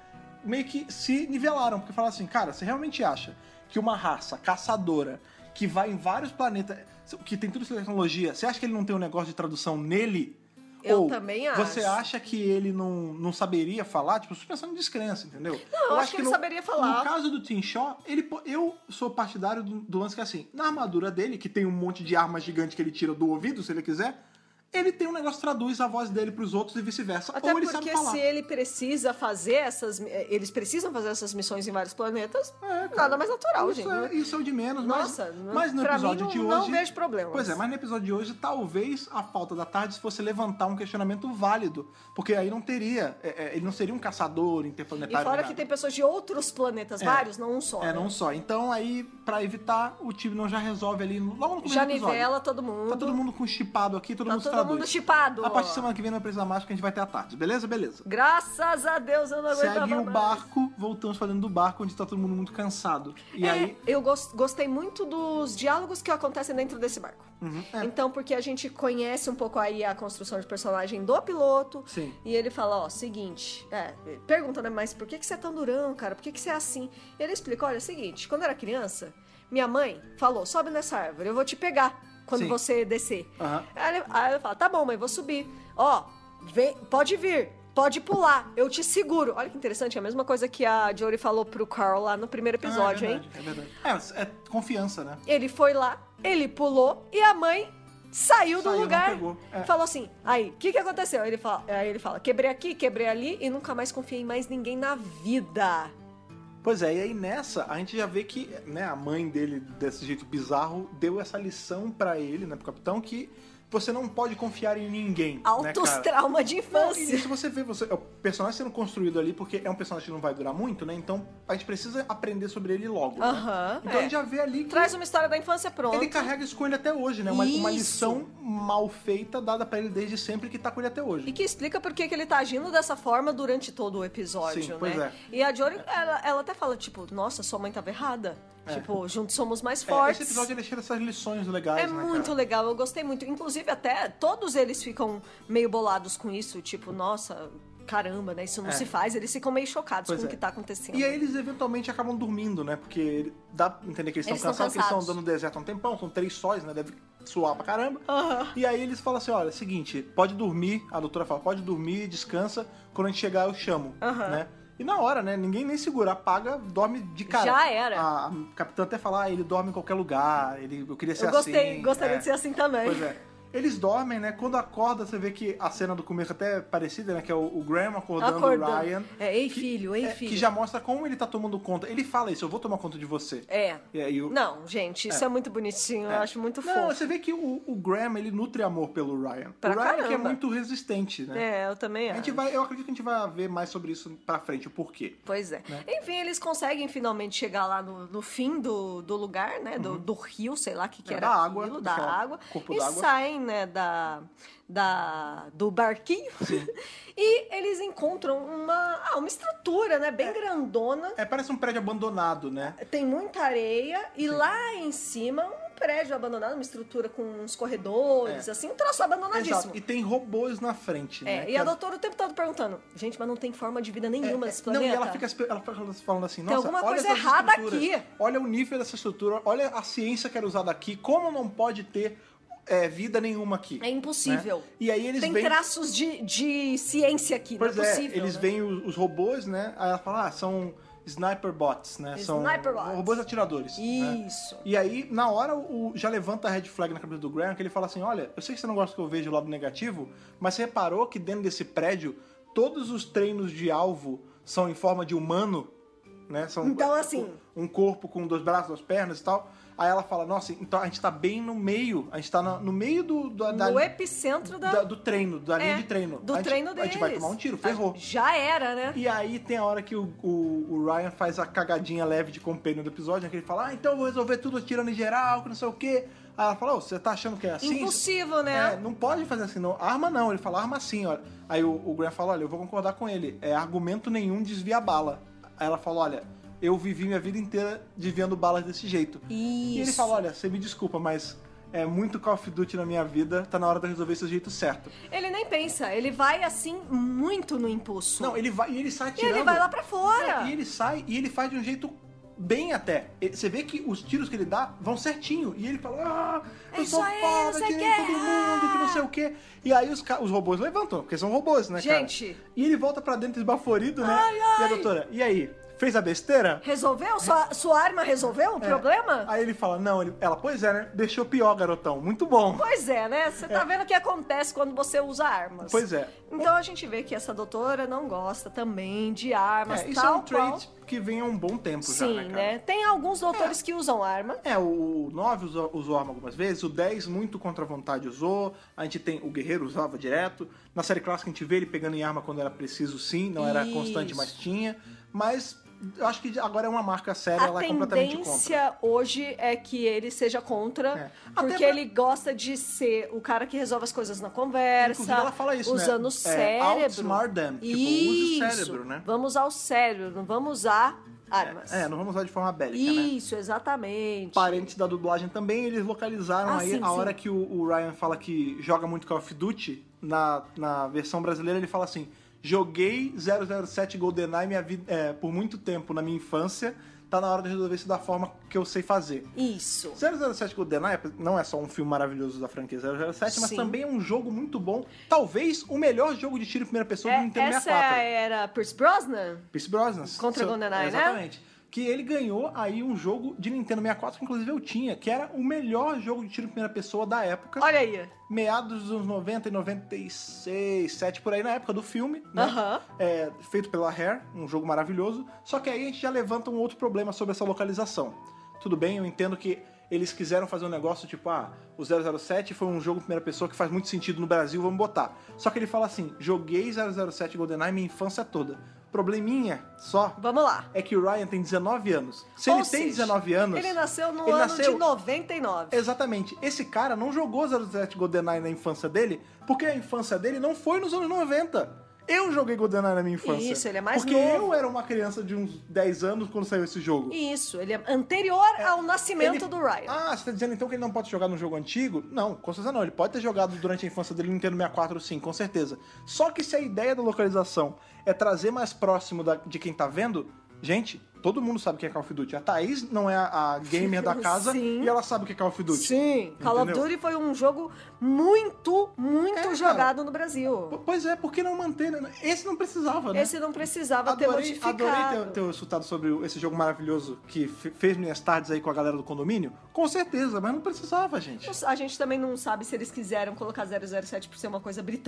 A: meio que se nivelaram, porque falaram assim, cara, você realmente acha que uma raça caçadora que vai em vários planetas, que tem tudo isso de tecnologia, você acha que ele não tem um negócio de tradução nele?
B: Eu
A: Ou
B: também
A: Você
B: acho.
A: acha que ele não, não saberia falar? Tipo, suspensão de descrença, entendeu?
B: eu acho que ele saberia falar.
A: No caso do Tim Shaw, ele, po- eu sou partidário do, do lance que é assim, na armadura dele, que tem um monte de arma gigante que ele tira do ouvido, se ele quiser, ele tem um negócio que traduz a voz dele pros outros e vice-versa.
B: Até
A: ou ele sabe
B: porque
A: falar.
B: se ele precisa fazer essas. eh, Eles precisam fazer essas missões em vários planetas,
A: É, cara.
B: nada mais natural,
A: isso
B: gente.
A: É, isso é o de menos,
B: Nossa,
A: mas,
B: não-
A: mas no
B: pra mim
A: episódio
B: não-
A: de hoje.
B: não vejo problemas.
A: Pois é, mas no episódio de hoje, talvez a falta da tarde fosse levantar um questionamento válido. Porque aí não teria. é, é, ele não seria um caçador
B: E
A: interplanetário. nem
B: fora
A: nada.
B: que tem pessoas de outros planetas,
A: né? É.
B: vários, não um só.
A: É,
B: né?
A: não só. Então aí, pra evitar, o time não já resolve ali no- logo no começo
B: Já
A: do episódio.
B: nivela todo mundo.
A: Tá todo mundo com chipado aqui, todo
B: Uhum. Tá
A: mundo se
B: todo
A: traduz.
B: mundo chipado,
A: A partir
B: ó.
A: de semana que vem não vai precisar mais, porque a gente vai ter a tarde. Beleza? Beleza.
B: Graças a Deus eu não aguentava
A: Segue o
B: mais.
A: barco, voltamos falando do barco, onde tá todo mundo muito cansado. E
B: É,
A: aí...
B: Eu gos- gostei muito dos diálogos que acontecem dentro desse barco.
A: Uhum, é.
B: Então, porque a gente conhece um pouco aí a construção de personagem do piloto.
A: Sim.
B: E ele fala, ó, seguinte, é, pergunta, né, mas por que, que você é tão durão, cara? Por que, que você é assim? Ele explica, olha, é o seguinte, quando eu era criança, minha mãe falou, sobe nessa árvore, eu vou te pegar quando
A: Sim.
B: você descer.
A: Aham.
B: Aí, ele, aí ela fala, tá bom, mãe, vou subir. Ó, vem, pode vir. Pode pular, eu te seguro. Olha que interessante, é a mesma coisa que a Jory falou pro Carl lá no primeiro episódio,
A: é
B: hein?
A: verdade, É verdade. É, é confiança, né?
B: Ele foi lá, ele pulou e a mãe saiu do
A: Saiu, não
B: lugar.
A: pegou, é.
B: Falou assim: aí, o que, que aconteceu? Ele fala, aí ele fala: quebrei aqui, quebrei ali e nunca mais confiei em mais ninguém na vida.
A: Pois é, e aí nessa, a gente já vê que né, a mãe dele, desse jeito bizarro, deu essa lição pra ele, né, pro capitão, que você não pode confiar em ninguém. né,
B: Altos
A: cara?
B: trauma de
A: Não, e
B: infância.
A: isso você vê, você, é o personagem sendo construído ali, porque é um personagem que não vai durar muito, né? Então a gente precisa aprender sobre ele logo. né?
B: Aham,
A: Então
B: é.
A: a gente já vê ali que
B: Traz uma história da infância pronta.
A: ele carrega isso com ele até hoje, né? Uma, uma
B: Isso.
A: lição mal feita dada pra ele desde sempre que tá com ele até hoje.
B: E que explica por que que ele tá agindo dessa forma durante todo o episódio,
A: Sim,
B: né?
A: pois é.
B: E a Jory, ela, ela até fala, tipo, nossa, sua mãe tava errada.
A: É.
B: Tipo, juntos somos mais
A: É,
B: fortes.
A: esse episódio ele cheira essas lições legais,
B: É
A: né, cara?
B: muito legal, eu gostei muito. Inclusive, até todos eles ficam meio bolados com isso, tipo, nossa, caramba, né? Isso não
A: É.
B: se faz. Eles ficam meio chocados
A: Pois
B: com
A: é.
B: o que tá acontecendo.
A: E aí eles eventualmente acabam dormindo, né? Porque ele- dá pra entender que eles estão
B: Eles tão
A: cansados, porque eles estão
B: cansados.
A: andando no deserto há um tempão, são três sóis, né? Deve suar pra caramba.
B: Aham.
A: E aí eles falam assim, olha, seguinte, pode dormir, a doutora fala, pode dormir, descansa, quando a gente chegar eu chamo,
B: Aham.
A: né? E na hora, né? Ninguém nem segura, apaga, dorme de cara.
B: Já era.
A: A, a capitã até fala, ah, ele dorme em qualquer lugar, ele, eu queria ser
B: Eu gostei,
A: assim.
B: gostaria
A: É.
B: de ser assim também.
A: Pois é. Eles dormem, né? Quando acorda, você vê que a cena do começo até é parecida, né? Que é o, o Graham acordando, o
B: Acordando.
A: Ryan.
B: É, ei,
A: Que-
B: filho, ei,
A: é,
B: filho.
A: Que já mostra como ele tá tomando conta. Ele fala isso, eu vou tomar conta de você.
B: É.
A: E aí o...
B: Não, gente, isso é, muito bonitinho,
A: É.
B: eu acho muito
A: Não,
B: fofo.
A: você vê que o, o Graham, ele nutre amor pelo Ryan.
B: Pra
A: o Ryan que é
B: caramba.
A: muito resistente, né?
B: É, eu também
A: A
B: acho.
A: gente vai, eu acredito que a gente vai ver mais sobre isso pra frente, o porquê.
B: Pois é.
A: Né?
B: Enfim, eles conseguem finalmente chegar lá no, no fim do, do lugar, né? Do, do rio, sei lá o que, que
A: Uhum. É,
B: era
A: da água,
B: aquilo, da
A: daquela
B: água.
A: corpo
B: e
A: d'água.
B: saem, né, da, da, do barquinho. e eles encontram uma, ah, uma estrutura, né? Bem grandona.
A: É, parece um prédio abandonado, né?
B: Tem muita areia. E lá em cima, um prédio abandonado, uma estrutura com uns corredores, assim. Um troço abandonadíssimo.
A: É. Exato. E tem robôs na frente,
B: É,
A: né?
B: e a
A: Que- é,
B: doutora o tempo todo perguntando, gente, mas não tem forma de vida nenhuma nesse
A: Não,
B: planeta.
A: e ela fica, se- ela fica falando assim, nossa,
B: alguma
A: olha
B: coisa
A: essas
B: errada
A: estruturas,
B: aqui."
A: Olha o nível dessa estrutura, olha a ciência que era usada aqui, como não pode ter é, vida nenhuma aqui.
B: É impossível.
A: né? E aí eles
B: Tem
A: vêm.
B: traços de, de ciência aqui,
A: Pois
B: não é,
A: é,
B: possível.
A: eles
B: né?
A: veem os, os robôs, né? Aí ela fala, ah, são sniper bots, né?
B: Sniper
A: são
B: bots.
A: robôs atiradores. né?
B: Isso.
A: E aí, na hora, o, já levanta a red flag na cabeça do Graham, que ele fala assim: olha, eu sei que você não gosta que eu veja o lado negativo, mas você reparou que dentro desse prédio, todos os treinos de alvo são em forma de humano, né? São
B: Então, assim-
A: Um corpo com dois braços, duas pernas e tal. Aí ela fala, nossa, então a gente tá bem no meio, a gente tá na- no meio do, da, da-
B: no epicentro da,
A: da- do treino, da linha
B: é,
A: de treino.
B: do
A: a gente,
B: treino
A: A
B: deles.
A: gente vai tomar um tiro,
B: A-
A: ferrou.
B: Já era, né?
A: E aí tem a hora que o, o- o Ryan faz a cagadinha leve de companheiro do episódio, né? Que ele fala, ah, então eu vou resolver tudo atirando em geral, que não sei o quê. Aí ela fala, ô, você tá achando que é assim?
B: Impossível,
A: É,
B: né?
A: não pode fazer assim, não. Arma não. Ele fala, arma sim, olha. Aí o, o Graham fala, olha, eu vou concordar com ele. É argumento nenhum desvia a bala. Aí ela fala, olha, eu vivi minha vida inteira desviando balas desse jeito.
B: Isso.
A: E ele fala, olha, você me desculpa, mas é muito Call of Duty na minha vida, tá na hora de eu resolver isso do jeito certo.
B: Ele nem pensa, ele vai assim muito no impulso.
A: Não, ele vai e ele sai
B: e
A: atirando.
B: ele vai lá pra
A: E
B: fora.
A: ele sai e ele faz de um jeito bem até. E- Você vê que os tiros que ele dá vão certinho. E ele fala, ah,
B: É
A: eu sou
B: isso aí, não
A: foda,
B: sei
A: tirei
B: o quê,
A: todo mundo, que não sei o quê. E aí os, ca- os robôs levantam, porque são robôs, né, cara?
B: Gente.
A: E ele volta pra dentro esbaforido, né?
B: Ai,
A: E a
B: ai.
A: doutora, e aí, fez a besteira?
B: Resolveu? Sua, sua arma resolveu o
A: É.
B: problema?
A: Aí ele fala, não, ele- ela, pois é, né? Deixou pior, garotão. Muito bom.
B: Pois é, né? Você tá vendo o que acontece quando você usa armas.
A: Pois é.
B: Então a gente vê que essa doutora não gosta também de armas,
A: É, isso é
B: tal
A: um
B: qual.
A: trait que vem há um bom tempo já,
B: Sim,
A: né, cara?
B: né? Tem alguns doutores que usam arma.
A: É, o 9 usou, usou arma algumas vezes, o 10 muito contra a vontade usou, a gente tem o guerreiro usava direto, na série clássica a gente vê ele pegando em arma quando era preciso sim, não era
B: Isso.
A: constante, mas tinha, mas eu acho que agora é uma marca séria,
B: A
A: ela é completamente contra.
B: tendência hoje é que ele seja contra,
A: É. Até
B: porque
A: pra-
B: ele gosta de ser o cara que resolve as coisas na
A: Inclusive
B: conversa,
A: ela fala isso, né?
B: usando o
A: É,
B: cérebro.
A: outsmart them, tipo, use
B: isso.
A: o cérebro, né?
B: Vamos usar o cérebro, não vamos usar armas.
A: É, não vamos usar de forma bélica, né?
B: isso, exatamente.
A: parentes da dublagem também, eles localizaram
B: Ah,
A: aí
B: sim,
A: a
B: sim.
A: hora que o, o Ryan fala que joga muito Call of Duty, na, na versão brasileira ele fala assim, Joguei 007 GoldenEye minha vida, é, por muito tempo na minha infância. Tá na hora de resolver isso da forma que eu sei fazer.
C: Isso.
A: 007 GoldenEye não é só um filme maravilhoso da franquia 007, mas
C: Sim.
A: também é um jogo muito bom. Talvez o melhor jogo de tiro em primeira pessoa do
B: É,
A: Nintendo
B: essa
A: 64.
B: era Pierce Brosnan?
A: Pierce Brosnan.
B: Contra
A: Seu-
B: GoldenEye, né?
A: Exatamente. Que ele ganhou aí um jogo de Nintendo 64, que inclusive eu tinha, que era o melhor jogo de tiro em primeira pessoa da época.
B: Olha aí.
A: Meados dos anos 90 e 96, 7, por aí, na época do filme, né?
B: Aham.
A: É, feito pela Rare, um jogo maravilhoso. Só que aí a gente já levanta um outro problema sobre essa localização. Tudo bem, eu entendo que eles quiseram fazer um negócio tipo, ah, o 007 foi um jogo em primeira pessoa que faz muito sentido no Brasil, vamos botar. Só que ele fala assim: joguei 007 GoldenEye minha infância toda. Probleminha só
B: Vamos lá.
A: é que o Ryan tem 19 anos. Se
B: Ou
A: ele tem
B: seja,
A: 19 anos.
B: Ele nasceu no
A: ele
B: ano
A: nasceu-
B: de 99.
A: Exatamente. Esse cara não jogou 07 GoldenEye na infância dele, porque a infância dele não foi nos anos 90. Eu joguei GoldenEye na minha infância.
B: Isso, ele é mais
A: Porque
B: novo.
A: eu era uma criança de uns 10 anos quando saiu esse jogo.
B: Isso, ele é anterior ao nascimento
A: Ele-
B: do Ryan.
A: Ah, você tá dizendo então que ele não pode jogar num jogo antigo? Não, com certeza não. Ele pode ter jogado durante a infância dele no Nintendo 64, sim, com certeza. Só que se a ideia da localização é trazer mais próximo da- de quem tá vendo, gente, todo mundo sabe o que é Call of Duty. A Thaís não é a, a gamer da casa
B: Sim.
A: e ela sabe o que é Call of Duty.
B: Sim, Call of
A: Entendeu?
B: Duty foi um jogo muito, muito
A: É, cara.
B: jogado no Brasil.
A: Po- Pois é, por que não manter? né? Esse não precisava, né?
B: Esse não precisava ter
A: adorei,
B: modificado.
A: adorei ter, ter escutado sobre o- esse jogo maravilhoso que fe- fez minhas tardes aí com a galera do condomínio. Com certeza, mas não precisava, gente.
B: A gente também não sabe se eles quiseram colocar 007 por ser uma coisa
A: Ah,
B: britânica,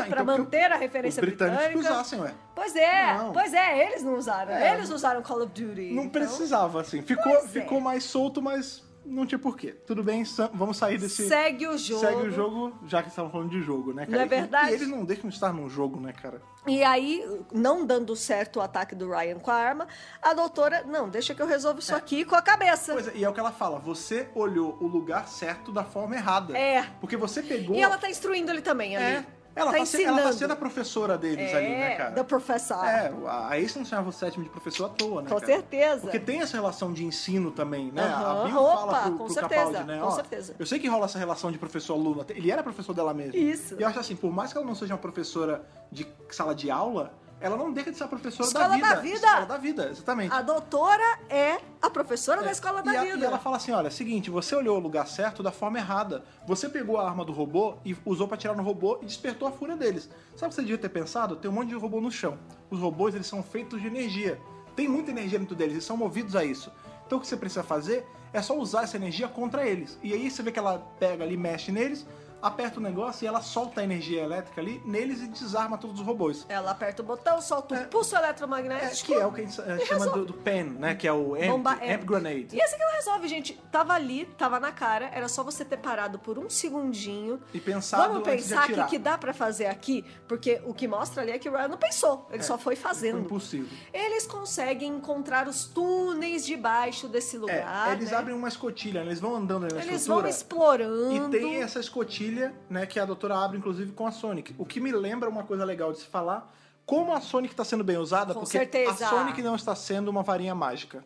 A: então
B: pra
A: que o-
B: manter a
A: Os
B: referência
A: britânicos que
B: britânica.
A: usassem, ué.
B: Pois é,
A: Não.
B: pois é, eles não usaram.
A: É.
B: Eles usaram Call of Duty.
A: Não
B: então-
A: precisava, assim. Ficou,
B: Pois é.
A: ficou mais solto, mas não tinha porquê. Tudo bem, Sam- vamos sair desse...
B: Segue o jogo.
A: Segue o jogo, já que estavam falando de jogo, né, cara?
B: Não é
A: E-
B: verdade?
A: E, eles não deixam de estar num jogo, né, cara?
B: E aí, não dando certo o ataque do Ryan com a arma, a doutora, não, deixa que eu resolvo isso aqui com a cabeça.
A: É. Pois é, e é o que ela fala. Você olhou o lugar certo da forma errada.
B: É.
A: Porque você pegou...
B: E ela tá instruindo ele também ali.
A: É. Ela
B: tá
A: tá, se- ela tá
B: ensinando. É,
A: sendo a professora deles ali, né, cara?
B: Da professora.
A: É, a- a Ace não chamava o sétimo de professor à toa, né?
B: com
A: cara?
B: certeza.
A: Porque tem essa relação de ensino também, né? A
B: Aham.
A: Bill
B: Opa,
A: fala pro,
B: com
A: pro
B: certeza,
A: Capaldi, né?
B: com
A: Ó,
B: certeza.
A: Eu sei que rola essa relação de professor-aluno. Ele era professor dela mesma.
B: Isso.
A: E eu acho assim, por mais que ela não seja uma professora de sala de aula, ela não deixa de ser a professora
B: Escola
A: da vida.
B: da vida.
A: Escola da vida, exatamente.
B: A doutora é a professora da escola da
A: e a-
B: vida.
A: e ela fala assim, olha, seguinte, você olhou o lugar certo da forma errada. Você pegou a arma do robô e usou pra tirar no robô e despertou a fúria deles. Sabe o que você devia ter pensado? Tem um monte de robô no chão. Os robôs, eles são feitos de energia. Tem muita energia dentro deles, eles são movidos a isso. Então o que você precisa fazer é só usar essa energia contra eles. E aí você vê que ela pega ali, mexe neles, aperta o negócio e ela solta a energia elétrica ali neles e desarma todos os robôs.
B: Ela aperta o botão, solta o pulso
A: É,
B: eletromagnético.
A: que é o que a gente eh, chama do, do PEN, né? Que é o amp,
B: Bomba amp.
A: amp Grenade.
B: E assim que ela resolve, gente. Tava ali, tava na cara, era só você ter parado por um segundinho.
A: E pensado
B: Vamos
A: antes de
B: pensar que,
A: atirar.
B: que dá pra fazer aqui, porque o que mostra ali é que o Ryan não pensou, ele só foi
A: Foi
B: fazendo.
A: Impossível.
B: Eles conseguem encontrar os túneis debaixo desse lugar.
A: É, eles
B: né?
A: abrem uma escotilha, né? eles vão andando ali na
B: Eles vão
A: estrutura.
B: explorando.
A: e tem essa escotilha, né, que a doutora abre, inclusive, com a Sonic. O que me lembra uma coisa legal de se falar, como a Sonic tá sendo bem usada,
B: Com
A: porque
B: certeza.
A: a Sonic não está sendo uma varinha mágica.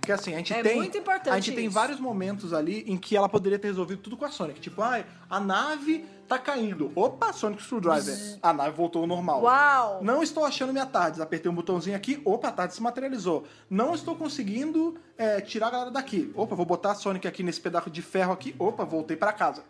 A: Porque assim, a gente
B: É
A: tem.
B: muito importante
A: a gente tem
B: isso.
A: vários momentos ali em que ela poderia ter resolvido tudo com a Sonic. Tipo, ai, a nave tá caindo. Opa, Sonic Screwdriver. A nave voltou ao normal.
B: Uau!
A: Não estou achando minha tardes. Apertei um botãozinho aqui, opa, a tarde se materializou. Não estou conseguindo é, tirar a galera daqui. Opa, vou botar a Sonic aqui nesse pedaço de ferro aqui. Opa, voltei para casa.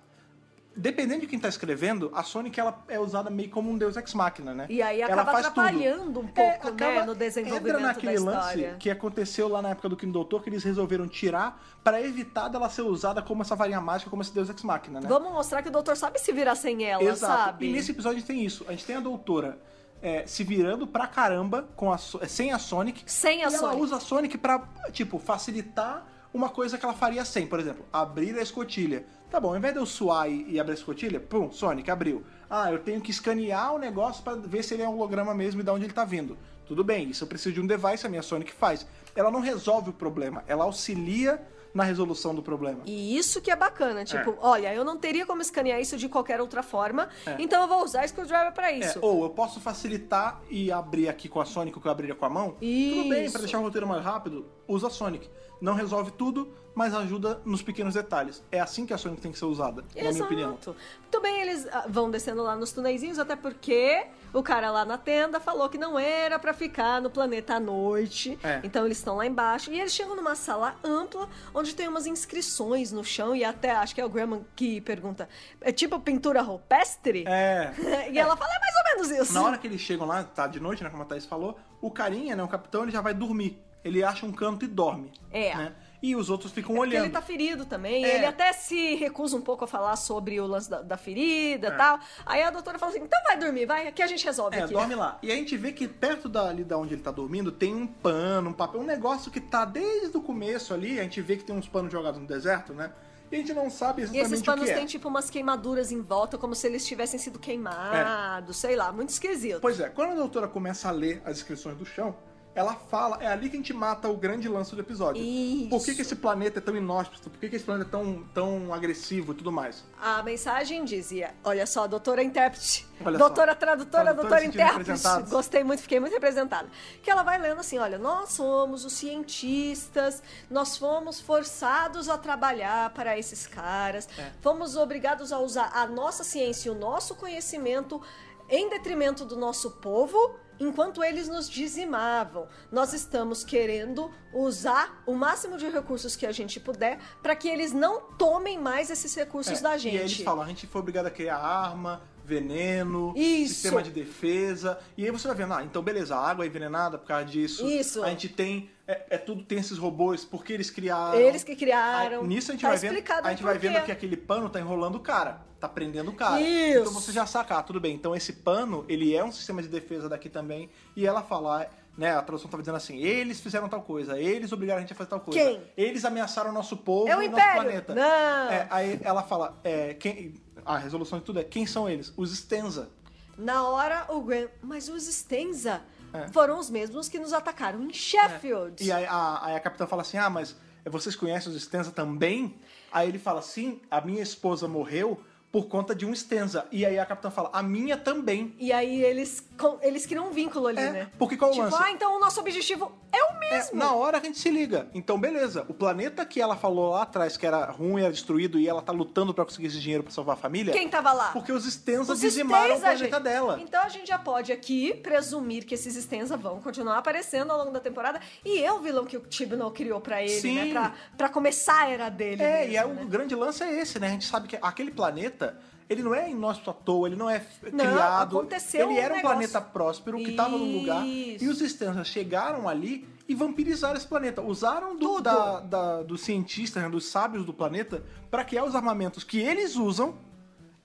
A: Dependendo de quem tá escrevendo, a Sonic ela é usada meio como um deus ex machina, né?
B: E aí
A: ela
B: acaba
A: faz tudo.
B: atrapalhando um pouco,
A: É,
B: né,
A: acaba-
B: no desenvolvimento
A: entra naquele
B: da
A: lance
B: história.
A: que aconteceu lá na época do Kim Doutor, que eles resolveram tirar para evitar dela ser usada como essa varinha mágica, como esse deus ex machina, né?
B: Vamos mostrar que o doutor sabe se virar sem ela,
A: Exato.
B: sabe?
A: E nesse episódio a gente tem isso. A gente tem a doutora é, se virando pra caramba com a So- é, sem a Sonic.
B: Sem a
A: e ela
B: Sonic.
A: usa a Sonic pra, tipo, facilitar uma coisa que ela faria sem. Por exemplo, abrir a escotilha. Tá bom, ao invés de eu suar e, e abrir a escotilha, pum, Sonic, abriu. Ah, eu tenho que escanear o negócio pra ver se ele é um holograma mesmo e de onde ele tá vindo. Tudo bem, isso eu preciso de um device, a minha Sonic faz. Ela não resolve o problema, ela auxilia na resolução do problema.
B: E isso que é bacana, tipo,
A: É.
B: olha, eu não teria como escanear isso de qualquer outra forma, então eu vou usar Screwdriver pra
A: É,
B: isso.
A: ou eu posso facilitar e abrir aqui com a Sonic o que eu abriria com a mão. Tudo bem,
B: Isso.
A: pra deixar o roteiro mais rápido, usa a Sonic. Não resolve tudo, mas ajuda nos pequenos detalhes. É assim que a Sonic tem que ser usada, na minha opinião.
B: Exato. Muito bem, eles ah, vão descendo lá nos tuneizinhos, até porque o cara lá na tenda falou que não era pra ficar no planeta à noite.
A: É.
B: Então eles estão lá embaixo e eles chegam numa sala ampla onde tem umas inscrições no chão e até acho que é o Graham que pergunta: é tipo pintura rupestre?
A: É.
B: E ela fala: é mais ou menos isso.
A: Na hora que eles chegam lá, tá de noite, né? Como a Thaís falou, o carinha, né? O capitão, ele já vai dormir. Ele acha um canto e dorme.
B: É.
A: né? E os outros ficam
B: Porque
A: olhando.
B: ele tá ferido também.
A: É.
B: Ele até se recusa um pouco a falar sobre o lance da, da ferida e
A: É.
B: tal. Aí a doutora fala assim: então vai dormir, vai, que a gente resolve
A: É,
B: Tá aqui.
A: dorme lá. E a gente vê que perto da, ali da onde ele tá dormindo tem um pano, um papel, um negócio que tá desde o começo ali. A gente vê que tem uns panos jogados no deserto, né? E a gente não sabe
B: E
A: exatamente
B: esses
A: o
B: panos
A: que é.
B: têm tipo umas queimaduras em volta, como se eles tivessem sido queimados, sei lá, muito esquisito.
A: Pois é, quando a doutora começa a ler as inscrições do chão, ela fala, é ali que a gente mata o grande lance do episódio.
B: Isso.
A: Por que, que esse planeta é tão inóspito? Por que, que esse planeta é tão, tão agressivo e tudo mais?
B: A mensagem dizia: olha só, doutora intérprete,
A: Olha
B: doutora
A: só.
B: tradutora,
A: Tradutores
B: doutora
A: se sentindo
B: intérprete.
A: representados.
B: Gostei muito, fiquei muito representada. Que ela vai lendo assim: olha, nós somos os cientistas, nós fomos forçados a trabalhar para esses caras,
A: É.
B: fomos obrigados a usar a nossa ciência e o nosso conhecimento em detrimento do nosso povo. Enquanto eles nos dizimavam, nós estamos querendo usar o máximo de recursos que a gente puder para que eles não tomem mais esses recursos
A: É,
B: da
A: E aí
B: gente.
A: eles falam, a gente foi obrigado a criar arma, veneno,
B: Isso.
A: sistema de defesa. E aí você vai vendo, ah, então beleza, a água é envenenada por causa disso.
B: Isso.
A: A gente tem, é, é tudo, tem esses robôs, porque eles criaram.
B: Eles que criaram.
A: Aí, nisso a gente
B: Tá
A: vai vendo,
B: explicado
A: a gente
B: o
A: vai
B: porquê.
A: vendo que aquele pano tá enrolando o cara, tá prendendo o cara.
B: Isso.
A: Então você já saca, ah, tudo bem. Então esse pano, ele é um sistema de defesa daqui também. E ela fala, né, a tradução tava dizendo assim, eles fizeram tal coisa, eles obrigaram a gente a fazer tal coisa.
B: Quem?
A: Eles ameaçaram o nosso povo
B: É o
A: e nosso
B: Império.
A: planeta.
B: Não.
A: É, aí ela fala, é, quem, a resolução de tudo é, quem são eles? Os Stenza.
B: Na hora, o Graham. Mas os Stenza
A: É.
B: foram os mesmos que nos atacaram em Sheffield.
A: E aí a, aí a capitã fala assim: Ah, mas vocês conhecem os Stenza também? Aí ele fala: Sim, a minha esposa morreu por conta de um Stenza. E aí a capitã fala: A minha também.
B: E aí eles, com- eles criam um vínculo ali,
A: É,
B: né?
A: porque qual o
B: tipo,
A: lance?
B: ah, então o nosso objetivo é o
A: É,
B: mesmo.
A: na hora a gente se liga. Então, beleza. O planeta que ela falou lá atrás que era ruim, era destruído e ela tá lutando pra conseguir esse dinheiro pra salvar a família.
B: Quem tava lá?
A: é. Porque os Stenza
B: Os
A: dizimaram o
B: Stenza,
A: planeta
B: gente.
A: dela.
B: Então a gente já pode aqui presumir que esses Stenza vão continuar aparecendo ao longo da temporada. E é o vilão que o Tibnall criou pra ele,
A: Sim.
B: né? Pra, pra começar a era dele.
A: É,
B: mesmo,
A: e é,
B: né?
A: o grande lance é esse, né? A gente sabe que aquele planeta, ele não é inóspito à toa, ele não é f-
B: Não,
A: criado.
B: aconteceu
A: ele
B: um
A: era um
B: negócio.
A: planeta próspero que estava num lugar. E
B: Isso.
A: os Stanzas chegaram ali e vampirizaram esse planeta. Usaram do,
B: Tudo.
A: da, da- dos cientistas, né, dos sábios do planeta, pra criar os armamentos que eles usam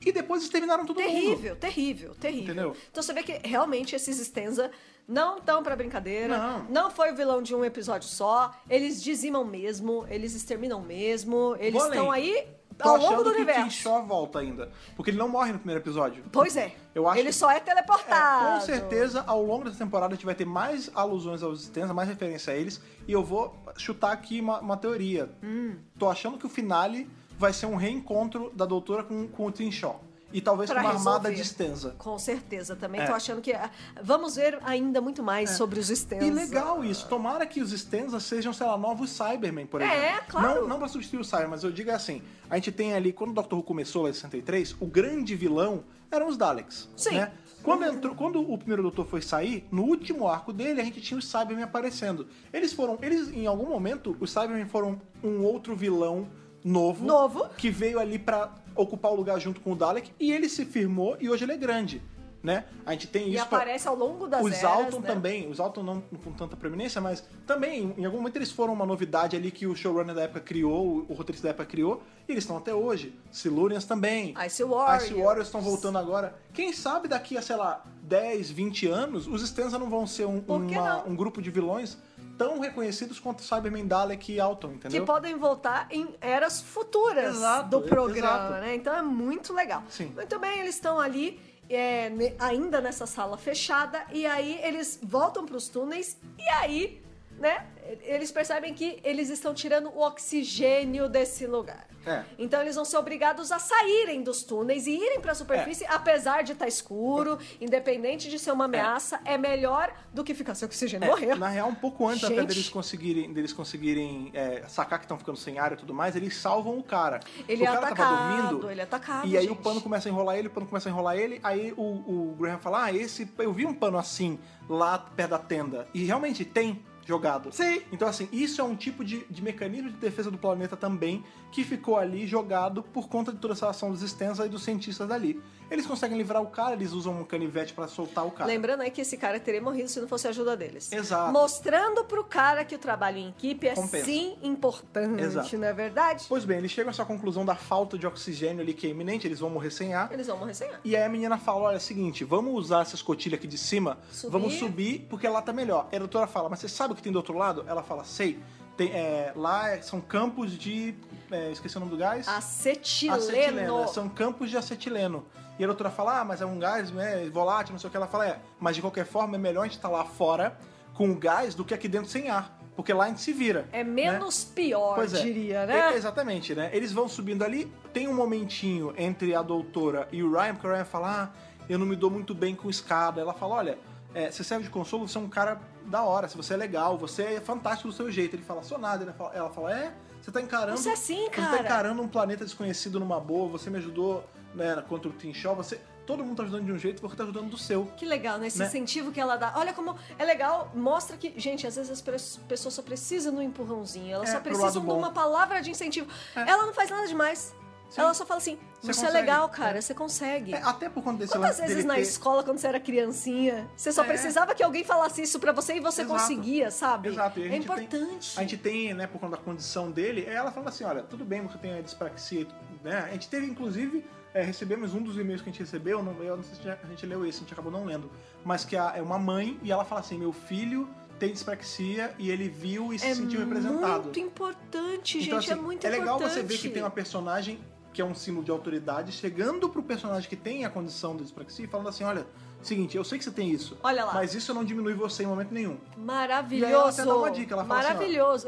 A: e depois exterminaram todo mundo.
B: Terrível, terrível, terrível.
A: Entendeu?
B: Então você vê que realmente esses Stenza não estão pra brincadeira.
A: Não.
B: foi o vilão de um episódio só. Eles dizimam mesmo, eles exterminam mesmo. Eles
A: Vou além.
B: estão aí
A: Tô
B: ao
A: achando
B: longo do
A: que o King
B: universo.
A: Shaw volta ainda. Porque ele não morre no primeiro episódio.
B: Pois é.
A: Eu acho
B: ele
A: que-
B: só é teleportado.
A: É, com certeza, ao longo dessa temporada, a gente vai ter mais alusões aos Stenza, mais referência a eles. E eu vou chutar aqui uma, uma teoria.
B: Hum.
A: Tô achando que o finale vai ser um reencontro da doutora com, com o Tinshaw. E talvez
B: Pra
A: com uma armada
B: resolver.
A: de Stenza.
B: Com certeza também.
A: É.
B: Tô achando que. ah, Vamos ver ainda muito mais sobre os Stenza.
A: E legal isso. Tomara que os Stenza sejam, sei lá, novos Cybermen, por
B: É,
A: exemplo.
B: claro.
A: Não, não pra substituir o Cybermen, mas eu digo assim. A gente tem ali, quando o Doctor Who começou lá em 63, o grande vilão eram os Daleks.
B: Sim.
A: né? Quando, entrou- quando o primeiro Doutor foi sair, no último arco dele, a gente tinha os Cybermen aparecendo. Eles foram... Eles, em algum momento, os Cybermen foram um outro vilão novo.
B: Novo.
A: Que veio ali pra ocupar o lugar junto com o Dalek. E ele se firmou e hoje ele é grande. Né? A gente tem
B: E
A: isso... pra-
B: aparece ao longo das
A: os
B: eras,
A: Alton
B: né?
A: também, os Alton não com tanta proeminência, mas também, em algum momento eles foram uma novidade ali que o showrunner da época criou, o roteirista da época criou, e eles estão até hoje. Silurians também.
B: Ice Warriors.
A: Ice Warriors estão voltando agora. Quem sabe daqui a, sei lá, 10, 20 anos, os Stenza não vão ser um,
B: Por que
A: uma-
B: não?
A: um grupo de vilões tão reconhecidos quanto Cyberman Dalek e Alton,
B: que
A: entendeu?
B: podem voltar em eras futuras
A: Exato,
B: do
A: é,
B: programa,
A: exato.
B: né? Então é muito legal.
A: Sim.
B: Muito bem, eles estão ali é, ne- ainda nessa sala fechada e aí eles voltam para os túneis e aí, né? eles percebem que eles estão tirando o oxigênio desse lugar.
A: É.
B: Então eles vão ser obrigados a saírem dos túneis e irem para a superfície,
A: É.
B: apesar de estar escuro, independente de ser uma ameaça, é, melhor do que ficar sem oxigênio e morrer.
A: Na real, um pouco antes até
B: Gente.
A: deles conseguirem, deles conseguirem é, sacar que estão ficando sem ar e tudo mais, eles salvam o cara.
B: Ele
A: o
B: é
A: cara tava
B: atacado,
A: dormindo.
B: ele é atacado,
A: E aí o
B: gente.
A: pano começa a enrolar ele, o pano começa a enrolar ele. Aí o, o Graham fala: Ah, esse. Eu vi um pano assim lá perto da tenda. E realmente tem jogado.
D: Sim.
A: Então, assim, isso é um tipo de, de mecanismo de defesa do planeta também que ficou ali jogado por conta de toda essa ação dos Stensas e dos cientistas dali. Eles conseguem livrar o cara, eles usam um canivete pra soltar o cara.
B: Lembrando aí que esse cara teria morrido se não fosse a ajuda deles.
A: Exato.
B: Mostrando pro cara que o trabalho em equipe é
A: Compensa.
B: sim importante,
A: Exato.
B: não é verdade?
A: Pois bem, eles chegam a essa conclusão da falta de oxigênio ali que é iminente, eles vão morrer sem ar.
B: Eles vão morrer sem ar.
A: E aí a menina fala: olha, é o seguinte, vamos usar essa escotilha aqui de cima,
B: Subir.
A: vamos subir, porque lá tá melhor. E a doutora fala, mas você sabe o que tem do outro lado? Ela fala, sei. Tem, é, lá é- são campos de. é, esqueci o nome do gás.
B: Acetileno.
A: Acetileno, é, São campos de acetileno. E a doutora fala, ah, mas é um gás né, volátil, não sei o que. Ela fala, é, mas de qualquer forma é melhor a gente estar lá fora com o gás do que aqui dentro sem ar. Porque lá a gente se vira.
B: É
A: né?
B: menos pior,
A: Pois é.
B: diria,
A: E-
B: né?
A: exatamente, né? Eles vão subindo ali, tem um momentinho entre a doutora e o Ryan, porque o Ryan fala, ah, eu não me dou muito bem com escada. Ela fala, olha, é, você serve de consolo, você é um cara da hora, se você é legal, você é fantástico do seu jeito. Ele fala, sou nada. Ela fala, ela fala, é, você tá encarando...
B: Você é assim,
A: Você tá
B: cara."
A: encarando um planeta desconhecido numa boa, você me ajudou né, contra o Tinchó, você... Todo mundo tá ajudando de um jeito, você tá ajudando do seu.
B: Que legal, né? Esse
A: Né?
B: incentivo que ela dá. Olha como é legal, mostra que, gente, às vezes as pres- pessoas só precisam de um empurrãozinho, elas
A: É,
B: só
A: pro lado
B: precisam de
A: bom. É.
B: uma palavra de incentivo. Ela não faz nada demais.
A: Sim.
B: Ela só fala assim:
A: Você
B: você,
A: consegue."
B: é legal, cara, você consegue.
A: É, até por conta desse
B: Quantas
A: lance dele
B: vezes na
A: ter-
B: escola, quando você era criancinha, você só
A: É.
B: precisava que alguém falasse isso pra você e você
A: Exato.
B: conseguia, sabe?
A: Exato. E a
B: é
A: gente tem-
B: importante.
A: A gente tem, né, por conta da condição dele, ela falando assim, olha, tudo bem, você tem a dispraxia, né? A gente teve, inclusive, é, recebemos um dos e-mails que a gente recebeu, não, eu não sei se a gente leu esse, a gente acabou não lendo, mas que a- é uma mãe e ela fala assim, meu filho tem dispraxia e ele viu e se
B: é
A: sentiu um representado.
B: muito importante, gente.
A: Então,
B: é
A: assim,
B: muito
A: é legal
B: importante.
A: você ver que tem uma personagem que é um símbolo de autoridade, chegando pro personagem que tem a condição da dispraxia e falando assim, olha, seguinte, eu sei que você tem isso,
B: Olha lá.
A: mas isso não diminui você em momento nenhum. E aí
B: Maravilhoso.
A: ela até dá uma dica, ela fala
B: Maravilhoso.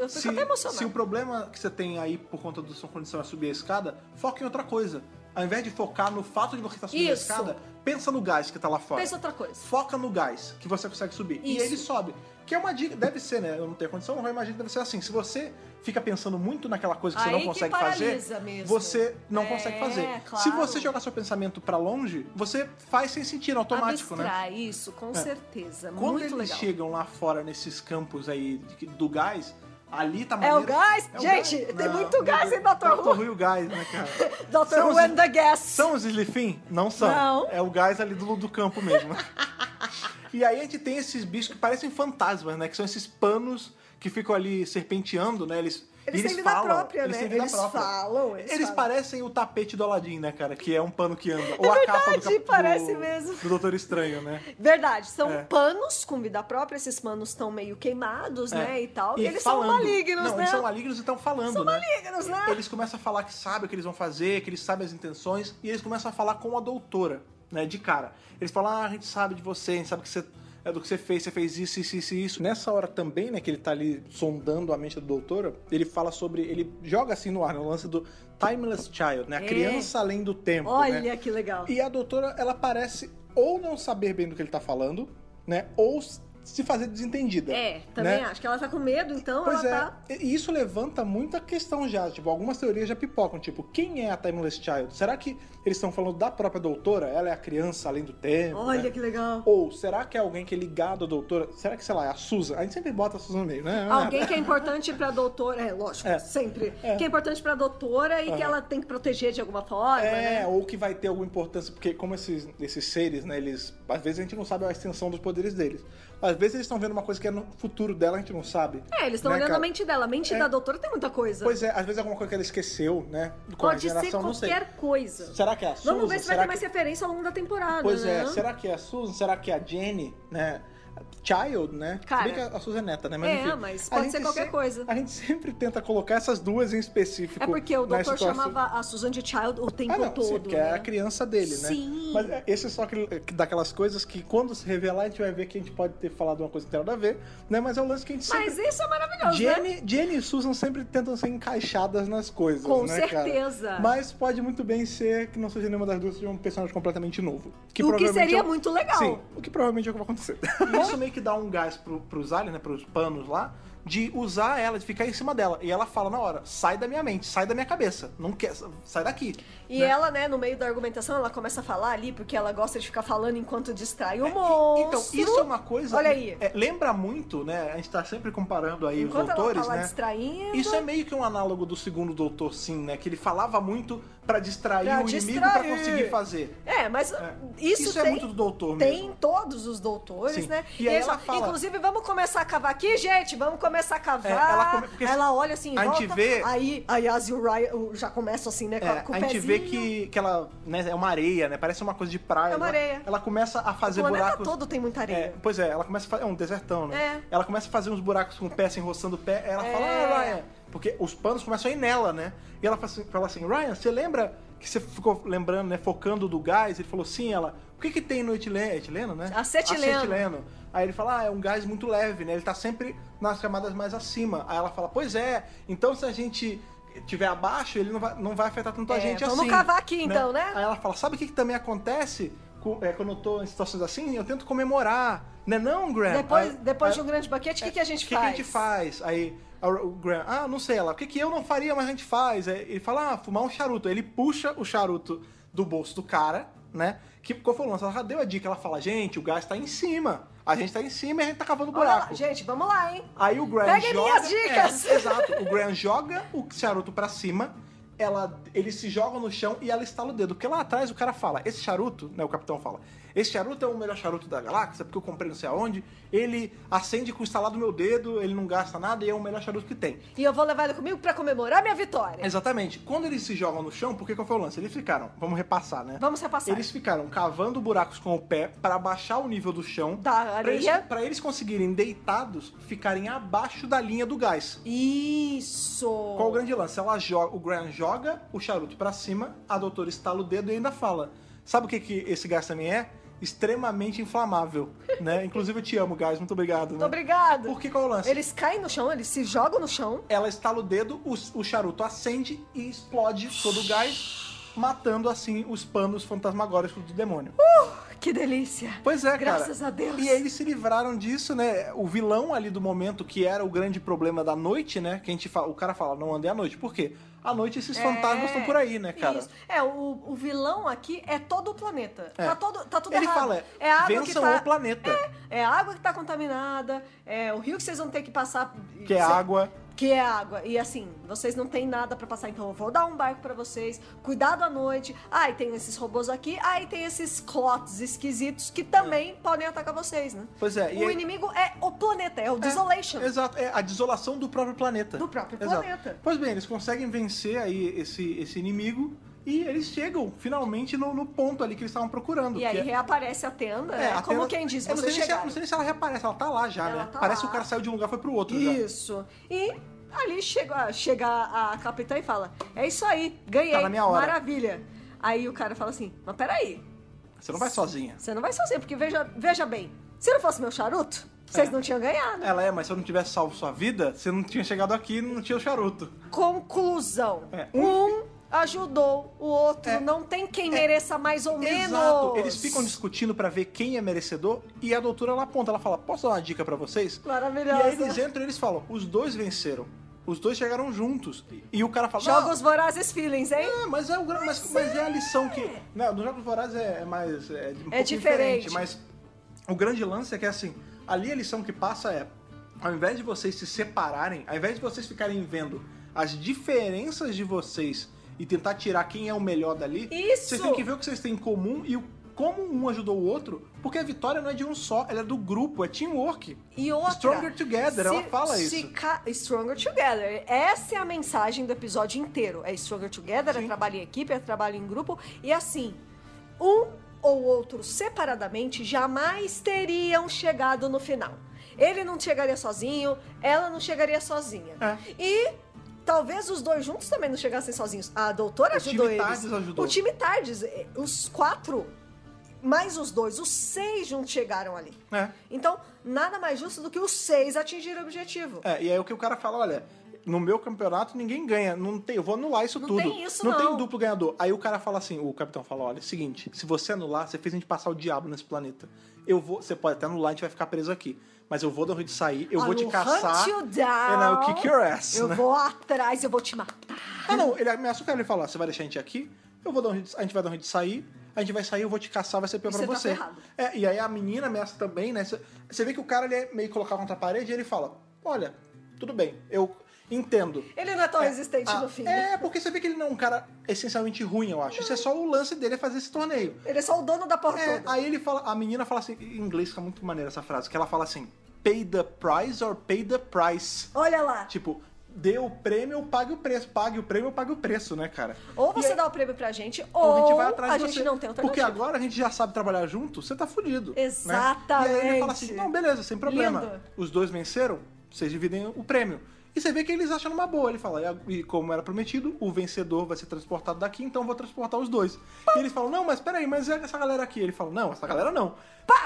A: Assim, ó,
B: Eu fico até emocionada.
A: Se o problema que você tem aí por conta da sua condição é subir a escada, foca em outra coisa. Ao invés de focar no fato de você estar subindo
B: Isso.
A: a escada, pensa no gás que tá lá fora.
B: Pensa outra coisa.
A: Foca no gás que você consegue subir. E
B: Isso.
A: ele sobe. Que é uma dica, deve ser, né? Eu não tenho condição, mas eu imagino que deve ser assim. Se você fica pensando muito naquela coisa que você
B: Aí
A: não
B: que
A: consegue
B: paralisa
A: fazer,
B: mesmo.
A: você não
B: É,
A: consegue fazer. Se
B: claro.
A: você jogar seu pensamento pra longe, você faz sem sentir, automático, né?
B: Abstrai isso, com certeza.
A: Quando
B: muito
A: eles
B: legal.
A: chegam lá fora nesses campos aí de- do gás, ali tá
B: É
A: maneiro.
B: o gás?
A: É o
B: gente,
A: gás.
B: tem
A: Não,
B: muito
A: não,
B: gás
A: não,
B: em Dr.
A: Dr.
B: Who.
A: Who e o gás, né, cara?
B: Dr.
A: São
B: Who
A: os-
B: and the Gas.
A: São os Slifin? Não são.
B: Não.
A: É o gás ali do, do campo mesmo. e aí a gente tem esses bichos que parecem fantasmas, né? Que são esses panos que ficam ali serpenteando, né? Eles,
B: Eles
A: e
B: têm vida
A: falam,
B: própria,
A: eles
B: né?
A: Têm vida
B: Eles
A: própria.
B: falam, eles
A: Eles,
B: falam.
A: parecem o tapete do Aladdin, né, cara? Que é um pano que anda. Ou a capa do,
B: verdade,
A: cap-
B: parece
A: do,
B: mesmo.
A: do Doutor Estranho, né?
B: Verdade, são
A: É.
B: panos com vida própria, esses panos estão meio queimados,
A: É.
B: né, e tal. E, eles
A: falando.
B: são malignos,
A: não, é
B: né?
A: Eles são malignos e estão falando, né?
B: malignos, né?
A: Eles começam a falar que sabem o que eles vão fazer, que eles sabem as intenções, e eles começam a falar com a doutora, né? De cara. Eles falam, ah, a gente sabe de você, a gente sabe que você. É do que você fez, você fez isso, isso, isso, isso. Nessa hora também, né, que ele tá ali sondando a mente da doutora, ele fala sobre. Ele joga assim no ar, no lance do Timeless Child, né? A
B: É.
A: criança além do tempo.
B: Olha
A: né?
B: que legal.
A: E a doutora, ela parece ou não saber bem do que ele tá falando, né? Ou se fazer desentendida.
B: É, também
A: né?
B: acho que ela tá com medo, então
A: Pois
B: ela
A: é,
B: tá.
A: e isso levanta muita questão já. Tipo, algumas teorias já pipocam. Tipo, quem é a Timeless Child? Será que eles estão falando da própria doutora? Ela é a criança além do tempo?
B: Olha
A: né?
B: que legal.
A: Ou será que é alguém que é ligado à doutora? Será que, sei lá, é a Susan? A gente sempre bota a Susan no meio, né?
B: Alguém que é importante pra doutora, é lógico,
A: É.
B: sempre. Que é importante pra doutora e que ela tem que proteger de alguma forma,
A: É,
B: né?
A: ou que vai ter alguma importância, porque como esses, esses seres, né, eles. Às vezes a gente não sabe a extensão dos poderes deles. Às vezes eles estão vendo uma coisa que é no futuro dela, a gente não sabe.
B: É, eles estão
A: né,
B: olhando
A: cara?
B: a mente dela. A mente
A: É.
B: da doutora tem muita coisa.
A: Pois é, às vezes é alguma coisa que ela esqueceu, né? Com a
B: Pode ser
A: geração, não sei.
B: qualquer coisa.
A: Será que é a Susan?
B: Vamos ver se vai
A: será
B: ter
A: que... é,
B: mais referência ao longo da temporada,
A: Pois
B: né?
A: é, será que é a Susan? Será que é a Jenny, né? child, né?
B: Cara.
A: Se bem que a Suzy é neta, né? Mas,
B: É,
A: enfim,
B: mas
A: a
B: pode
A: gente
B: ser qualquer
A: sempre-
B: coisa.
A: A gente sempre tenta colocar essas duas em específico.
B: É porque o
A: na
B: doutor
A: situação-
B: chamava a Susan de Child o tempo
A: né, tipo assim, Ah, não,
B: todo.
A: sim, porque é
B: né?
A: a criança dele, né?
B: Sim.
A: Mas é, esse é só aquele, que- daquelas coisas que quando se revelar, a gente vai ver que a gente pode ter falado uma coisa que tem nada a ver, né? Mas é o lance que a gente sempre...
B: Mas isso é maravilhoso, né?
A: Jenny, Jenny e Susan sempre tentam ser encaixadas nas coisas,
B: Com
A: né, cara?
B: certeza.
A: Mas pode muito bem ser que não seja nenhuma das duas, seja um personagem completamente novo.
B: o que
A: provavelmente
B: seria
A: é o-
B: muito legal.
A: Sim, o que provavelmente é o que vai acontecer. Isso meio que dá um gás pro, pros aliens, né, pros panos lá, de usar ela, de ficar em cima dela. E ela fala na hora, sai da minha mente, sai da minha cabeça, não quer, sai daqui.
B: E
A: né?
B: ela, né, no meio da argumentação, ela começa a falar ali porque ela gosta de ficar falando enquanto distrai o monstro.
A: Então, isso é uma coisa...
B: Olha aí.
A: é, lembra muito, né, a gente tá sempre comparando aí
B: Enquanto
A: os doutores,
B: ela tá lá
A: né?
B: distraindo.
A: Isso é meio que um análogo do segundo Doutor Sim, né? Que ele falava muito pra distrair
B: Pra
A: o inimigo pra
B: distrair.
A: conseguir fazer.
B: É, mas
A: É.
B: isso,
A: é
B: tem,
A: muito do Doutor
B: tem em
A: mesmo.
B: todos os doutores,
A: Sim.
B: né?
A: E aí
B: eles
A: ela
B: falam,
A: fala-
B: Inclusive, vamos começar a cavar aqui, gente? Vamos começar a cavar.
A: É, ela come- porque
B: Aí ela olha assim, em
A: a gente
B: volta,
A: vê-
B: Aí a Yas e o Ryan o- já começam assim, né, com,
A: É,
B: com o
A: a gente
B: pezinho.
A: vê que, que ela né, é uma areia, né? Parece uma coisa de praia.
B: É uma
A: Ela-
B: areia.
A: Ela começa a
B: O
A: fazer
B: planeta
A: buracos.
B: todo tem muita
A: É,
B: areia.
A: pois é, ela começa a fazer. É um desertão, né?
B: É.
A: Ela começa a fazer uns buracos com o pé, se enroçando o pé. Ela
B: É.
A: fala, ah, Ryan. Porque os panos começam a ir nela, né? E ela fala assim, fala assim, Ryan, você lembra que você ficou lembrando, né? Focando do gás? Ele falou, sim, ela. O que, que tem no etileno? Etileno, né?
B: Acetileno.
A: Acetileno. Aí ele fala, ah, é um gás muito leve, né? Ele tá sempre nas camadas mais acima. Aí ela fala, pois é, então se a gente tiver abaixo, ele não vai, não vai afetar tanto a
B: É,
A: gente
B: vamos
A: assim.
B: cavar aqui, então, né?
A: Aí ela fala, sabe o que, que também acontece com- é, quando eu tô em situações assim? Eu tento comemorar. Né não, Graham?
B: Depois,
A: Aí-
B: depois de
A: aí-
B: um grande banquete, o que, que a gente
A: o
B: faz?
A: que a gente faz? Aí a- o Graham, ah, não sei, ela, o que, que eu não faria, mas a gente faz? Aí ele fala, ah, fumar um charuto. Aí ele puxa o charuto do bolso do cara, né? Que qual foi o lance? Ela já deu a dica, ela fala, gente, o gás tá em cima. A gente tá em cima e a gente tá cavando
B: Olha lá,
A: buraco.
B: gente, vamos lá, hein?
A: Aí o Graham
B: Peguem
A: joga.
B: minhas dicas!
A: É, exato. O Graham joga o charuto pra cima, ela, ele se joga no chão e ela estala o dedo. Porque lá atrás o cara fala: esse charuto, né? O capitão fala: esse charuto é o melhor charuto da galáxia, porque eu comprei não sei aonde. Ele acende com o estalar do meu dedo, ele não gasta nada e é o melhor charuto que tem.
B: E eu vou levar ele comigo pra comemorar minha vitória.
A: Exatamente. Quando eles se jogam no chão, porque qual foi o lance? Eles ficaram, vamos repassar, né?
B: Vamos repassar.
A: Eles ficaram cavando buracos com o pé pra baixar o nível do chão.
B: Da
A: pra
B: areia.
A: eles- Pra eles conseguirem deitados, ficarem abaixo da linha do gás.
B: Isso!
A: Qual o grande lance? Ela joga, o Graham joga o charuto pra cima, a doutora estala o dedo e ainda fala: Sabe o que, que esse gás também é? Extremamente inflamável, né? Inclusive eu te amo, gás, muito obrigado.
B: Muito obrigado.
A: Porque qual é o lance?
B: Eles caem no chão, eles se jogam no chão.
A: Ela estala o dedo, o, o charuto acende e explode todo o gás, matando assim os panos fantasmagóricos do demônio.
B: Que delícia!
A: Pois é, cara.
B: Graças a Deus.
A: E eles se livraram disso, né? O vilão ali do momento, que era o grande problema da noite, né? Que a gente fala, o cara fala, não andei à noite. Por quê? À noite esses fantasmas estão por aí, né, cara?
B: É, Isso. É, o, o vilão aqui é todo o planeta.
A: É.
B: Tá, todo, tá tudo
A: Ele
B: errado.
A: fala,
B: é a água que
A: vençam
B: tá...
A: o planeta.
B: É a água que tá contaminada, é o rio que vocês vão ter que passar.
A: Que é
B: Cê-
A: água.
B: Que é água. E assim, vocês não têm nada pra passar, então eu vou dar um barco pra vocês. Cuidado à noite. Ai, tem esses robôs aqui. Ai, tem esses clots esquisitos que também podem atacar vocês, né?
A: Pois é, e
B: O
A: aí-
B: inimigo é o planeta, é o desolation.
A: Exato, é a desolação do próprio planeta.
B: Do próprio planeta.
A: Pois bem, eles conseguem vencer aí esse, esse inimigo e eles chegam finalmente no, no ponto ali que eles estavam procurando.
B: E aí
A: que é-
B: reaparece a tenda, né?
A: a
B: Como
A: Atena-
B: quem diz,
A: eu não sei, nem
B: vocês
A: se ela,
B: chegaram.
A: não sei nem se ela reaparece, ela tá lá já,
B: Ela
A: né?
B: tá
A: Parece que
B: lá.
A: o cara saiu de um lugar e foi pro outro já.
B: Isso. E ali chega, chega a capitã e fala: É isso aí, ganhei.
A: Tá na minha hora."
B: Maravilha. Aí o cara fala assim: Mas peraí,
A: Você não vai sozinha.
B: você não vai sozinho, porque veja, veja bem, se não fosse meu charuto, vocês não tinham ganhado.
A: Ela é, mas se eu não tivesse salvo sua vida, você não tinha chegado aqui e não tinha o charuto.
B: Conclusão:
A: É,
B: um ajudou o outro,
A: É.
B: não tem quem mereça mais ou menos.
A: Exato. Eles ficam discutindo pra ver quem é merecedor e a doutora ela aponta, ela fala: "Posso dar uma dica pra vocês?" E
B: Maravilhosa.
A: aí eles entram e eles falam: "Os dois venceram. Os dois chegaram juntos." E o cara fala:
B: Jogos vorazes feelings, hein?
A: "Não, é, mas é, o, gra- mas, mas é a lição que. Não, no Jogos Vorazes é, é mais. É, um pouco
B: diferente.
A: Mas o grande lance é que, assim, ali a lição que passa é: ao invés de vocês se separarem, ao invés de vocês ficarem vendo as diferenças de vocês e tentar tirar quem é o melhor dali,
B: Isso!
A: vocês têm que ver o que vocês têm em comum e o- como um ajudou o outro, porque a vitória não é de um só, ela é do grupo, é teamwork.
B: E outra,
A: Stronger Together, ela fala
B: se
A: isso.
B: ca- Stronger Together. Essa é a mensagem do episódio inteiro. É Stronger Together, é
A: Sim.
B: trabalho em equipe, é trabalho em grupo. E assim, um ou outro separadamente jamais teriam chegado no final. Ele não chegaria sozinho, ela não chegaria sozinha.
A: É.
B: E talvez os dois juntos também não chegassem sozinhos. A doutora
A: O
B: ajudou
A: time
B: eles.
A: Tardes ajudou.
B: O time Tardes, eh, os quatro, mais os dois, os seis juntos chegaram ali.
A: É.
B: Então, nada mais justo do que os seis atingirem o objetivo.
A: É, e aí o que o cara fala, olha, no meu campeonato ninguém ganha, não tem, eu vou anular isso
B: Não
A: tudo.
B: tem isso,
A: não.
B: não.
A: tem duplo ganhador. Aí o cara fala assim, o capitão fala, olha, seguinte, se você anular, você fez a gente passar o diabo nesse planeta. Eu vou, você pode até anular, a gente vai ficar preso aqui, mas eu vou dar um jeito de sair, eu vou
B: I
A: te
B: will
A: caçar.
B: hunt you down.
A: and I will kick your ass,
B: Eu
A: né?
B: vou atrás, eu vou te matar.
A: Ah, não, ele ameaça o cara, ele fala, você vai deixar a gente aqui? Eu vou dar um jeito, de- a gente vai dar um jeito de sair. A gente vai sair, eu vou te caçar, vai ser pior
B: E
A: pra
B: você tá
A: você.
B: ferrado.
A: é, e aí a menina ameaça também, né? Você- Você vê que o cara ele é meio colocado contra a parede e ele fala: Olha, tudo bem, eu entendo.
B: Ele não é tão resistente
A: Ah,
B: no fim. né?
A: É, porque você vê que ele não é um cara essencialmente ruim, eu acho. Isso é só o lance dele é fazer esse torneio.
B: Ele é só o dono da porra
A: É,
B: toda.
A: aí ele fala, a menina fala assim, em inglês fica muito maneira essa frase, que ela fala assim, pay the price or pay the price.
B: Olha lá.
A: Tipo, dê o prêmio ou pague o preço, pague o prêmio ou pague o preço, né, cara?
B: Ou
A: E
B: você
A: aí-
B: dá o prêmio pra gente,
A: ou
B: ou
A: Então, a gente vai atrás
B: a
A: de
B: gente
A: você.
B: não tem alternativa.
A: Porque agora a gente já sabe trabalhar junto, você tá fudido. né?
B: Exatamente.
A: E aí ele fala assim: não, beleza, sem problema.
B: Lindo.
A: Os dois venceram, vocês dividem o prêmio. E você vê que eles acham uma boa. Ele fala, "E a- e como era prometido, o vencedor vai ser transportado daqui, então eu vou transportar os dois. E eles falam, não, mas peraí, mas é essa galera aqui. Ele fala, não, essa galera não.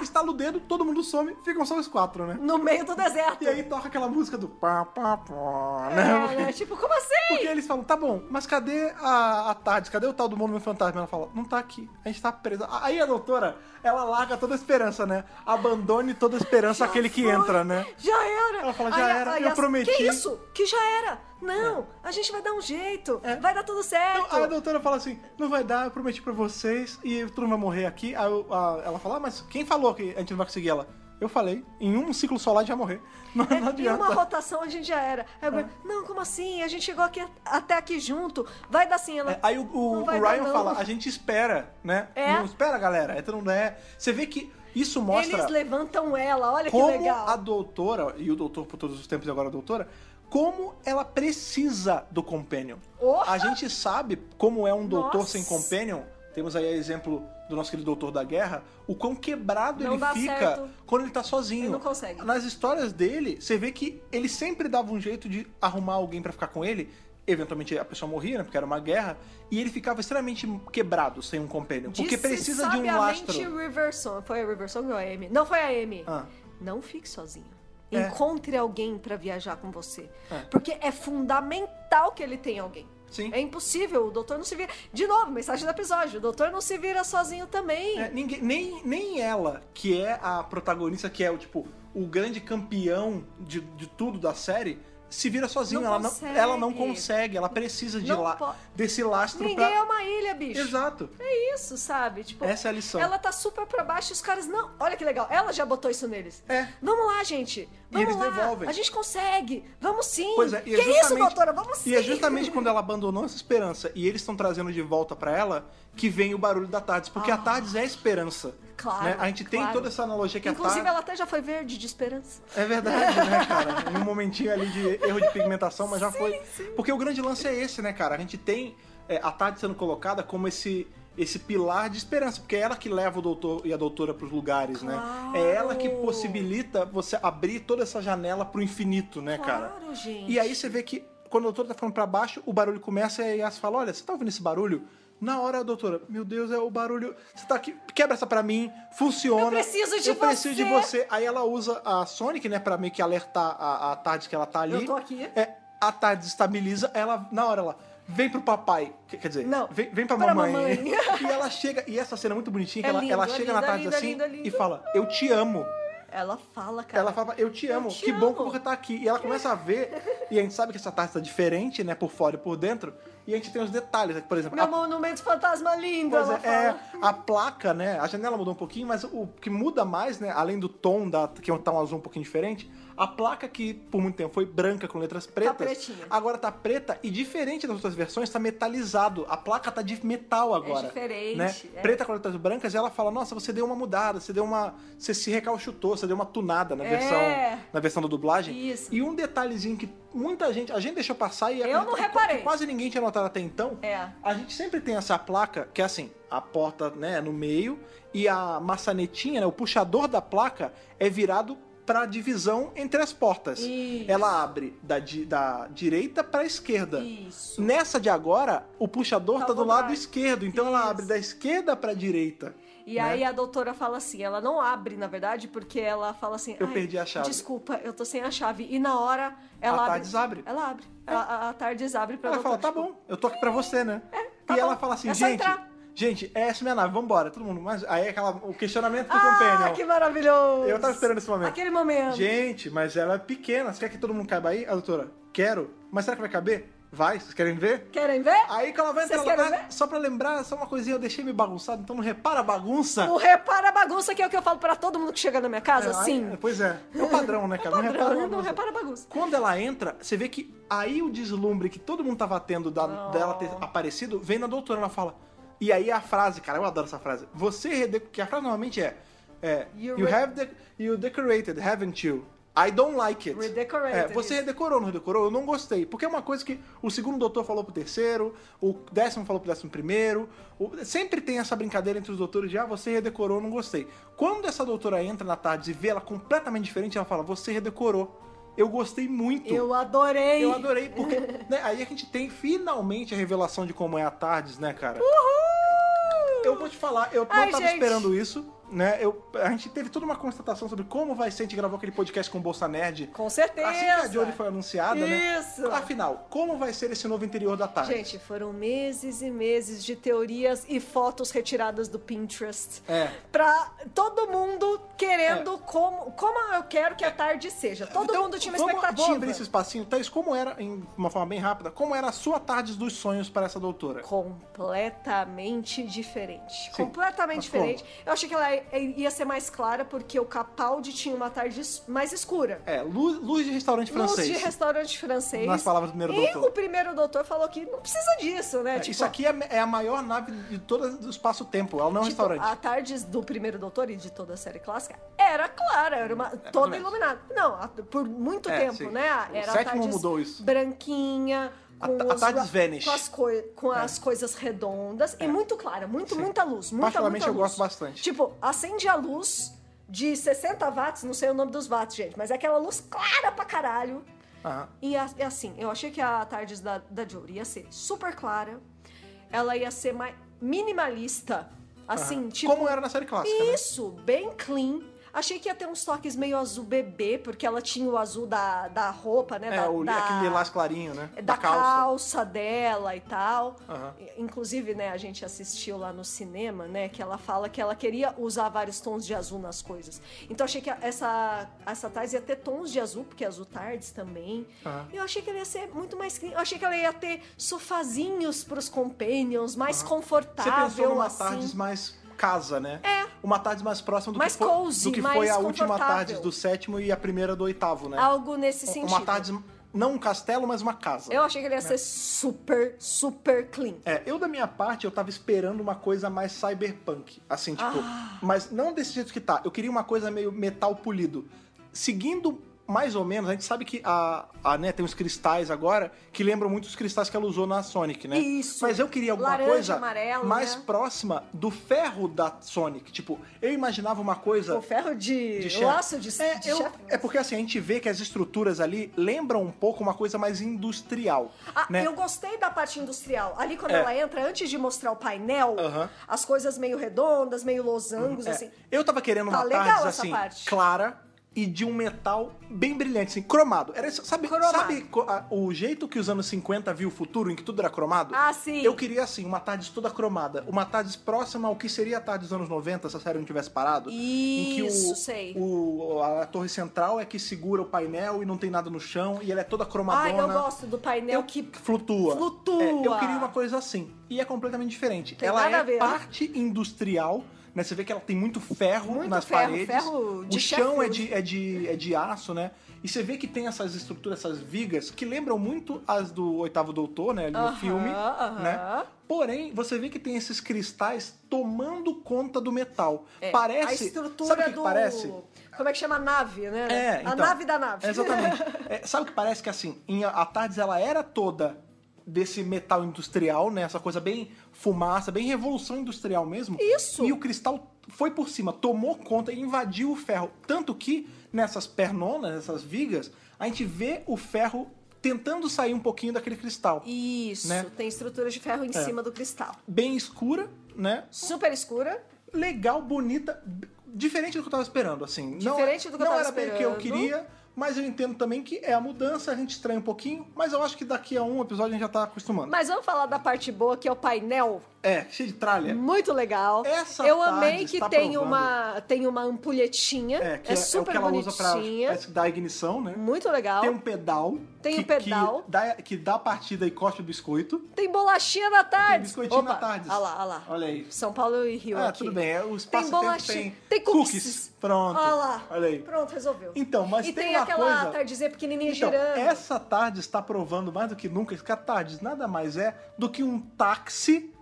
A: Estala o dedo, todo mundo some, ficam só os quatro, né?
B: No meio do deserto.
A: E aí toca aquela música do pá, pá, pá, né?
B: É, né? Tipo, como assim?
A: Porque eles falam, tá bom, mas cadê a, a Tardes? Cadê o tal do Monument Fantasma? Ela fala, não tá aqui, a gente tá presa. Aí a doutora, ela larga toda a esperança, né? Abandone toda a esperança
B: Já
A: aquele que
B: foi.
A: entra, né?
B: Já era.
A: Ela fala, já
B: Aí a-
A: era,
B: aí
A: eu
B: a-
A: prometi.
B: Que isso? Que já era. Não, a gente vai dar um jeito.
A: É.
B: Vai dar tudo certo.
A: Aí a doutora fala assim, não vai dar, eu prometi pra vocês e todo mundo vai morrer aqui. Aí eu- a- ela fala, ah, mas quem falou que a gente não vai conseguir ela? Eu falei, em um ciclo solar a gente vai morrer. Não,
B: É,
A: não
B: em
A: adianta. É.
B: uma rotação a gente já era. Aí agora, Não, como assim? A gente chegou aqui, até aqui junto. Vai dar sim. Ela,
A: É, aí o, o-
B: Não
A: o
B: vai dar,
A: Ryan
B: não.
A: fala, a gente espera, né?
B: É.
A: Não espera, galera. Então não é. Você vê que isso mostra.
B: Eles levantam ela, olha
A: como
B: que legal.
A: a doutora, e o doutor por todos os tempos e agora a doutora, como ela precisa do companion.
B: Porra!
A: A gente sabe como é um doutor
B: Nossa!
A: sem companion. Temos aí exemplo do nosso querido doutor da guerra, o quão quebrado
B: Não
A: ele
B: dá
A: fica
B: certo.
A: quando ele tá sozinho.
B: Ele não consegue.
A: Nas histórias dele, você vê que ele sempre dava um jeito de arrumar alguém pra ficar com ele. Eventualmente a pessoa morria, né? Porque era uma guerra. E ele ficava extremamente quebrado sem um companion. Porque
B: Disse
A: precisa de um
B: sabiamente
A: lastro.
B: Riverson. Foi a Riverson ou a Amy? Não foi a Amy.
A: Ah.
B: Não fique sozinho.
A: É.
B: Encontre alguém pra viajar com você.
A: É.
B: Porque é fundamental que ele tenha alguém.
A: Sim.
B: É impossível, o doutor não se vira. De novo, mensagem do episódio: o doutor não se vira sozinho também.
A: É, ninguém- nem, nem ela, que é a protagonista, que é o tipo o grande campeão de, de tudo da série, se vira sozinha.
B: Não
A: ela, não,
B: consegue.
A: ela não consegue, ela precisa de
B: Não
A: lá,
B: po-
A: desse lastro
B: Ninguém
A: pra.
B: é uma ilha, bicho.
A: Exato.
B: É isso, sabe? Tipo,
A: Essa é a lição.
B: Ela tá super pra baixo e os caras não. Olha que legal, ela já botou isso neles.
A: É.
B: Vamos lá, gente. Vamos
A: eles
B: lá.
A: devolvem.
B: A gente consegue. Vamos sim.
A: Pois é, e é
B: que isso,
A: justamente-
B: doutora? Vamos sim.
A: E é justamente quando ela abandonou essa esperança e eles estão trazendo de volta pra ela que vem o barulho da Tardes, porque a Tardes é a esperança.
B: Ah. Claro,
A: né? A gente tem
B: claro.
A: toda essa analogia que a
B: Inclusive,
A: Tardes.
B: ela até já foi verde de esperança.
A: É verdade, né, cara? Em um momentinho ali de erro de pigmentação, mas já foi. Porque o grande lance é esse, né, cara? A gente tem é, a Tati sendo colocada como esse esse pilar de esperança, porque é ela que leva o doutor e a doutora pros lugares, né? É ela que
B: Claro.
A: possibilita você abrir toda essa janela pro infinito, né, cara?
B: Claro, gente.
A: E aí você vê que quando a doutora tá falando pra baixo, o barulho começa e a Yas fala: Olha, você tá ouvindo esse barulho? Na hora, a doutora, meu Deus, é o barulho. Você tá aqui, quebra essa pra mim, funciona.
B: Eu preciso de
A: Eu preciso de
B: você."
A: você. Aí ela usa a Sonic, né, pra meio que alertar a, a Tardes que ela tá ali.
B: Eu tô aqui.
A: É, a Tardes estabiliza, ela, na hora, ela. Vem pro papai. Quer quer dizer,
B: Não,
A: vem, vem pra,
B: pra
A: mamãe.
B: mamãe.
A: e ela chega, e essa cena é muito bonitinha, que
B: É
A: ela,
B: lindo,
A: ela
B: é
A: chega
B: lindo,
A: na
B: é
A: Tardes
B: lindo, é
A: assim
B: lindo, é lindo.
A: e fala: Eu te amo.
B: Ela fala, cara.
A: Ela fala, eu te amo,
B: te
A: que bom
B: amo."
A: que você tá aqui. E ela começa a ver, e a gente sabe que essa taça tá diferente, né, por fora e por dentro, e a gente tem os detalhes, né, por exemplo,
B: Meu
A: a,
B: monumento fantasma lindo,
A: pois
B: ela
A: é, é,
B: fala.
A: a placa, né, a janela mudou um pouquinho, mas o que muda mais, né, além do tom, da, que tá um azul um pouquinho diferente, a placa que por muito tempo foi branca com letras pretas,
B: pretinha.
A: agora tá preta e diferente das outras versões, tá metalizado. A placa tá de metal agora.
B: É diferente,
A: Né?
B: é.
A: Preta com letras brancas, e ela fala: Nossa, você deu uma mudada, você deu uma. Você se recalchutou, você deu uma tunada na
B: É.
A: versão na versão da dublagem.
B: Isso.
A: E um detalhezinho que muita gente. A gente deixou passar e
B: Eu não
A: que
B: reparei.
A: quase ninguém tinha notado até então.
B: É.
A: A gente sempre tem essa placa que é assim, a porta né, é no meio e a maçanetinha, né, o puxador da placa é virado para a divisão entre as portas.
B: Isso.
A: Ela abre da, di- da direita para a esquerda.
B: Isso.
A: Nessa de agora, o puxador
B: Tá
A: tá, do
B: contrário.
A: lado esquerdo, então ela
B: Isso.
A: abre da esquerda para a direita.
B: E
A: né?
B: aí a doutora fala assim, ela não abre, na verdade, porque ela fala assim...
A: Eu
B: "Ai,
A: perdi a chave."
B: Desculpa, eu tô sem a chave. E na hora, ela
A: A
B: abre.
A: Tardes abre.
B: Ela abre. A, a- a Tardes abre pra
A: Ela
B: doutora.
A: fala, tá bom, eu tô aqui pra você, né?
B: tá
A: e ela
B: bom,
A: fala assim,
B: é só
A: gente,
B: entrar."
A: gente, é essa minha nave, vambora, todo mundo. Mas aí é aquela, o questionamento né? do
B: Ah,
A: companion.
B: que maravilhoso!
A: Eu tava esperando esse momento.
B: Aquele momento.
A: Gente, mas ela é pequena, você quer que todo mundo caiba aí? A doutora, quero. Mas será que vai caber? Vai, vocês querem ver?
B: Querem ver?
A: Aí que ela vai
B: Vocês
A: entrar lá,
B: querem
A: né? só pra lembrar, só uma coisinha, eu deixei me bagunçado, então não repara a bagunça.
B: O repara a bagunça, que é o que eu falo pra todo mundo que chega na minha casa,
A: É, aí-
B: sim.
A: Pois é, é o padrão, né, cara?
B: Padrão,
A: não repara a
B: não
A: bagunça.
B: repara a bagunça.
A: Quando ela entra, você vê que aí o deslumbre que todo mundo tava tendo da-
B: Oh.
A: dela ter aparecido, vem na doutora, ela fala. E aí a frase, cara, eu adoro essa frase. Você redecorou. Que a frase normalmente é. é,
B: You
A: you
B: re-
A: have de- you decorated, haven't you? I don't like it.
B: Redecorated,
A: É, você
B: isso.
A: redecorou, não redecorou? Eu não gostei. Porque é uma coisa que o segundo doutor falou pro terceiro, o décimo falou pro décimo primeiro. o- sempre tem essa brincadeira entre os doutores de, ah, você redecorou, não gostei. Quando essa doutora entra na tarde e vê ela completamente diferente, ela fala, você redecorou. Eu gostei muito.
B: Eu adorei.
A: Eu adorei, porque né, aí a gente tem finalmente a revelação de como é a Tardes, né, cara?
B: Uhul!
A: Eu vou te falar, eu não
B: Ai,
A: tava
B: gente.
A: esperando isso, né? Eu, a gente teve toda uma constatação sobre como vai ser, a gente gravou aquele podcast com o Bolsa Nerd.
B: Com certeza.
A: Assim que a Jodie foi anunciada, né?
B: Isso.
A: Afinal, como vai ser esse novo interior da Tardes?
B: Gente, foram meses e meses de teorias e fotos retiradas do Pinterest.
A: É.
B: Pra todo mundo querendo como, como eu quero que a tarde seja. Todo
A: É. Então,
B: mundo tinha uma
A: vamos-
B: expectativa.
A: Vamos abrir esse espacinho. Thaís, como era, em uma forma bem rápida, como era a sua Tardes dos sonhos para essa doutora?
B: completamente diferente.
A: Sim,
B: completamente
A: mas
B: diferente. Eu achei que ela é, ia ser mais clara porque o Capaldi tinha uma tarde mais escura.
A: É, luz, luz de restaurante É francês.
B: Luz de restaurante francês.
A: Nas palavras do primeiro
B: e
A: doutor.
B: o primeiro doutor falou que não precisa disso, né?
A: É,
B: Tipo,
A: Isso aqui é, é a maior nave de todo o espaço-tempo. Ela não é um
B: tipo,
A: restaurante.
B: A tarde do primeiro doutor e de toda a série clássica era clara, era uma, toda
A: menos.
B: iluminada. Não, a- por muito
A: É,
B: tempo,
A: sim.
B: né?
A: O
B: Era a
A: sétimo
B: tardes
A: mudou isso.
B: branquinha.
A: A
B: Com
A: ta- a
B: os-
A: tardes Vanish. É.
B: Com as, coi- com as coisas redondas. E muito clara, muito, muita luz. Muita,
A: Particularmente,
B: muita
A: eu
B: luz.
A: gosto bastante.
B: Tipo, acende a luz de 60 watts, não sei o nome dos watts, gente, mas é aquela luz clara pra caralho.
A: Aham.
B: E a- e assim, eu achei que a tarde da, da Jory ia ser super clara, ela ia ser mais minimalista, assim,
A: Aham.
B: tipo.
A: Como era na série clássica, né?
B: Isso, bem clean. Achei que ia ter uns toques meio azul bebê, porque ela tinha o azul da, da roupa, né?
A: É,
B: da,
A: o,
B: da-
A: aquele lilás clarinho, né?
B: É da, calça. dela e tal.
A: Aham.
B: E- Inclusive, né, a gente assistiu lá no cinema, né, que ela fala que ela queria usar vários tons de azul nas coisas. Então achei que a- essa essa Tars ia ter tons de azul, porque é azul tardes também.
A: Aham.
B: E eu achei que ela ia ser muito mais clean. Eu achei que ela ia ter sofazinhos pros companions, mais
A: Você
B: confortável
A: pensou numa
B: assim.
A: tardes mais casa, né?
B: É.
A: Uma tarde mais próxima do
B: Mais
A: que foi,
B: cozy,
A: do que
B: mais
A: foi a última
B: confortável.
A: tarde do sétimo e a primeira do oitavo, né?
B: Algo nesse sentido.
A: uma tarde, É. não um castelo, mas uma casa.
B: Eu achei que ele ia ser super, super clean.
A: É, eu da minha parte, eu tava esperando uma coisa mais cyberpunk. Assim, tipo.
B: Ah.
A: Mas não desse jeito que tá. Eu queria uma coisa meio metal polido. Seguindo mais ou menos, a gente sabe que a, a né, tem uns cristais agora que lembram muito os cristais que ela usou na Sonic, né?
B: Isso.
A: Mas eu queria alguma
B: Laranja,
A: coisa
B: amarelo,
A: mais
B: né?
A: próxima do ferro da Sonic. Tipo, eu imaginava uma coisa.
B: O ferro de,
A: É. De chefe.
B: laço de,
A: É,
B: de
A: eu-
B: chefe.
A: é porque assim, a gente vê que as estruturas ali lembram um pouco uma coisa mais industrial.
B: Ah,
A: né?
B: eu gostei da parte industrial. Ali quando
A: É.
B: ela entra, antes de mostrar o painel,
A: Aham.
B: as coisas meio redondas, meio losangos,
A: É,
B: assim.
A: Eu tava querendo
B: Tá
A: uma
B: legal
A: tarde
B: essa
A: assim,
B: parte.
A: clara e de um metal bem brilhante, assim, cromado. Era, isso- sabe
B: Cromado.
A: sabe co- a- o jeito que os anos 50 viu o futuro, em que tudo era cromado?
B: Ah, sim.
A: Eu queria, assim, uma tarde toda cromada. Uma tarde próxima ao que seria a tarde dos anos 90, se a série não tivesse parado. em que o-
B: Isso, sei.
A: o- a, torre central é que segura o painel e não tem nada no chão, e ela é toda cromadona.
B: Ai, eu gosto do painel que.
A: Flutua.
B: Flutua.
A: É, eu queria uma coisa assim. E é completamente diferente.
B: Tem
A: ela
B: nada a
A: é
B: ver, né?
A: parte industrial, né? Você vê que ela tem muito ferro
B: Muito
A: nas
B: ferro,
A: paredes.
B: ferro de
A: o chão é
B: Sheffield.
A: de, é, de, é de aço, né? E você vê que tem essas estruturas, essas vigas, que lembram muito as do Oitavo Doutor, né? Ali no
B: Aham,
A: filme,
B: aham.
A: né? Porém, você vê que tem esses cristais tomando conta do metal.
B: É,
A: parece.
B: A estrutura
A: sabe o que que
B: do.
A: parece?
B: Como é que chama? Nave, né?
A: É,
B: a
A: então.
B: nave da nave.
A: É, Exatamente. É, sabe o que parece que assim, em, a Tardes ela era toda desse metal industrial, né? Essa coisa bem fumaça, bem revolução industrial mesmo.
B: Isso.
A: E o cristal foi por cima, tomou conta e invadiu o ferro. Tanto que nessas pernonas, nessas vigas, a gente vê o ferro tentando sair um pouquinho daquele cristal.
B: Isso,
A: Né?
B: tem estruturas de ferro em
A: É.
B: cima do cristal.
A: Bem escura, né?
B: Super escura.
A: Legal, bonita, b- diferente do que eu tava esperando, assim. Não-
B: Diferente do que eu
A: não
B: tava
A: era bem o que eu
B: esperando.
A: queria, mas eu entendo também que é a mudança, a gente estranha um pouquinho, mas eu acho que daqui a um episódio a gente já tá acostumando.
B: Mas vamos falar da parte boa, que é o painel.
A: É, cheio de tralha.
B: Muito legal.
A: Essa
B: Eu
A: tarde
B: amei que
A: está
B: tem
A: provando.
B: uma, tem uma ampulhetinha.
A: É,
B: É,
A: que é, é o
B: super
A: que ela usa pra,
B: bonitinha.
A: pra dar ignição, né?
B: Muito legal.
A: Tem um pedal.
B: Tem
A: que,
B: um pedal.
A: Que dá, que dá partida e corta o biscoito.
B: Tem bolachinha na tarde.
A: Tem biscoitinho
B: É, Opa,
A: na tarde.
B: Olha lá, olha lá.
A: Olha aí.
B: São Paulo e Rio
A: Ah,
B: aqui.
A: tudo bem. É, o
B: Tem
A: espaço
B: bolachinha.
A: tem,
B: Tem
A: cookies.
B: cookies.
A: Pronto.
B: Olha lá.
A: Olha aí.
B: Pronto, resolveu.
A: Então, mas
B: e
A: tem
B: tem,
A: uma
B: aquela
A: coisa-
B: tardezinha pequenininha
A: Então,
B: girando.
A: essa tarde está provando mais do que nunca que a tarde nada mais é do que um táxi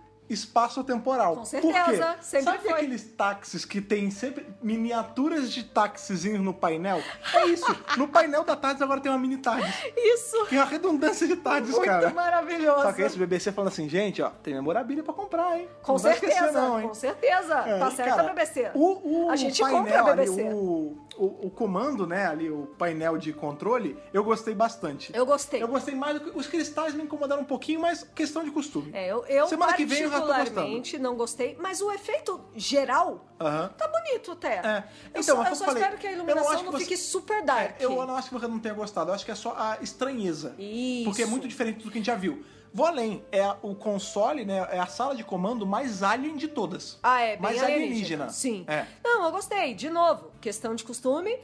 A: espaço-temporal.
B: Com certeza,
A: Por quê?
B: sempre
A: Sabe
B: foi.
A: aqueles táxis que tem sempre miniaturas de táxizinhos no painel? É isso. no painel da tarde agora tem uma mini tarde.
B: Isso.
A: Que é uma redundância de tardes,
B: Muito
A: cara.
B: maravilhoso.
A: Só que esse BBC falando assim, gente, ó, tem memorabilia pra comprar, hein?
B: Com
A: não vai
B: certeza,
A: esquecer, não, hein?
B: com certeza.
A: É,
B: tá
A: e,
B: certo
A: cara,
B: a BBC.
A: O, o
B: A gente
A: painel
B: compra a
A: ali,
B: BBC.
A: o, o, o comando, né, ali, o painel de controle, eu gostei bastante.
B: Eu gostei.
A: Eu gostei mais do que. Os cristais me incomodaram um pouquinho, mas questão de costume.
B: É, eu, eu
A: Semana que vem eu já tô gostando.
B: particularmente não gostei, mas o efeito geral
A: Aham.
B: tá bonito até.
A: É.
B: Eu
A: Então,
B: só,
A: mas
B: eu
A: como
B: só
A: eu falei,
B: espero que a
A: eu não
B: iluminação
A: acho
B: não
A: que você-
B: fique super É dark.
A: É, Eu não acho que você não tenha gostado, eu acho que é só a estranheza.
B: Isso.
A: Porque é muito diferente do que a gente já viu. Vou além, é a- o console, né? É a sala de comando mais alien de todas.
B: Ah, é, bem
A: mais alienígena.
B: alienígena. Sim.
A: É.
B: Não, eu gostei. De novo, questão de costume.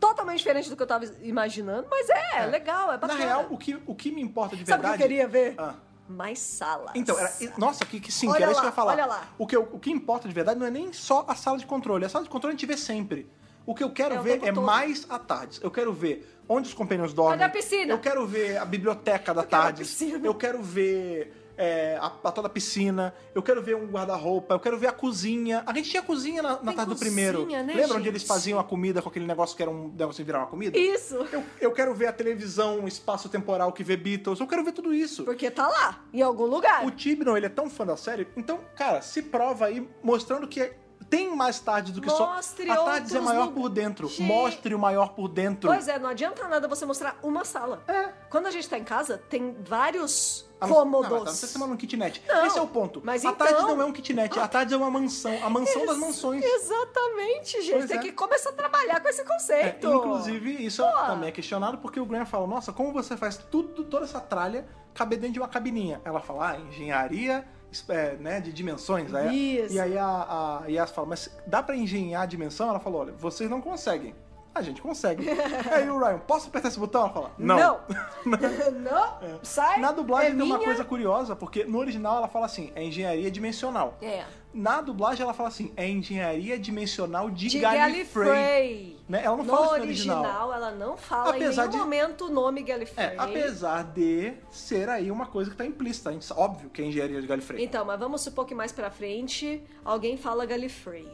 B: Totalmente diferente do que eu tava imaginando, mas é,
A: É.
B: legal, é
A: Na
B: bacana.
A: real, o que, o que me importa de
B: Sabe o que eu
A: verdade.
B: queria ver?
A: Ah.
B: Mais salas.
A: Então, era- nossa, que, que sim, que
B: Olha
A: era isso que
B: lá,
A: eu ia falar.
B: olha lá.
A: O, que eu- o que importa de verdade não é nem só a sala de controle. A sala de controle a gente vê sempre. O que eu quero
B: É, o
A: ver
B: tempo
A: é
B: todo.
A: mais a tardes. Eu quero ver onde os companheiros dormem.
B: Olha a piscina.
A: Eu quero ver a biblioteca da
B: quero a
A: tardes.
B: piscina.
A: eu quero ver é, a, a toda a piscina. Eu quero ver um guarda-roupa. Eu quero ver a cozinha. A gente tinha cozinha na, na
B: Tem
A: tarde do
B: cozinha,
A: primeiro.
B: né,
A: Lembra onde
B: gente?
A: eles faziam a comida com aquele negócio que era um negócio que virar uma comida?
B: Isso,
A: Eu, eu quero ver a televisão, um espaço temporal que vê Beatles. Eu quero ver tudo isso.
B: porque tá lá, em algum lugar.
A: O Tibnon, ele é tão fã da série, então, cara, se prova aí mostrando que tem mais tarde do que
B: Mostre
A: só. A tarde é
B: outros
A: maior
B: lu-
A: por dentro.
B: Gente.
A: Mostre o maior por dentro.
B: Pois é, não adianta nada você mostrar uma sala.
A: É.
B: Quando a gente tá em casa, tem vários
A: Ah, mas-
B: cômodos.
A: Não, mas tá- você mora num kitnet.
B: Não,
A: Esse é o ponto.
B: mas
A: a
B: então-
A: tarde não é um kitnet. A tarde é uma mansão. A mansão das mansões.
B: Exatamente, gente.
A: Pois
B: tem
A: é.
B: que começar a trabalhar com esse
A: É,
B: conceito.
A: inclusive, isso
B: Pô.
A: também é questionado porque o Graham fala: Nossa, como você faz tudo, toda essa tralha caber dentro de uma cabininha? Ela fala: Ah, engenharia es- é, né, de dimensões. Aí-
B: Isso.
A: E aí a, a Yas fala: Mas dá pra engenhar a dimensão? Ela falou: Olha, vocês não conseguem. A gente consegue. aí o Ryan: Posso apertar esse botão? Ela fala:
B: Não. Não, sai.
A: Na dublagem
B: é
A: tem uma
B: minha.
A: coisa curiosa, porque no original ela fala assim: é engenharia dimensional.
B: É.
A: Na dublagem ela fala assim: é engenharia dimensional de,
B: De
A: Gallifrey.
B: Gallifrey.
A: Né? Ela não
B: no
A: fala isso no
B: original,
A: original.
B: ela não fala
A: Apesar
B: em nenhum
A: de-
B: momento o nome Gallifrey.
A: É, apesar de ser aí uma coisa que tá implícita. A gente, sa- óbvio que é engenharia de Gallifrey.
B: Então, mas vamos supor que mais pra frente alguém fala Gallifrey.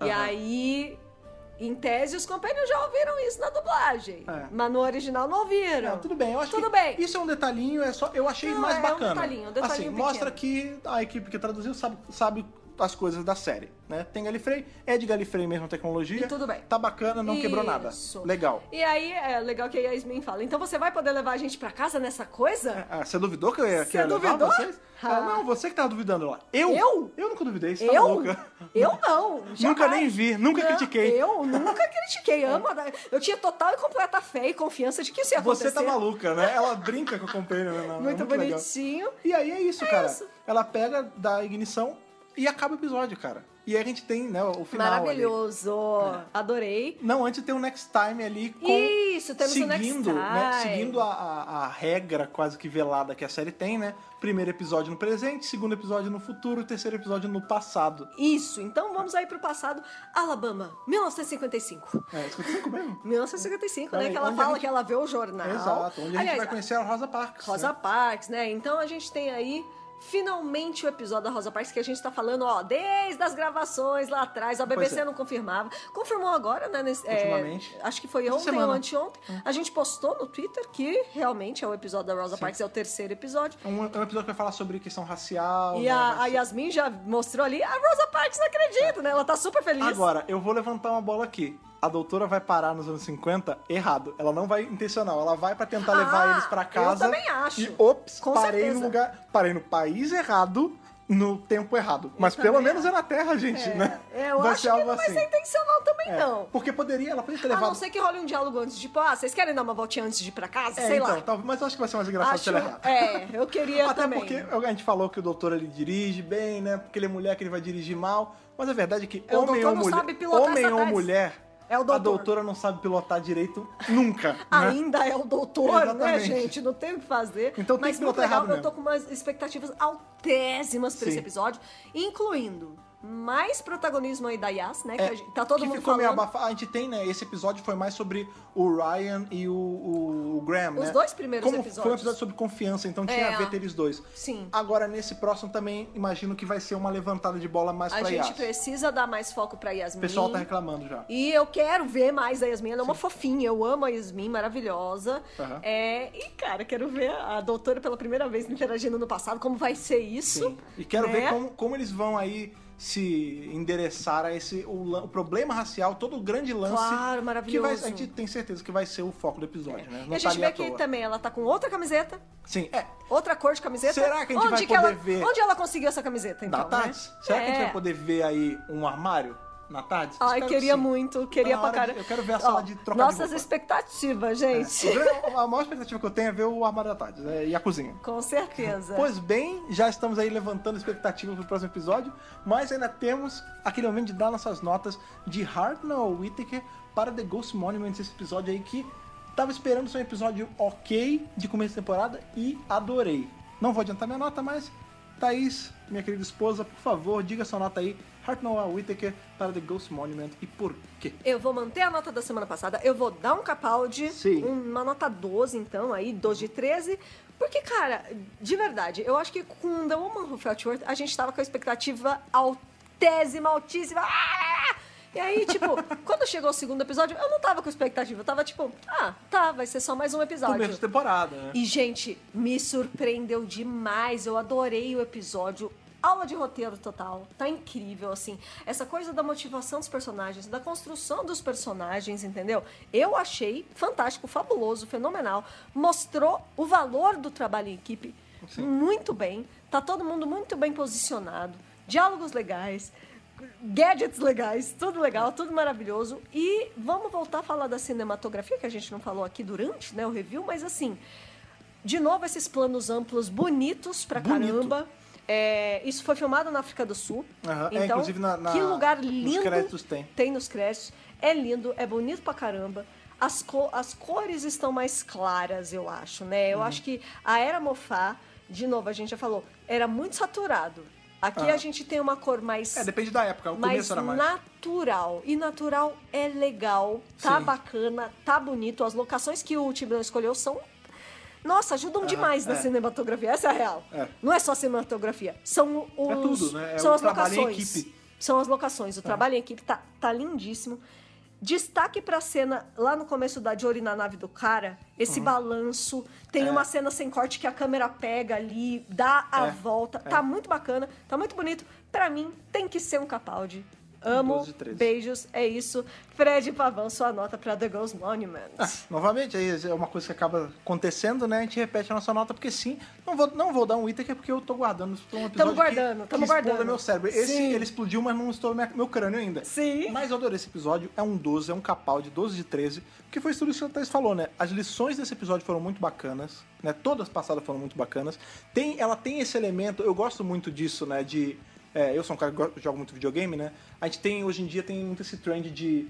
B: E
A: Aham.
B: aí, em tese, os companheiros já ouviram isso na dublagem.
A: É.
B: Mas no original não ouviram.
A: Não, tudo bem, eu acho
B: Tudo
A: que
B: bem.
A: isso é um detalhinho, é só, eu achei
B: Não,
A: mais
B: é um
A: bacana.
B: detalhinho, um detalhinho
A: assim,
B: pequeno.
A: mostra que a equipe que traduziu sabe, sabe as coisas da série, né? Tem Gallifrey, é de Gallifrey mesmo a tecnologia.
B: E tudo bem.
A: Tá bacana, não quebrou nada.
B: Isso.
A: Legal.
B: E aí, é legal que a Yasmin fala, então você vai poder levar a gente pra casa nessa coisa?
A: Ah, você duvidou que eu ia, que eu ia
B: Você
A: levar
B: duvidou?
A: vocês? Ah,
B: Ah.
A: não, você que tava duvidando lá. Eu?
B: Eu?
A: Eu nunca duvidei, você tá
B: Eu?
A: louca.
B: Eu não.
A: Nunca
B: jamais.
A: nem vi, nunca
B: Não,
A: critiquei.
B: Eu nunca critiquei. Amo a da- Eu tinha total e completa fé e confiança de que isso ia
A: Você
B: acontecer.
A: tá maluca, né? Ela brinca com a companheira. Né? Não, é
B: Muito,
A: legal.
B: bonitinho.
A: E aí é isso, cara.
B: isso.
A: Ela pega, dá a ignição e acaba o episódio, cara. E aí a gente tem, né, o final. É. ali.
B: Maravilhoso. Adorei.
A: Não, antes tem o next time ali com.
B: Isso, temos
A: seguindo,
B: o Next Time.
A: né, seguindo a, a- a regra quase que velada que a série tem, né? Primeiro episódio no presente, segundo episódio no futuro, terceiro episódio no passado.
B: Isso, então vamos aí pro passado. Alabama, 1955.
A: É, 55 mesmo?
B: 1955,
A: Olha
B: né?
A: aí,
B: Que ela
A: onde a
B: fala
A: gente-
B: que ela vê o jornal.
A: Exato, onde a gente
B: Aliás,
A: vai conhecer a Rosa Parks.
B: Rosa
A: né?
B: Parks, né? Então a gente tem aí finalmente o episódio da Rosa Parks que a gente tá falando, ó, desde as gravações lá atrás, a BBC
A: Pois é.
B: não confirmava. Confirmou agora, né? nesse- é,
A: Ultimamente.
B: acho que foi
A: Essa
B: ontem
A: semana. É.
B: ou anteontem. A gente postou no Twitter que realmente é o episódio da Rosa Parks, é o terceiro episódio.
A: É um, é um episódio que vai falar sobre questão racial.
B: E
A: né,
B: a,
A: vai
B: a
A: ser-
B: Yasmin já mostrou ali, a Rosa Parks não acredita, né? Ela tá super feliz.
A: Agora, eu vou levantar uma bola aqui. A doutora vai parar nos anos 50 errado. Ela não vai intencional. Ela vai pra tentar levar
B: Ah,
A: eles pra
B: eu
A: casa.
B: também acho.
A: E ops,
B: Com
A: parei
B: certeza.
A: no lugar. Parei no país errado, no tempo errado. Mas pelo
B: também
A: menos é na Terra, gente,
B: É,
A: né?
B: é, eu
A: vai
B: acho
A: ser
B: que
A: algo
B: não vai
A: assim.
B: ser intencional também,
A: É,
B: não.
A: Porque poderia, ela poderia ter
B: A
A: levado.
B: não ser que role um diálogo antes, tipo, ah, vocês querem dar uma voltinha antes de ir pra casa?
A: É,
B: Sei
A: então,
B: lá.
A: talvez- mas eu acho que vai ser mais engraçado se ela errar.
B: É, eu queria
A: Até
B: também.
A: porque a gente falou que o doutor ele dirige bem, né? Porque ele é mulher que ele vai dirigir mal. Mas a verdade é que homem
B: O doutor
A: ou
B: não
A: mulher,
B: sabe pilotar
A: homem
B: essa
A: ou
B: tese.
A: mulher,
B: É o
A: a
B: doutor.
A: doutora não sabe pilotar direito nunca. né?
B: Ainda é o doutor, né,
A: Exatamente.
B: gente? Não tem o que fazer.
A: Então tem
B: Mas
A: que
B: muito
A: botar
B: legal,
A: errado
B: eu tô
A: mesmo.
B: com umas expectativas altésimas pra esse
A: Sim.
B: episódio, incluindo mais protagonismo aí da Yas, né? que
A: É,
B: a gente- tá todo
A: que
B: mundo
A: ficou meio
B: falando.
A: abafado. A gente tem, né? Esse episódio foi mais sobre o Ryan e o, o- o Graham,
B: Os
A: né?
B: dois primeiros
A: Como Foi um
B: episódios.
A: episódio sobre confiança, então tinha
B: É.
A: a ver ter eles dois.
B: Sim.
A: Agora, nesse próximo também, imagino que vai ser uma levantada de bola mais
B: A
A: pra
B: gente
A: Yas.
B: precisa dar mais foco pra Yasmin.
A: O pessoal tá reclamando já.
B: E eu quero ver mais a Yasmin. Ela é uma fofinha, eu amo a Yasmin, maravilhosa.
A: Aham.
B: É, e, cara, quero ver a doutora pela primeira vez interagindo no passado, como vai ser isso.
A: Sim. E quero
B: né?
A: ver como, como eles vão aí se endereçar a esse o, lan- o problema racial, todo o grande lance.
B: Claro,
A: que vai, a
B: maravilhoso. É.
A: gente tem certeza que vai ser o foco do episódio, né? Não
B: E a
A: tá
B: gente
A: ali
B: vê
A: à
B: que
A: toa.
B: também ela tá com outra camiseta,
A: Sim, é.
B: outra cor de camiseta.
A: Será que a gente
B: onde
A: vai
B: que
A: poder
B: ela,
A: ver?
B: Onde ela conseguiu essa camiseta, então?
A: Na
B: né?
A: tarde? Será que a gente
B: É.
A: vai poder ver aí um armário na tarde?
B: Ai,
A: Espero que
B: queria
A: sim.
B: muito, queria
A: na
B: pra
A: hora de-
B: cara.
A: eu quero ver a sala
B: Ó,
A: de trocar de
B: Nossas
A: roupa. É.
B: expectativas,
A: O
B: gente.
A: grande- A maior expectativa que eu tenho é ver o armário da tarde né? e a cozinha.
B: Com certeza.
A: Pois bem, já estamos aí levantando expectativas pro próximo episódio, mas ainda temos aquele momento de dar nossas notas de Hartnell Whittaker para The Ghost Monuments, esse episódio aí que tava esperando ser um episódio ok de começo de temporada e adorei. Não vou adiantar minha nota, mas Thaís, minha querida esposa, por favor, diga sua nota aí, Hartnell Whittaker para The Ghost Monument e por quê?
B: Eu vou manter a nota da semana passada, eu vou dar um capaldi,
A: Sim.
B: uma nota 12, então, aí, 12 de 13. Porque, cara, de verdade, eu acho que com The Woman Who Felt Worth, a gente tava com a expectativa altésima, altíssima. Ah! E aí, tipo, quando chegou o segundo episódio, eu não tava com expectativa, eu tava tipo, ah, tá, vai ser só mais um episódio.
A: Começo de temporada, né?
B: E, gente, me surpreendeu demais. Eu adorei o episódio. Aula de roteiro total. Tá incrível, assim. Essa coisa da motivação dos personagens, da construção dos personagens, entendeu? Eu achei fantástico, fabuloso, fenomenal. Mostrou o valor do trabalho em equipe
A: Sim.
B: muito bem. Tá todo mundo muito bem posicionado. Diálogos legais. Gadgets legais, tudo legal, tudo maravilhoso. E vamos voltar a falar da cinematografia, que a gente não falou aqui durante né, o review, mas assim, de novo, esses planos amplos bonitos pra
A: Bonito.
B: caramba. É, isso foi filmado na África do Sul.
A: Aham, é,
B: Então,
A: inclusive na- na-
B: que lugar
A: nos
B: lindo.
A: créditos tem.
B: nos créditos. É lindo, é bonito pra caramba. As, co- as cores estão mais claras, eu acho, né?
A: Uhum.
B: Eu acho que a Era Mofá, de novo, a gente já falou, era muito saturado. Aqui
A: Ah.
B: a gente tem uma cor mais
A: É, depende da época, o
B: mas
A: começo era mais.
B: natural. E natural é legal, tá
A: Sim.
B: bacana, tá bonito. As locações que o Tiburão escolheu são. Nossa, ajudam demais na
A: é.
B: cinematografia, essa é a real.
A: É.
B: Não é só cinematografia, são os.
A: É tudo, né? É
B: são
A: o
B: as
A: trabalho em
B: locações.
A: equipe.
B: São as locações. O trabalho em equipe tá, tá lindíssimo. Destaque pra cena lá no começo da Jory na nave do cara, esse balanço. Tem
A: Uhum. É.
B: uma cena sem corte que a câmera pega ali, dá a
A: É.
B: volta. Tá muito bacana, tá muito bonito. Pra mim, tem que ser um Capaldi. Amo,
A: 12, 13.
B: beijos, é isso. Fred Pavão, sua nota pra The Ghost Monument.
A: Ah, novamente, aí é uma coisa que acaba acontecendo, né? A gente repete a nossa nota, porque sim, não vou, não vou dar um Whittaker porque eu tô guardando pra um episódio
B: Tamo guardando,
A: que,
B: tamo
A: que exploda
B: guardando.
A: meu cérebro. Esse,
B: Sim.
A: ele explodiu, mas não estou minha- meu crânio ainda.
B: Sim.
A: Mas eu adorei esse episódio, é um 12, é um capal de 12 de 13, que foi tudo isso que a Thaís falou, né? As lições desse episódio foram muito bacanas, né? Todas passadas foram muito bacanas. Tem, ela tem esse elemento, eu gosto muito disso, né? De... é, eu sou um cara que go- joga muito videogame, né? A gente tem, hoje em dia, tem muito esse trend de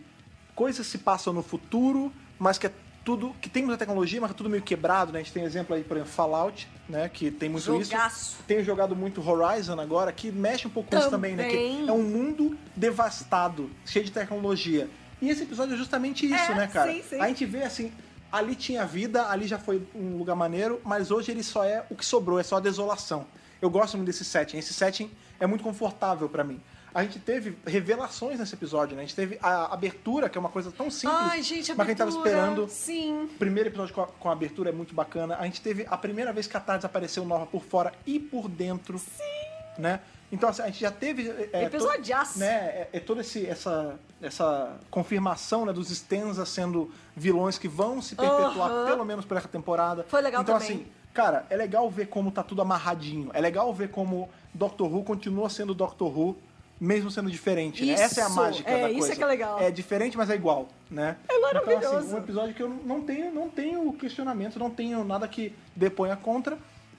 A: coisas se passam no futuro, mas que é tudo que tem muita tecnologia, mas é tudo meio quebrado, né? A gente tem exemplo aí, por exemplo, Fallout, né, que tem muito
B: Jogaço.
A: isso. Tenho jogado muito Horizon agora, que mexe um pouco com isso também, né?
B: Também.
A: Que é um mundo devastado, cheio de tecnologia. E esse episódio é justamente isso,
B: É,
A: né, cara?
B: sim, sim.
A: A gente vê assim, ali tinha vida, ali já foi um lugar maneiro, mas hoje ele só é o que sobrou, é só a desolação. Eu gosto muito desse setting. Esse setting é muito confortável pra mim. A gente teve revelações nesse episódio, né? A gente teve a abertura, que é uma coisa tão simples.
C: Ai, gente, abertura.
A: Mas quem tava esperando.
C: Sim.
A: O primeiro episódio com a, com a abertura é muito bacana. A gente teve a primeira vez que a Tardes apareceu nova por fora e por dentro. Sim. Né? Então, assim, a gente já teve. É,
C: Episodiaço.
A: to- Né? É, é toda esse- essa, essa confirmação né, dos Stenza sendo vilões que vão se perpetuar,
C: Aham.
A: pelo menos por essa temporada.
C: Foi legal
A: Então,
C: também.
A: assim, cara, é legal ver como tá tudo amarradinho. É legal ver como Doctor Who continua sendo Doctor Who, mesmo sendo diferente. né?
C: Isso.
A: Essa é a mágica
C: É,
A: da
C: isso
A: coisa.
C: é que é legal.
A: É diferente, mas é igual, né? É Então, assim,
C: maravilhoso.
A: um episódio que eu não tenho, não tenho questionamento, não tenho nada que deponha contra.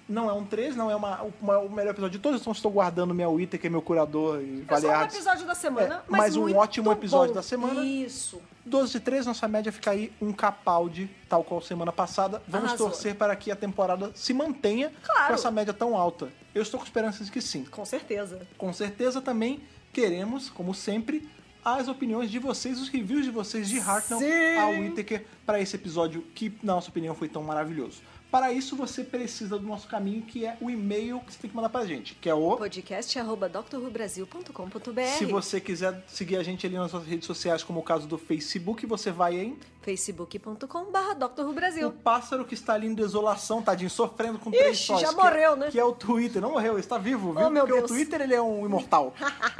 A: Não é um 3, não é uma, uma- o melhor episódio de todos, então estou guardando minha Wither, que é meu curador e
C: É só um
A: Valeares.
C: episódio da semana,
A: É,
C: mas
A: mas um
C: muito
A: ótimo
C: bom.
A: episódio da semana.
C: Isso.
A: 12 de 3, nossa média fica aí um capaldi, tal qual semana passada. Vamos
C: Arrasou.
A: torcer para que a temporada se mantenha
C: Claro.
A: com essa média tão alta. Eu estou com esperanças de que sim.
C: Com certeza.
A: Com certeza também queremos, como sempre, as opiniões de vocês, os reviews de vocês de Hartnell
C: Sim!
A: ao Whittaker para esse episódio que, na nossa opinião, foi tão maravilhoso. Para isso, você precisa do nosso caminho, que é o e-mail que você tem que mandar pra gente, que é o...
B: Podcast arroba drrubrasil.com.br
A: Se você quiser seguir a gente ali nas nossas redes sociais, como o caso do Facebook, você vai em...
B: facebook.com barra
A: O
B: drrubrasil
A: pássaro que está ali em desolação, tadinho, sofrendo com três
C: Ixi,
A: sóis,
C: já
A: que é-
C: morreu, né? Oh,
A: Que é o Twitter. Não morreu, ele está vivo, viu?
C: meu
A: Porque
C: Deus.
A: o Twitter, ele é um imortal.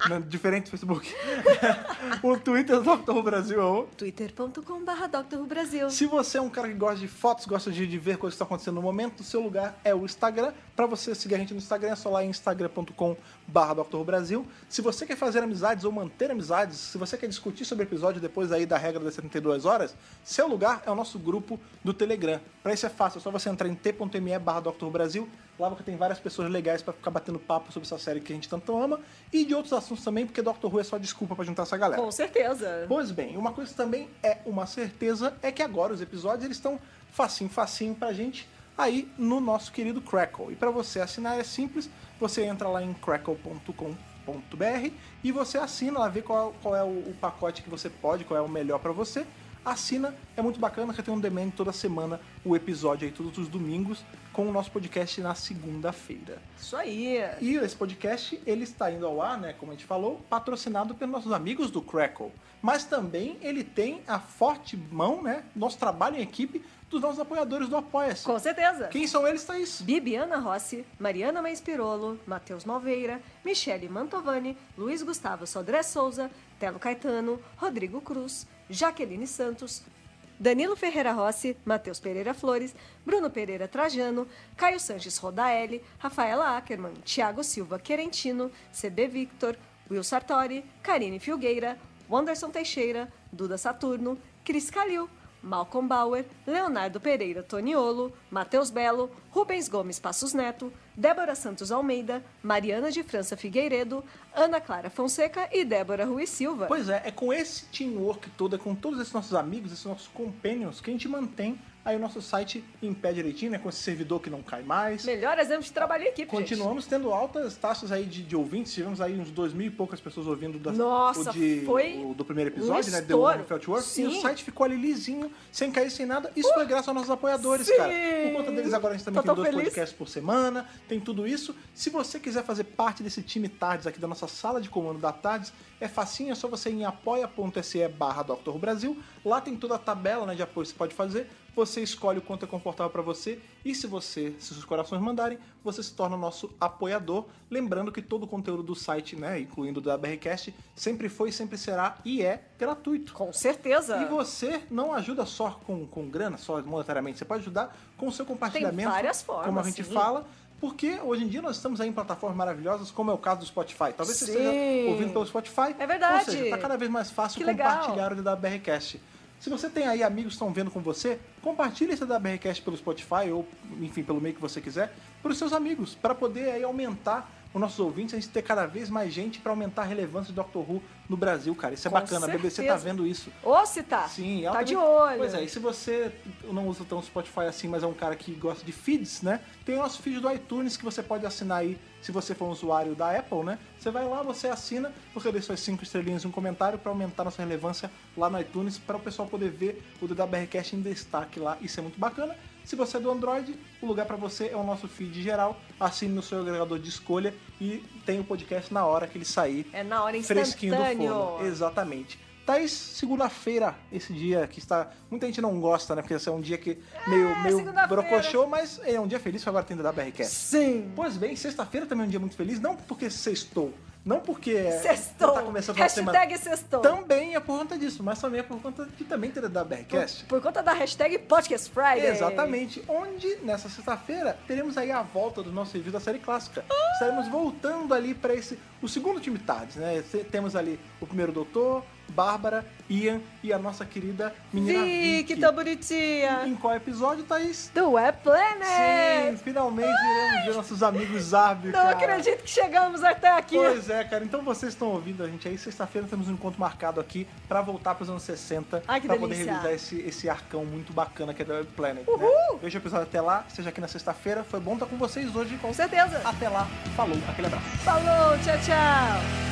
A: né? Diferente do Facebook. o Twitter do Dr. Brasil é o...
B: twitter.com barra drrubrasil
A: Se você é um cara que gosta de fotos, gosta de, de ver coisas que estão acontecendo no momento, o seu lugar é o Instagram. Para você seguir a gente no Instagram, é só lá em instagram.com.br Brasil. Se você quer fazer amizades ou manter amizades, se você quer discutir sobre o episódio depois aí da regra das 72 horas, seu lugar é o nosso grupo do Telegram. Para isso é fácil, é só você entrar em t.me barra Brasil. Lá porque tem várias pessoas legais para ficar batendo papo sobre essa série que a gente tanto ama e de outros assuntos também, porque Dr. Who é só desculpa para juntar essa galera.
C: Com certeza.
A: Pois bem, uma coisa também é uma certeza, é que agora os episódios eles estão facinho, facinho pra gente aí no nosso querido Crackle. E pra você assinar é simples, você entra lá em crackle.com.br e você assina lá, vê qual, qual é o, o pacote que você pode, qual é o melhor pra você. Assina, é muito bacana, que tem um demand toda semana, o episódio aí todos os domingos, com o nosso podcast na segunda-feira.
C: Isso aí.
A: E esse podcast, ele está indo ao ar, né, como a gente falou, patrocinado pelos nossos amigos do Crackle. Mas também ele tem a forte mão, né, nosso trabalho em equipe, dos nossos apoiadores do Apoia-se.
C: Com certeza.
A: Quem são eles, Thaís?
B: Bibiana Rossi, Mariana Maes Pirolo, Matheus Malveira, Michele Mantovani, Luiz Gustavo Sodré Souza, Telo Caetano, Rodrigo Cruz, Jaqueline Santos, Danilo Ferreira Rossi, Matheus Pereira Flores, Bruno Pereira Trajano, Caio Sanches Rodaelli, Rafaela Ackerman, Tiago Silva Querentino, CB Victor, Will Sartori, Karine Filgueira, Wanderson Teixeira, Duda Saturno, Cris Calil, Malcolm Bauer, Leonardo Pereira Toniolo, Matheus Belo, Rubens Gomes Passos Neto, Débora Santos Almeida, Mariana de França Figueiredo, Ana Clara Fonseca e Débora Ruiz Silva.
A: Pois é, é com esse teamwork todo, é com todos esses nossos amigos, esses nossos companions, que a gente mantém aí o nosso site em pé direitinho, né, com esse servidor que não cai mais.
C: Melhor exemplo de trabalho em equipe, gente.
A: Continuamos tendo altas taxas aí de, de ouvintes, tivemos aí uns dois mil e poucas pessoas ouvindo da,
C: Nossa,
A: o de-
C: foi
A: o do primeiro
C: um
A: episódio, né?
C: estouro.
A: The Felt Work. E
C: Sim. Uh,
A: o site ficou ali lisinho, sem cair, sem nada. Isso foi graças aos nossos apoiadores,
C: sim.
A: cara. Por conta deles agora a gente também
C: Tô tão
A: tem dois
C: feliz.
A: podcasts por semana, tem tudo isso. Se você quiser fazer parte desse time Tardes aqui da nossa sala de comando da Tardes, é facinho, é só você ir em apoia.se barra Dr. Who Brasil. Lá tem toda a tabela né, de apoio que você pode fazer. Você escolhe o quanto é confortável para você e se você, se seus corações mandarem, você se torna o nosso apoiador. Lembrando que todo o conteúdo do site, né, incluindo o da BRCast, sempre foi, sempre será e é gratuito.
C: Com certeza.
A: E você não ajuda só com, com grana, só monetariamente. Você pode ajudar com o seu compartilhamento.
C: várias formas,
A: Como a gente
C: sim.
A: fala. Porque hoje em dia nós estamos aí em plataformas maravilhosas, como é o caso do Spotify. Talvez
C: Sim.
A: você esteja ouvindo pelo Spotify.
C: É verdade.
A: Ou seja, tá cada vez mais fácil
C: Que legal.
A: compartilhar o DWRcast. Se você tem aí amigos que estão vendo com você, compartilhe esse DWRcast pelo Spotify ou, enfim, pelo meio que você quiser, para os seus amigos, para poder aí aumentar os nossos ouvintes, a gente ter cada vez mais gente para aumentar a relevância do Doctor Who no Brasil, cara. Isso é
C: Com
A: bacana, a BBC tá
C: certeza.
A: vendo isso.
C: Ô, se tá.
A: Sim,
C: tá
A: ela
C: de
A: também-
C: olho.
A: Pois é, e se você não usa tão Spotify assim, mas é um cara que gosta de feeds, né? Tem o nosso feed do iTunes que você pode assinar aí, se você for um usuário da Apple, né? Você vai lá, você assina, você deixa suas cinco estrelinhas e um comentário pra aumentar nossa relevância lá no iTunes, pra o pessoal poder ver o DWRcast em destaque lá. Isso é muito bacana. Se você é do Android, o lugar para você é o nosso feed geral. Assine no seu agregador de escolha e tem o podcast na hora que ele sair.
B: É na hora
A: Fresquinho do forno.
B: instantâneo.
A: Exatamente. Thaís, segunda-feira, esse dia que está. Muita gente não gosta, né? Porque esse é um dia que meio, meio
C: segunda-feira.
A: brocochou, mas é um dia feliz que agora tem da BRCast.
B: Sim.
A: Pois bem, sexta-feira também é um dia muito feliz, não porque sextou, não porque
C: Sextou.
A: tá começando a semana.
C: Hashtag sextou.
A: Também é por conta disso, mas também é por conta que também terá da BRCast.
C: Por conta da hashtag Podcast Friday.
B: É.
A: Exatamente. Onde, nessa sexta-feira, teremos aí a volta do nosso review da série clássica. Estaremos voltando ali para esse. O segundo time Tardes, né? Te- Temos ali o primeiro doutor, Bárbara, Ian e a nossa querida menina
B: Vi, que
A: Vicky.
B: tão bonitinha.
A: Em qual episódio, Thaís?
C: Do Web
B: É.
C: Planet.
A: Sim, finalmente iremos ver nossos amigos árvores.
C: Não acredito que chegamos até aqui.
A: Pois é, cara. Então vocês estão ouvindo a gente aí. Sexta-feira temos um encontro marcado aqui pra voltar pros anos 60.
C: Ai, que
A: pra
C: delícia.
A: poder revisar esse, esse arcão muito bacana que é da Web Planet. Uhul! Veja o episódio até lá. Esteja aqui na sexta-feira. Foi bom estar com vocês hoje.
C: Com certeza.
A: Até lá. Falou. Aquele abraço.
C: Falou, tchau, tchau.